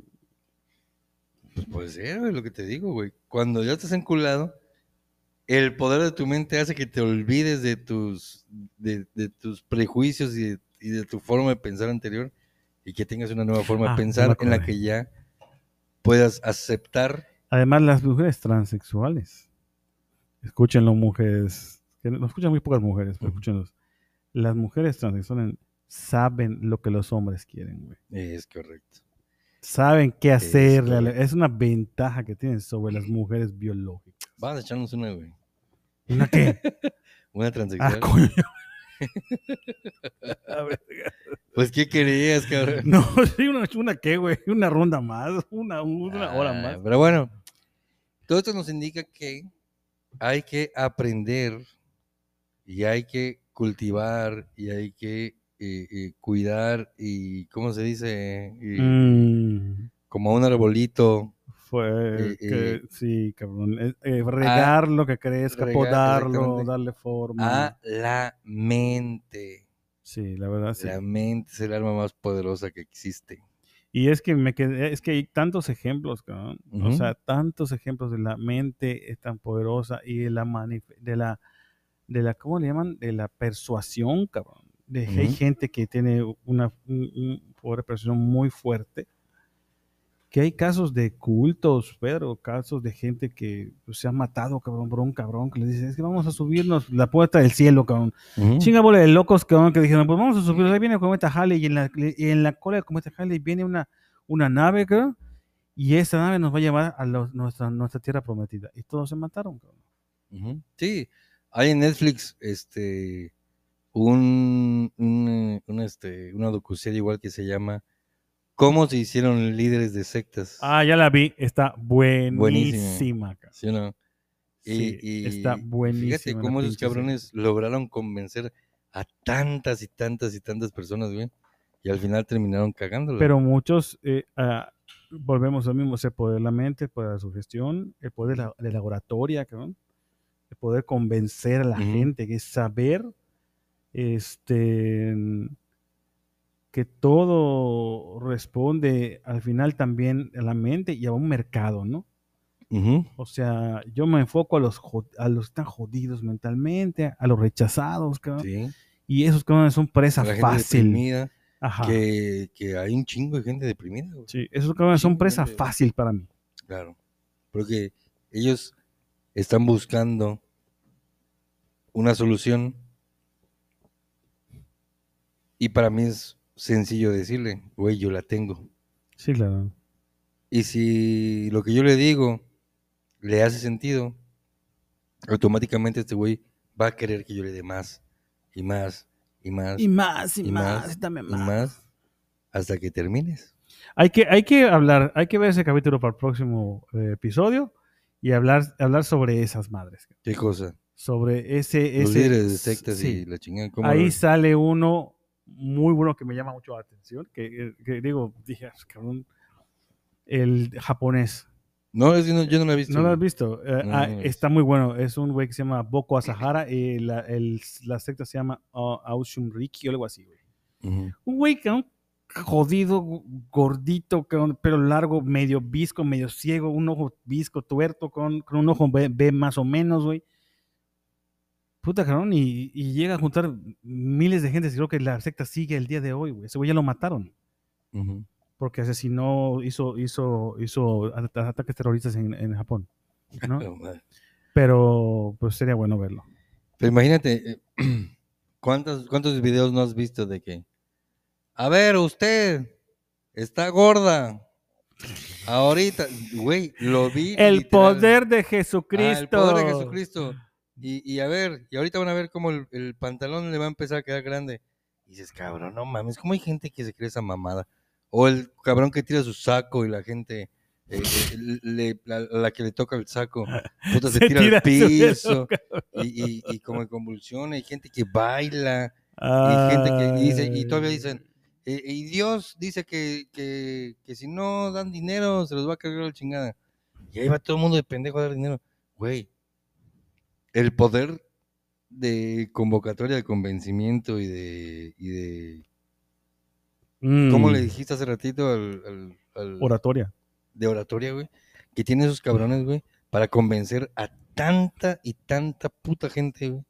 S2: Pues puede ser, güey, lo que te digo, güey. Cuando ya estás enculado, el poder de tu mente hace que te olvides de tus, de, de tus prejuicios y de, y de tu forma de pensar anterior y que tengas una nueva forma
S1: Ah, ya
S2: de
S1: me
S2: pensar en la
S1: acordé.
S2: que ya puedas aceptar.
S1: Además, las mujeres transexuales. Escúchenlo, mujeres. Que no escuchan muy pocas mujeres, pero
S2: Ujú.
S1: escúchenlos. Las mujeres transexuales saben lo que los hombres quieren, güey.
S2: Es correcto.
S1: Saben qué hacer.
S2: correcto.
S1: Es una ventaja que tienen sobre las mujeres biológicas.
S2: Vamos a echarnos una, güey.
S1: ¿Una qué? Ah,
S2: Una transacción.
S1: A ver,
S2: pues, ¿qué querías, cabrón?
S1: no, sí, una, una qué, güey. Una ronda más, una, una hora
S2: Ah,
S1: más.
S2: Pero bueno, todo esto nos indica que hay que aprender y hay que cultivar y hay que eh, eh, cuidar y, ¿cómo se dice? Y
S1: Mm,
S2: Como un arbolito,
S1: fue
S2: Eh,
S1: que,
S2: eh,
S1: sí, cabrón. Eh, eh, regar lo que crezca,
S2: Ah, regar, Ah,
S1: podarlo,
S2: exactamente.
S1: darle forma.
S2: a la mente.
S1: sí, la verdad, sí.
S2: La mente es el arma más poderosa que existe.
S1: Y es que me quedé, es que hay tantos ejemplos, cabrón. O
S2: Ujú.
S1: sea, tantos ejemplos de la mente es tan poderosa y de la manif- de la de la ¿cómo le llaman? de la persuasión, cabrón. De que hay
S2: Ujú.
S1: gente que tiene una un, un poder de persuasión muy fuerte. Que hay casos de cultos, Pedro, casos de gente que pues, se ha matado, cabrón, por un cabrón, que le dice, es que vamos a subirnos la puerta del cielo, cabrón. Chinga bola de locos cabrón, que dijeron, pues vamos a subir, ahí viene el cometa Halley y en la, y en la cola del cometa Halley viene una, una nave, creo, y esa nave nos va a llevar a los- nuestra, nuestra tierra prometida. Y todos se mataron, cabrón.
S2: Ujú. Sí, hay en Netflix este un, un, eh, un, este una docuserie igual que se llama ¿Cómo se hicieron líderes de sectas?
S1: Ah, ya la vi, está buenísima,
S2: Buenísima.
S1: cabrón.
S2: ¿Sí o no?
S1: Sí,
S2: Y- y
S1: está buenísima.
S2: Fíjate
S1: la
S2: cómo esos
S1: pinche serie.
S2: cabrones lograron convencer a tantas y tantas y tantas personas, güey. Y al final terminaron cagándola.
S1: Pero muchos, eh, ah, volvemos al mismo, ese poder de la mente, el poder de la sugestión, el poder de la, de la oratoria, cabrón, el poder convencer a la
S2: Ujú.
S1: gente, que es saber este, que todo responde al final también a la mente y a un mercado, ¿no?
S2: Ujú.
S1: O sea, yo me enfoco a los, jo- a los que están jodidos mentalmente, a los rechazados, cabrón,
S2: Sí.
S1: y esos cabrones son presa
S2: La gente
S1: fácil.
S2: deprimida,
S1: Ajá.
S2: que, que hay un chingo de gente deprimida, güey.
S1: Sí, esos cabrones son presa
S2: Simplemente-
S1: fácil para mí.
S2: Claro. Porque ellos están buscando una solución. Y para mí es sencillo decirle, güey, yo la tengo.
S1: Sí, claro.
S2: Y si lo que yo le digo le hace sentido, automáticamente este güey va a querer que yo le dé más y más y más y,
S1: más,
S2: y más, más,
S1: dame
S2: más hasta que termines.
S1: Hay que, hay que hablar, hay que ver ese capítulo para el próximo eh, episodio y hablar, hablar sobre esas madres.
S2: ¿Qué cosa?
S1: Sobre ese...
S2: Los
S1: ese
S2: líderes de sectas
S1: sí.
S2: y la chingada. ¿cómo
S1: Ahí
S2: lo-
S1: sale uno muy bueno que me llama mucho la atención, que, eh, que digo, dije, "Ah, cabrón, el japonés.
S2: No, es que no- yo no la he visto.
S1: ¿No lo has
S2: güey.
S1: visto? Eh,
S2: No,
S1: ah,
S2: no lo he visto.
S1: está muy bueno. Es un güey que se llama Boko Asahara y la, el- la secta se llama uh, Aushunriki ah, o algo así, güey.
S2: Ujú.
S1: Un güey cabrón, jodido, gordito, cabrón, pero largo, medio visco, medio ciego, un ojo visco, tuerto, con, con un ojo ve, ve más o menos, güey. Puta, cabrón, y, y llega a juntar miles de gente. Creo que la secta sigue el día de hoy, güey. Ese güey ya lo mataron
S2: Ujú.
S1: porque asesinó, hizo, hizo, hizo at- ataques terroristas en, en Japón. ¿no?
S2: Pero, eh, madre.
S1: Pero pues sería bueno verlo.
S2: Pero imagínate, eh, ¿cuántos, ¿cuántos videos no has visto de que? A ver, usted está gorda. Ahorita, güey, lo vi.
S1: El
S2: literal.
S1: poder de
S2: Ah,
S1: Jesucristo.
S2: el poder de Jesucristo. Y, y a ver, y ahorita van a ver cómo el, el pantalón le va a empezar a quedar grande. Y dices, cabrón, no mames, ¿cómo hay gente que se cree esa mamada? O el cabrón que tira su saco y la gente, eh, eh, le- la, la que le toca el saco, puta, se,
S1: Se
S2: tira, al
S1: tira al suelo,
S2: piso. Y, y, y como en convulsión, hay gente que baila.
S1: Ay.
S2: gente que- y dice- y todavía dicen, eh, y Dios dice que, que, que si no dan dinero, se los va a cargar la chingada. Y ahí va todo el mundo de pendejo a dar dinero. Güey, el poder de convocatoria, de convencimiento y de... Y de
S1: Mm,
S2: ¿Cómo le dijiste hace ratito al, al- al-
S1: Oratoria.
S2: de oratoria, güey? Que tiene esos cabrones, güey, para convencer a tanta y tanta puta gente, güey.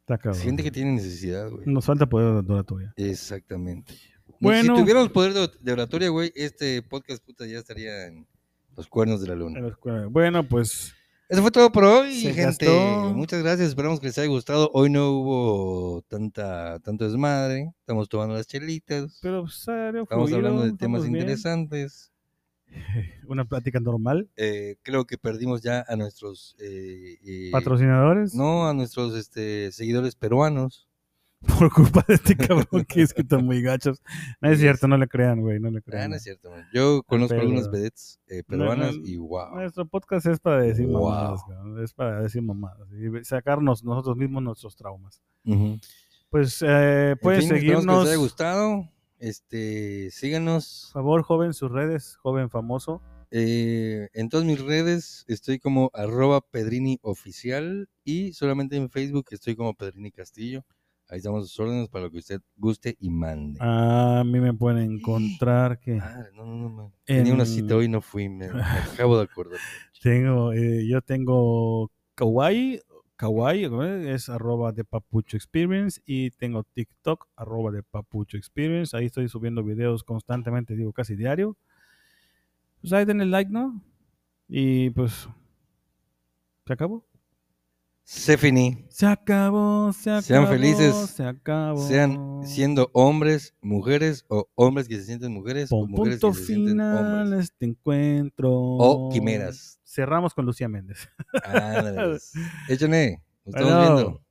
S1: Está cabrón.
S2: Pues, Gente que tiene necesidad, güey.
S1: Nos falta poder de oratoria.
S2: Exactamente. Ni-
S1: Bueno.
S2: Si tuviéramos poder de, de oratoria, güey, este podcast puta ya estaría en los cuernos de la luna.
S1: Bueno, pues
S2: Eso fue todo por hoy,
S1: Se
S2: gente.
S1: gastó.
S2: Muchas gracias, esperamos que les haya gustado. Hoy no hubo tanta tanto desmadre. Estamos tomando las chelitas.
S1: pero serio,
S2: estamos
S1: fluido,
S2: hablando de
S1: estamos
S2: temas
S1: bien.
S2: interesantes.
S1: Una plática normal.
S2: Eh, creo que perdimos ya a nuestros eh, eh,
S1: Patrocinadores.
S2: no a nuestros este, seguidores peruanos.
S1: Por culpa de este cabrón que es que están muy gachos. No es
S2: Sí,
S1: cierto,
S2: sí.
S1: no le crean, güey. No le
S2: Ah,
S1: crean.
S2: no es cierto. man. Yo conozco
S1: Pero-
S2: algunas vedettes eh, peruanas
S1: no,
S2: y wow.
S1: Nuestro podcast es para decir
S2: Wow.
S1: mamadas, cabrón, es para decir mamadas y sacarnos nosotros mismos nuestros traumas.
S2: Ujú.
S1: Pues eh, pueden
S2: en fin, esperamos Que les
S1: seguirnos,
S2: haya
S1: por
S2: gustado. Este, síganos.
S1: favor, joven, sus redes, joven famoso.
S2: Eh, en todas mis redes estoy como arroba Pedrini Oficial y solamente en Facebook estoy como Pedrini Castillo. Ahí estamos a sus órdenes para lo que usted guste y mande.
S1: Este. Ah, A mí me pueden encontrar que
S2: Madre, no, no, no, man. Tenía una cita
S1: En-
S2: hoy y no fui, me, me acabo de acordar.
S1: tengo, eh, yo tengo kawaii, kawaii ¿cómo es? es arroba de papucho experience y tengo TikTok arroba de papucho experience. Ahí estoy subiendo videos constantemente, digo casi diario. Pues ahí denle like, ¿no? Y pues se acabó.
S2: Se finí.
S1: Se acabó, se acabó.
S2: Sean felices,
S1: Se acabó.
S2: Sean siendo hombres, mujeres o hombres que se sienten mujeres o
S1: Pon
S2: mujeres
S1: punto
S2: que se sienten
S1: final a
S2: hombres.
S1: este encuentro.
S2: O quimeras.
S1: Cerramos con Lucía Méndez.
S2: Ándales. Échale, nos estamos
S1: Bueno.
S2: viendo.